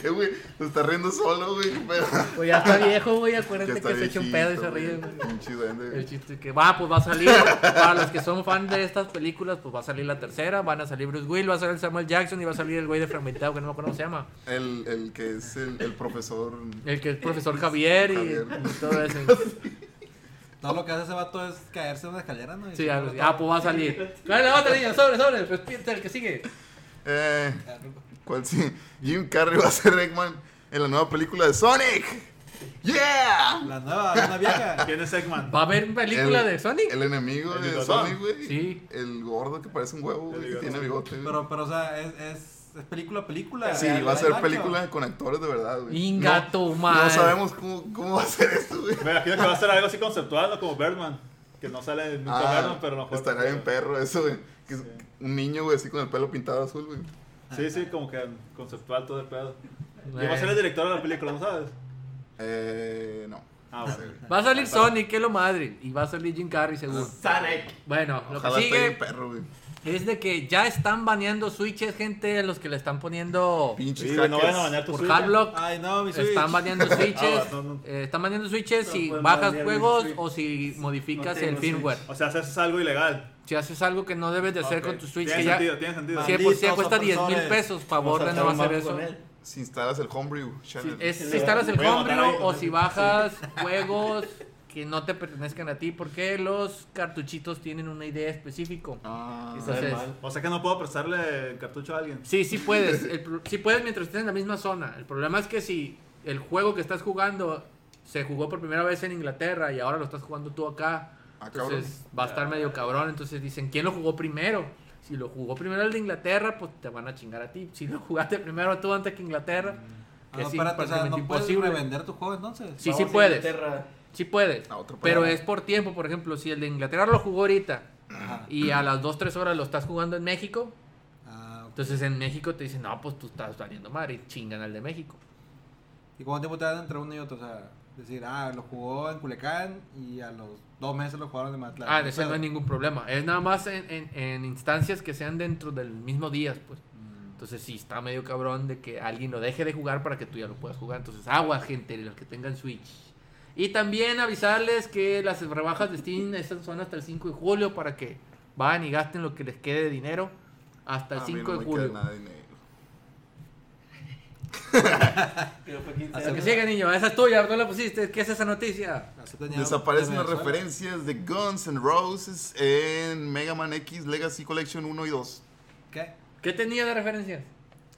[SPEAKER 2] Eh, güey, se está riendo solo, güey. ¿Qué pedo?
[SPEAKER 1] Pues ya está viejo, güey,
[SPEAKER 2] Ya
[SPEAKER 1] acuérdate que
[SPEAKER 2] está
[SPEAKER 1] se echa un
[SPEAKER 2] viejito,
[SPEAKER 1] pedo y se ríe.
[SPEAKER 2] güey.
[SPEAKER 1] güey.
[SPEAKER 2] Pinche duende, güey.
[SPEAKER 1] El chiste que va, pues va a salir. Para los que son fan de estas películas, pues va a salir la tercera. Van a salir Bruce Will, va a salir Samuel Jackson y va a salir el güey de Fragmentado, que no me acuerdo cómo se llama.
[SPEAKER 2] El, el que es el, el profesor.
[SPEAKER 1] El que es profesor Javier y,
[SPEAKER 2] Javier.
[SPEAKER 1] y todo eso.
[SPEAKER 3] Todo lo que hace ese vato es caerse en una escalera, ¿no? Y
[SPEAKER 1] Sí,
[SPEAKER 3] se
[SPEAKER 1] algo así.
[SPEAKER 3] muere todo.
[SPEAKER 1] Ah, pues va a salir. Claro, la otra niña, sobre, sobre. Pues piensa el que sigue.
[SPEAKER 2] Eh,
[SPEAKER 1] Ah,
[SPEAKER 2] ¿Cuál sí? Jim Carrey va a ser Eggman en la nueva película de Sonic. ¡Yeah!
[SPEAKER 3] La nueva, una vieja.
[SPEAKER 4] ¿Quién es Eggman?
[SPEAKER 1] ¿Va a haber película
[SPEAKER 2] El-
[SPEAKER 1] de Sonic?
[SPEAKER 2] El enemigo
[SPEAKER 4] El
[SPEAKER 2] de
[SPEAKER 4] bigotón.
[SPEAKER 2] Sonic, güey.
[SPEAKER 1] Sí.
[SPEAKER 2] El gordo que parece un huevo,
[SPEAKER 4] El
[SPEAKER 2] güey, que
[SPEAKER 4] bigotón.
[SPEAKER 2] tiene bigote. güey.
[SPEAKER 3] Pero, pero, o sea, es, es, es película, película.
[SPEAKER 2] Sí,
[SPEAKER 3] Real,
[SPEAKER 2] va a
[SPEAKER 3] live
[SPEAKER 2] ser
[SPEAKER 3] action.
[SPEAKER 2] película con actores de verdad, güey.
[SPEAKER 1] Inga tu
[SPEAKER 2] no, no
[SPEAKER 1] madre.
[SPEAKER 2] sabemos cómo, cómo va a ser esto, güey.
[SPEAKER 4] Me imagino que va a ser algo así conceptual, ¿no? Como Birdman. Que no sale nunca Birdman, pero a lo mejor.
[SPEAKER 2] Estará Ah, bien perro eso, güey. Que es
[SPEAKER 4] Sí.
[SPEAKER 2] Un niño, güey, así con el pelo pintado azul, güey.
[SPEAKER 4] Sí, sí, como que conceptual todo el pedo. Y va a ser el director de la película, ¿no sabes?
[SPEAKER 2] Eh, no.
[SPEAKER 4] Ah, bueno.
[SPEAKER 1] Va a salir Sonic, que lo madre. Y va a salir Jim Carrey, seguro.
[SPEAKER 5] Sonic.
[SPEAKER 1] Bueno, lo
[SPEAKER 2] Ah. Ojalá
[SPEAKER 1] que
[SPEAKER 2] esté
[SPEAKER 1] sigue
[SPEAKER 2] bien perro, güey.
[SPEAKER 1] es de que ya están baneando switches, gente, a los que le están poniendo
[SPEAKER 2] Pinches
[SPEAKER 4] Sí, güey, no vayan a
[SPEAKER 2] hackers.
[SPEAKER 4] bañar tu
[SPEAKER 1] por
[SPEAKER 4] suite.
[SPEAKER 1] Hardlock.
[SPEAKER 3] Ay, no, mi Switch.
[SPEAKER 1] Están baneando
[SPEAKER 4] Ah,
[SPEAKER 1] switches.
[SPEAKER 4] no, no.
[SPEAKER 1] eh, están baneando switches
[SPEAKER 5] No
[SPEAKER 1] si
[SPEAKER 5] pueden
[SPEAKER 1] bajas
[SPEAKER 5] banear
[SPEAKER 1] juegos
[SPEAKER 5] mi Switch.
[SPEAKER 1] o si modificas
[SPEAKER 5] No
[SPEAKER 1] el
[SPEAKER 5] tengo
[SPEAKER 1] firmware.
[SPEAKER 4] O sea, haces algo ilegal.
[SPEAKER 1] Si haces algo que no debes de hacer
[SPEAKER 4] Ok.
[SPEAKER 1] con tu Switch,
[SPEAKER 4] Tiene
[SPEAKER 1] que ya
[SPEAKER 4] sentido, tiene sentido.
[SPEAKER 1] si de por sí ya
[SPEAKER 3] Malditos
[SPEAKER 1] cuesta 10 mil
[SPEAKER 3] opresores.
[SPEAKER 1] pesos, favor de no
[SPEAKER 5] Vamos a
[SPEAKER 1] hacer
[SPEAKER 5] saltar un
[SPEAKER 1] eso.
[SPEAKER 5] mapa con él.
[SPEAKER 2] Si instalas el Homebrew Channel.
[SPEAKER 1] Si- es,
[SPEAKER 5] Sí,
[SPEAKER 1] si instalas el
[SPEAKER 4] voy a matar
[SPEAKER 1] Homebrew
[SPEAKER 4] ahí.
[SPEAKER 1] o si bajas juegos que no te pertenezcan a ti, porque los cartuchitos tienen una idea específica.
[SPEAKER 2] Ah,
[SPEAKER 5] Y sale
[SPEAKER 1] Entonces,
[SPEAKER 5] mal.
[SPEAKER 4] pues, O sea que no puedo prestarle el cartucho a alguien.
[SPEAKER 1] Sí, sí puedes. El pro- sí puedes mientras estés en la misma zona. El problema es que si el juego que estás jugando se jugó por primera vez en Inglaterra y ahora lo estás jugando tú acá,
[SPEAKER 2] Ah, cabrón.
[SPEAKER 1] entonces va a estar medio cabrón. Entonces dicen, ¿quién lo jugó primero? Si lo jugó primero el de Inglaterra, pues te van a chingar a ti. Si lo jugaste primero tú antes que Inglaterra,
[SPEAKER 3] Ah,
[SPEAKER 1] que
[SPEAKER 3] no,
[SPEAKER 1] es
[SPEAKER 3] espérate, o sea,
[SPEAKER 1] prácticamente
[SPEAKER 3] no puedes
[SPEAKER 1] imposible.
[SPEAKER 3] revender tu juego entonces.
[SPEAKER 1] Sí,
[SPEAKER 5] Vamos
[SPEAKER 1] sí
[SPEAKER 5] a
[SPEAKER 1] puedes.
[SPEAKER 5] Inglaterra.
[SPEAKER 1] Sí puedes,
[SPEAKER 2] A Ah, otro
[SPEAKER 1] pero
[SPEAKER 2] programa.
[SPEAKER 1] es por tiempo. Por ejemplo, si el de Inglaterra lo jugó ahorita
[SPEAKER 3] Ajá.
[SPEAKER 1] y a las 2, 3 horas lo estás jugando en México,
[SPEAKER 3] Ah, ok.
[SPEAKER 1] entonces en México te dicen, no, pues tú estás valiendo madre y chingan al de México.
[SPEAKER 3] ¿Y cuánto tiempo te dan entre uno y otro? O sea, decir, ah, lo jugó en Culecán y a los dos meses lo jugaron en Matlán.
[SPEAKER 1] Ah, de ese no hay ningún problema. Es nada más en, en- en instancias que sean dentro del mismo día, pues.
[SPEAKER 3] mm,
[SPEAKER 1] Entonces sí, está medio cabrón de que alguien lo deje de jugar para que tú ya lo puedas jugar. Entonces agua, gente, los que tengan Switch. Y también avisarles que las rebajas de Steam esas son hasta el 5 de julio para que van y gasten lo que les quede de dinero hasta el
[SPEAKER 2] a mí
[SPEAKER 1] 5
[SPEAKER 2] Ah, no
[SPEAKER 1] de
[SPEAKER 2] me queda
[SPEAKER 1] julio.
[SPEAKER 2] nada de dinero.
[SPEAKER 5] Pero fue quince
[SPEAKER 1] Hasta que
[SPEAKER 5] años.
[SPEAKER 1] sigue, niño. Esa es tuya, no la pusiste. ¿Qué es esa noticia?
[SPEAKER 2] Desaparecen las
[SPEAKER 3] referencia
[SPEAKER 2] referencias de Guns N' Roses en Mega Man X Legacy Collection 1 y 2.
[SPEAKER 3] ¿Qué?
[SPEAKER 1] ¿Qué tenía de referencia?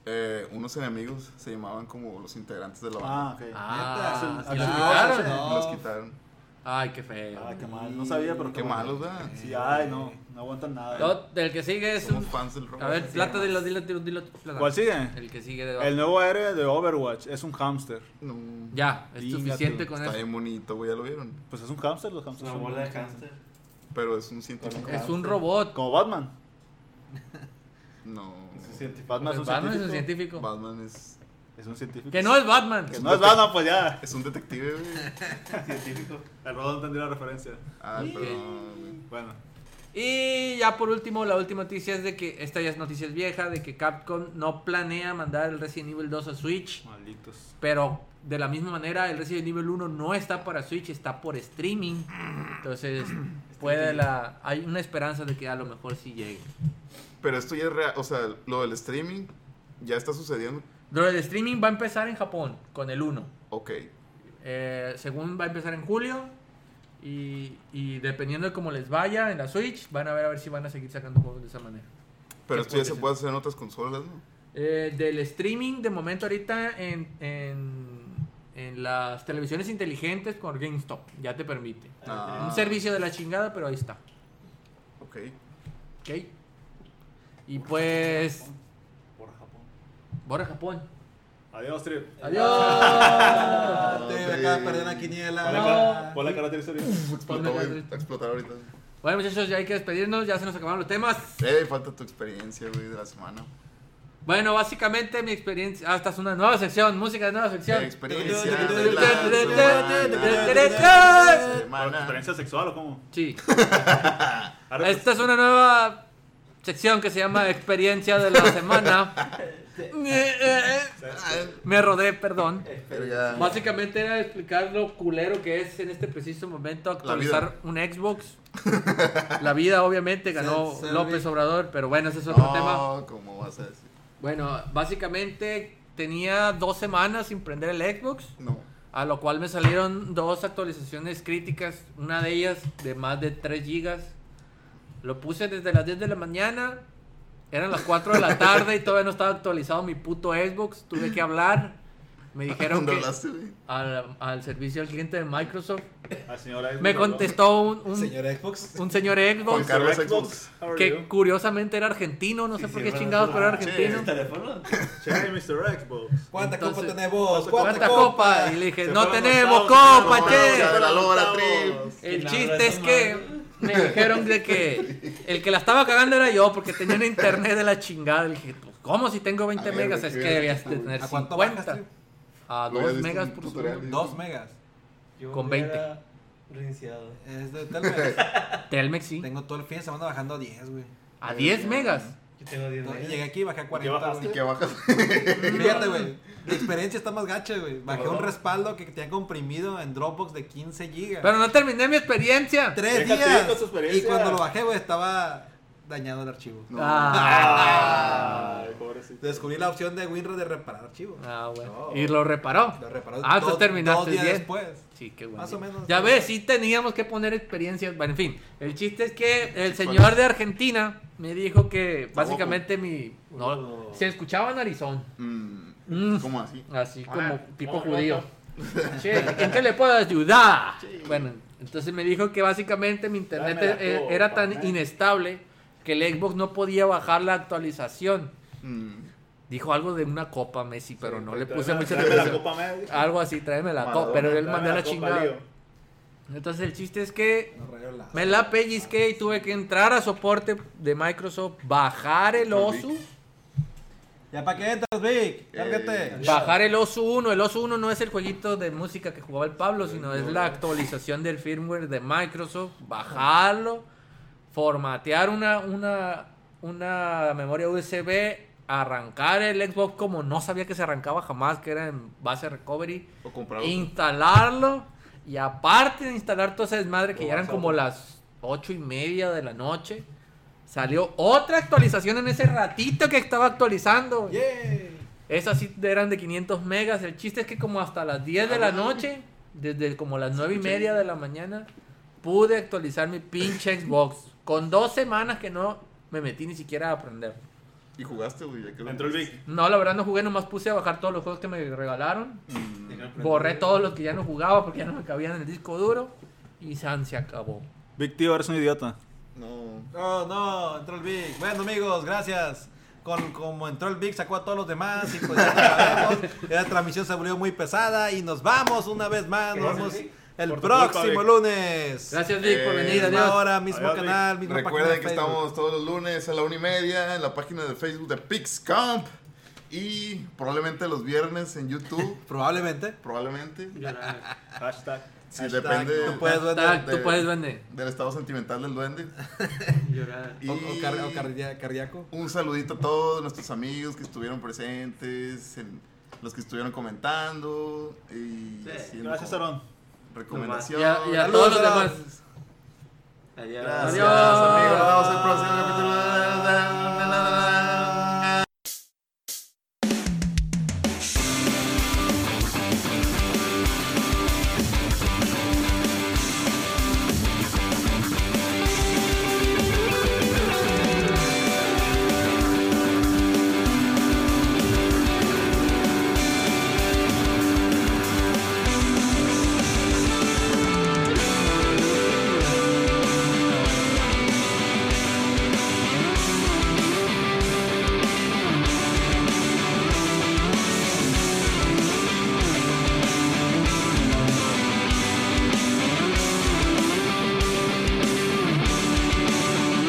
[SPEAKER 2] Eh, unos enemigos se llamaban como los integrantes de la banda.
[SPEAKER 4] Ah, ok.
[SPEAKER 1] Ah,
[SPEAKER 3] Neta,
[SPEAKER 1] ¿y
[SPEAKER 3] se-
[SPEAKER 1] lo
[SPEAKER 3] ah,
[SPEAKER 1] quitaron?
[SPEAKER 3] se-
[SPEAKER 2] Y Los quitaron.
[SPEAKER 1] Ay, qué feo.
[SPEAKER 4] Ah, qué mal. No sabía, pero
[SPEAKER 2] Qué malos, ¿verdad?
[SPEAKER 4] Sí, ay, no. No aguantan nada.
[SPEAKER 1] Luego, el que sigue es
[SPEAKER 2] Somos
[SPEAKER 1] un...
[SPEAKER 2] fans del rock.
[SPEAKER 1] A ver, plata, dilo, dilo, dilo, dilo, plata.
[SPEAKER 4] ¿Cuál sigue?
[SPEAKER 1] El que sigue de
[SPEAKER 4] El nuevo héroe de Overwatch es un hamster.
[SPEAKER 2] No,
[SPEAKER 1] Ya, es
[SPEAKER 4] Chinga
[SPEAKER 1] suficiente
[SPEAKER 4] tú,
[SPEAKER 1] con
[SPEAKER 2] está
[SPEAKER 1] eso.
[SPEAKER 2] bien bonito, güey, ya lo vieron.
[SPEAKER 4] Pues es un hamster, los
[SPEAKER 5] Es
[SPEAKER 4] hamsters.
[SPEAKER 5] una
[SPEAKER 4] son-
[SPEAKER 5] bola de cáncer.
[SPEAKER 2] Pero es un científico.
[SPEAKER 1] Es un robot.
[SPEAKER 4] Como Batman.
[SPEAKER 2] No.
[SPEAKER 4] Batman es un
[SPEAKER 1] Pues Batman es un
[SPEAKER 4] científico.
[SPEAKER 1] científico.
[SPEAKER 2] Batman es,
[SPEAKER 4] Es un científico.
[SPEAKER 1] Que no es Batman.
[SPEAKER 4] Que no es Batman, pues ya.
[SPEAKER 2] es un detective, güey.
[SPEAKER 5] Científico.
[SPEAKER 4] El robot entendió la referencia.
[SPEAKER 2] Ah, perdón, güey.
[SPEAKER 4] Bueno.
[SPEAKER 1] Y ya por último, la última noticia es de que esta ya es noticia vieja, de que Capcom no planea mandar el Resident Evil 2 a Switch,
[SPEAKER 4] Malditos.
[SPEAKER 1] pero de la misma manera el Resident Evil 1 no está para Switch, está por streaming. Entonces, puede la hay una esperanza de que a lo mejor sí llegue.
[SPEAKER 2] Pero esto ya es real. O sea, lo del streaming ya está sucediendo.
[SPEAKER 1] Pero el streaming va a empezar en Japón con el 1.
[SPEAKER 2] Ok.
[SPEAKER 1] Eh, según va a empezar en julio. Y, y dependiendo de cómo les vaya en la Switch, van a ver a ver si van a seguir sacando juegos de esa manera.
[SPEAKER 2] Pero
[SPEAKER 1] ¿Qué
[SPEAKER 2] esto ya
[SPEAKER 1] puede
[SPEAKER 2] se
[SPEAKER 1] ser?
[SPEAKER 2] puede hacer en otras consolas, ¿no?
[SPEAKER 1] Eh, del streaming, de momento ahorita en, en, en las televisiones inteligentes con GameStop, ya te permite.
[SPEAKER 2] Ah.
[SPEAKER 1] Un servicio de la chingada, pero ahí está.
[SPEAKER 2] Ok.
[SPEAKER 1] ¿Ok? Y pues...
[SPEAKER 5] Por Japón.
[SPEAKER 1] Bora Japón.
[SPEAKER 4] Adiós, Trip.
[SPEAKER 1] ¡Adiós!
[SPEAKER 3] Ah, te acaba de perder una quiniela.
[SPEAKER 4] Pon la
[SPEAKER 1] No.
[SPEAKER 4] cara- pon la cara triste ahorita.
[SPEAKER 2] Explotó, güey. Está a explotar ahorita.
[SPEAKER 1] bueno muchachos, ya hay que despedirnos, ya se nos acabaron los temas.
[SPEAKER 2] Eh, falta tu experiencia, güey, de la semana.
[SPEAKER 1] Bueno, básicamente mi experiencia... Ah, esta es una nueva sección, música de nueva sección.
[SPEAKER 2] La experiencia
[SPEAKER 3] Tu, tu,
[SPEAKER 2] de la
[SPEAKER 3] tu, tu, tu,
[SPEAKER 2] semana.
[SPEAKER 4] ¿Por
[SPEAKER 2] Semana.
[SPEAKER 4] ¿Experiencia sexual o cómo?
[SPEAKER 1] Sí.
[SPEAKER 4] Arre, pues.
[SPEAKER 1] Esta es una nueva sección que se llama Experiencia de la Semana. Eh, Me rodé, perdón.
[SPEAKER 2] Pero ya.
[SPEAKER 1] Básicamente era explicar lo culero que es en este preciso momento actualizar un Xbox. La vida, obviamente, ganó
[SPEAKER 3] Se- se
[SPEAKER 1] López
[SPEAKER 3] vi-
[SPEAKER 1] Obrador, pero bueno, ese es otro tema.
[SPEAKER 2] No, ¿cómo vas a decir?
[SPEAKER 1] Bueno, básicamente tenía dos semanas sin prender el Xbox,
[SPEAKER 2] No.
[SPEAKER 1] a lo cual me salieron dos actualizaciones críticas, una de ellas de más de 3 gigas. Lo puse desde las 10 de la mañana, eran las 4 de la tarde y todavía no estaba actualizado mi puto Xbox, tuve que hablar. Me dijeron
[SPEAKER 2] ¿Dónde
[SPEAKER 1] que,
[SPEAKER 2] hablaste, güey?
[SPEAKER 1] al, al servicio al cliente de Microsoft.
[SPEAKER 4] Ah, señora, es
[SPEAKER 1] Me
[SPEAKER 4] verdad.
[SPEAKER 1] contestó un, un,
[SPEAKER 3] Señor Xbox.
[SPEAKER 1] un señor
[SPEAKER 2] Juan
[SPEAKER 1] Xbox
[SPEAKER 2] Carlos
[SPEAKER 4] Xbox,
[SPEAKER 2] Xbox.
[SPEAKER 4] how are
[SPEAKER 1] que
[SPEAKER 4] you?
[SPEAKER 1] curiosamente era argentino, no sé
[SPEAKER 5] Sí,
[SPEAKER 1] por
[SPEAKER 5] sí,
[SPEAKER 1] qué
[SPEAKER 5] bueno,
[SPEAKER 1] chingados,
[SPEAKER 5] eso-
[SPEAKER 1] pero era
[SPEAKER 5] ah,
[SPEAKER 1] argentino.
[SPEAKER 5] ¿El teléfono?
[SPEAKER 4] Che, Mr. Xbox.
[SPEAKER 3] ¿Cuánta copa
[SPEAKER 1] Entonces,
[SPEAKER 3] tenemos?
[SPEAKER 1] ¿Cuánta copa? Y le dije,
[SPEAKER 4] Se
[SPEAKER 1] no
[SPEAKER 4] fueron
[SPEAKER 1] tenemos
[SPEAKER 4] octavos,
[SPEAKER 1] copa,
[SPEAKER 4] se fueron
[SPEAKER 1] che.
[SPEAKER 2] octavos. la lora,
[SPEAKER 1] El
[SPEAKER 5] Sí, la
[SPEAKER 1] chiste
[SPEAKER 5] verdad,
[SPEAKER 1] es
[SPEAKER 5] esa
[SPEAKER 1] que
[SPEAKER 5] madre.
[SPEAKER 1] me dijeron de que el que la estaba cagando era yo porque tenía un internet de la chingada. Le dije, pues, ¿cómo si tengo 20
[SPEAKER 2] A ver,
[SPEAKER 1] megas?
[SPEAKER 2] güey,
[SPEAKER 1] Es
[SPEAKER 2] ¿qué
[SPEAKER 1] que
[SPEAKER 2] hubieras
[SPEAKER 1] debías
[SPEAKER 2] hecho,
[SPEAKER 1] de
[SPEAKER 2] güey?
[SPEAKER 1] tener
[SPEAKER 3] ¿A cuánto
[SPEAKER 1] 50.
[SPEAKER 3] bajas,
[SPEAKER 1] A
[SPEAKER 2] Hubieras
[SPEAKER 1] 2
[SPEAKER 2] visto
[SPEAKER 1] megas
[SPEAKER 2] un
[SPEAKER 1] por
[SPEAKER 2] tutorial.
[SPEAKER 1] segundo.
[SPEAKER 3] Dos megas.
[SPEAKER 5] Yo
[SPEAKER 1] Con
[SPEAKER 5] hubiera Reiniciado.
[SPEAKER 3] Es de Telmex.
[SPEAKER 2] ¿eh?
[SPEAKER 1] Telmex, sí.
[SPEAKER 3] Tengo todo el fin de semana bajando a 10, güey.
[SPEAKER 1] A 10 megas.
[SPEAKER 5] Yo tengo 10
[SPEAKER 3] Entonces,
[SPEAKER 5] megas.
[SPEAKER 3] Llegué aquí y bajé a
[SPEAKER 4] ¿Y qué
[SPEAKER 3] 40,
[SPEAKER 4] bajaste?
[SPEAKER 3] güey.
[SPEAKER 2] Que bajas.
[SPEAKER 3] Fíjate, güey. La experiencia está más gacha, güey. Bajé
[SPEAKER 5] No.
[SPEAKER 3] un respaldo que tenía comprimido en Dropbox de 15 gigas.
[SPEAKER 1] Pero no terminé mi experiencia.
[SPEAKER 3] Tres
[SPEAKER 4] Deja
[SPEAKER 3] días.
[SPEAKER 4] tú con tu experiencia.
[SPEAKER 3] Y cuando lo bajé, güey, estaba dañado el archivo.
[SPEAKER 2] No.
[SPEAKER 1] Ah.
[SPEAKER 4] Ay, pobrecito.
[SPEAKER 3] Descubrí la opción de WinRAR de reparar archivos.
[SPEAKER 1] Ah, bueno.
[SPEAKER 3] No.
[SPEAKER 1] Y lo reparó.
[SPEAKER 3] Lo reparó
[SPEAKER 1] Ah,
[SPEAKER 3] dos-
[SPEAKER 1] tú terminaste
[SPEAKER 3] dos días
[SPEAKER 1] bien.
[SPEAKER 3] después.
[SPEAKER 1] Sí, qué bueno.
[SPEAKER 3] Más o menos.
[SPEAKER 1] Ya ves, sí teníamos que poner experiencias. Bueno, en fin, el chiste es que el señor de Argentina me dijo que básicamente mi. No,
[SPEAKER 5] Oh.
[SPEAKER 1] se escuchaba narizón.
[SPEAKER 2] Mm,
[SPEAKER 1] Mm,
[SPEAKER 2] ¿Cómo así?
[SPEAKER 1] así como
[SPEAKER 2] Ah,
[SPEAKER 1] tipo
[SPEAKER 5] oh,
[SPEAKER 1] judío. Che, ¿en qué le puedo ayudar? Bueno, entonces me dijo que básicamente mi internet
[SPEAKER 4] Dame la
[SPEAKER 1] e-
[SPEAKER 4] copa,
[SPEAKER 1] era tan
[SPEAKER 4] man.
[SPEAKER 1] inestable que el Xbox no podía bajar la actualización.
[SPEAKER 2] Mm,
[SPEAKER 1] Dijo algo de una copa Messi, pero no le puse
[SPEAKER 4] Tráeme-
[SPEAKER 1] mucha
[SPEAKER 4] tráeme la
[SPEAKER 1] atención.
[SPEAKER 4] copa médica.
[SPEAKER 1] Algo así, tráeme la copa,
[SPEAKER 2] Maradona,
[SPEAKER 1] pero él
[SPEAKER 4] Tráeme
[SPEAKER 1] mandó la
[SPEAKER 4] copa,
[SPEAKER 1] chingada.
[SPEAKER 4] Leo.
[SPEAKER 1] Entonces el chiste es que
[SPEAKER 3] No rayó la-
[SPEAKER 1] me la pellizqué y tuve que entrar a soporte de Microsoft, bajar el OSU,
[SPEAKER 3] Ya para que entras, Vic. Cárgate.
[SPEAKER 2] Eh.
[SPEAKER 1] bajar el OSU 1. El OSU 1 no es el jueguito de música que jugaba el Pablo, sino es la actualización del firmware de Microsoft, bajarlo, formatear una, una, una memoria USB, arrancar el Xbox como no sabía que se arrancaba jamás, que era en base recovery.
[SPEAKER 2] O comprar otro.
[SPEAKER 1] instalarlo y aparte de instalar toda esa desmadre que
[SPEAKER 4] Lo
[SPEAKER 1] ya eran
[SPEAKER 4] vas a
[SPEAKER 1] como
[SPEAKER 4] borrar.
[SPEAKER 1] las ocho y media de la noche salió otra actualización en ese ratito que estaba actualizando güey.
[SPEAKER 3] Yeah.
[SPEAKER 1] esas sí eran de 500 megas el chiste es que como hasta las 10 de
[SPEAKER 4] Ah.
[SPEAKER 1] la noche desde como las nueve y media de la mañana pude actualizar mi pinche Xbox con dos semanas que no me metí ni siquiera a aprender
[SPEAKER 2] Y jugaste, güey. ya que lo
[SPEAKER 4] Entró el
[SPEAKER 2] pusiste.
[SPEAKER 4] Vic.
[SPEAKER 1] no la verdad no jugué nomás puse a bajar todos los juegos que me regalaron
[SPEAKER 2] Mm,
[SPEAKER 1] Borré todos los que ya no jugaba porque ya no me cabían en el disco duro. Y San se acabó.
[SPEAKER 4] Big Tío, eres un idiota.
[SPEAKER 2] No.
[SPEAKER 3] Oh, no, entró el Big. Bueno, amigos, gracias. Con, como entró el Big, sacó a todos los demás y pues ya nos acabamos. La transmisión se volvió muy pesada y nos vamos una vez más. Nos vemos el
[SPEAKER 4] Por tu culpa,
[SPEAKER 3] próximo
[SPEAKER 4] Vic.
[SPEAKER 3] lunes.
[SPEAKER 1] Gracias, Vic, por
[SPEAKER 2] Eh,
[SPEAKER 1] venir.
[SPEAKER 3] Misma
[SPEAKER 1] Adiós.
[SPEAKER 3] hora, mismo
[SPEAKER 4] Adiós, Vic.
[SPEAKER 3] canal, misma página
[SPEAKER 2] Recuerden
[SPEAKER 3] de
[SPEAKER 2] que
[SPEAKER 3] Facebook.
[SPEAKER 2] estamos todos los lunes a la una y media en la página de Facebook de PixCamp y probablemente los viernes en YouTube.
[SPEAKER 3] Probablemente.
[SPEAKER 2] probablemente.
[SPEAKER 4] Hashtag.
[SPEAKER 2] Si
[SPEAKER 3] Hashtag,
[SPEAKER 2] depende
[SPEAKER 3] tú puedes, duende.
[SPEAKER 1] Hashtag, tú
[SPEAKER 2] de-
[SPEAKER 1] puedes vender.
[SPEAKER 2] del estado sentimental del duende.
[SPEAKER 5] Llorar.
[SPEAKER 2] Y
[SPEAKER 3] O, o car- o cardia- cardíaco.
[SPEAKER 2] un saludito a todos nuestros amigos que estuvieron presentes, en- los que estuvieron comentando y
[SPEAKER 5] Sí,
[SPEAKER 2] haciendo
[SPEAKER 4] Gracias,
[SPEAKER 2] como
[SPEAKER 1] Y
[SPEAKER 4] Aaron.
[SPEAKER 1] a, y a
[SPEAKER 2] recomendaciones.
[SPEAKER 3] Saludos,
[SPEAKER 1] todos los
[SPEAKER 3] Saludos.
[SPEAKER 1] demás.
[SPEAKER 5] Allá.
[SPEAKER 2] Gracias,
[SPEAKER 1] Adiós.
[SPEAKER 2] amigos. Nos vemos en el próximo capítulo.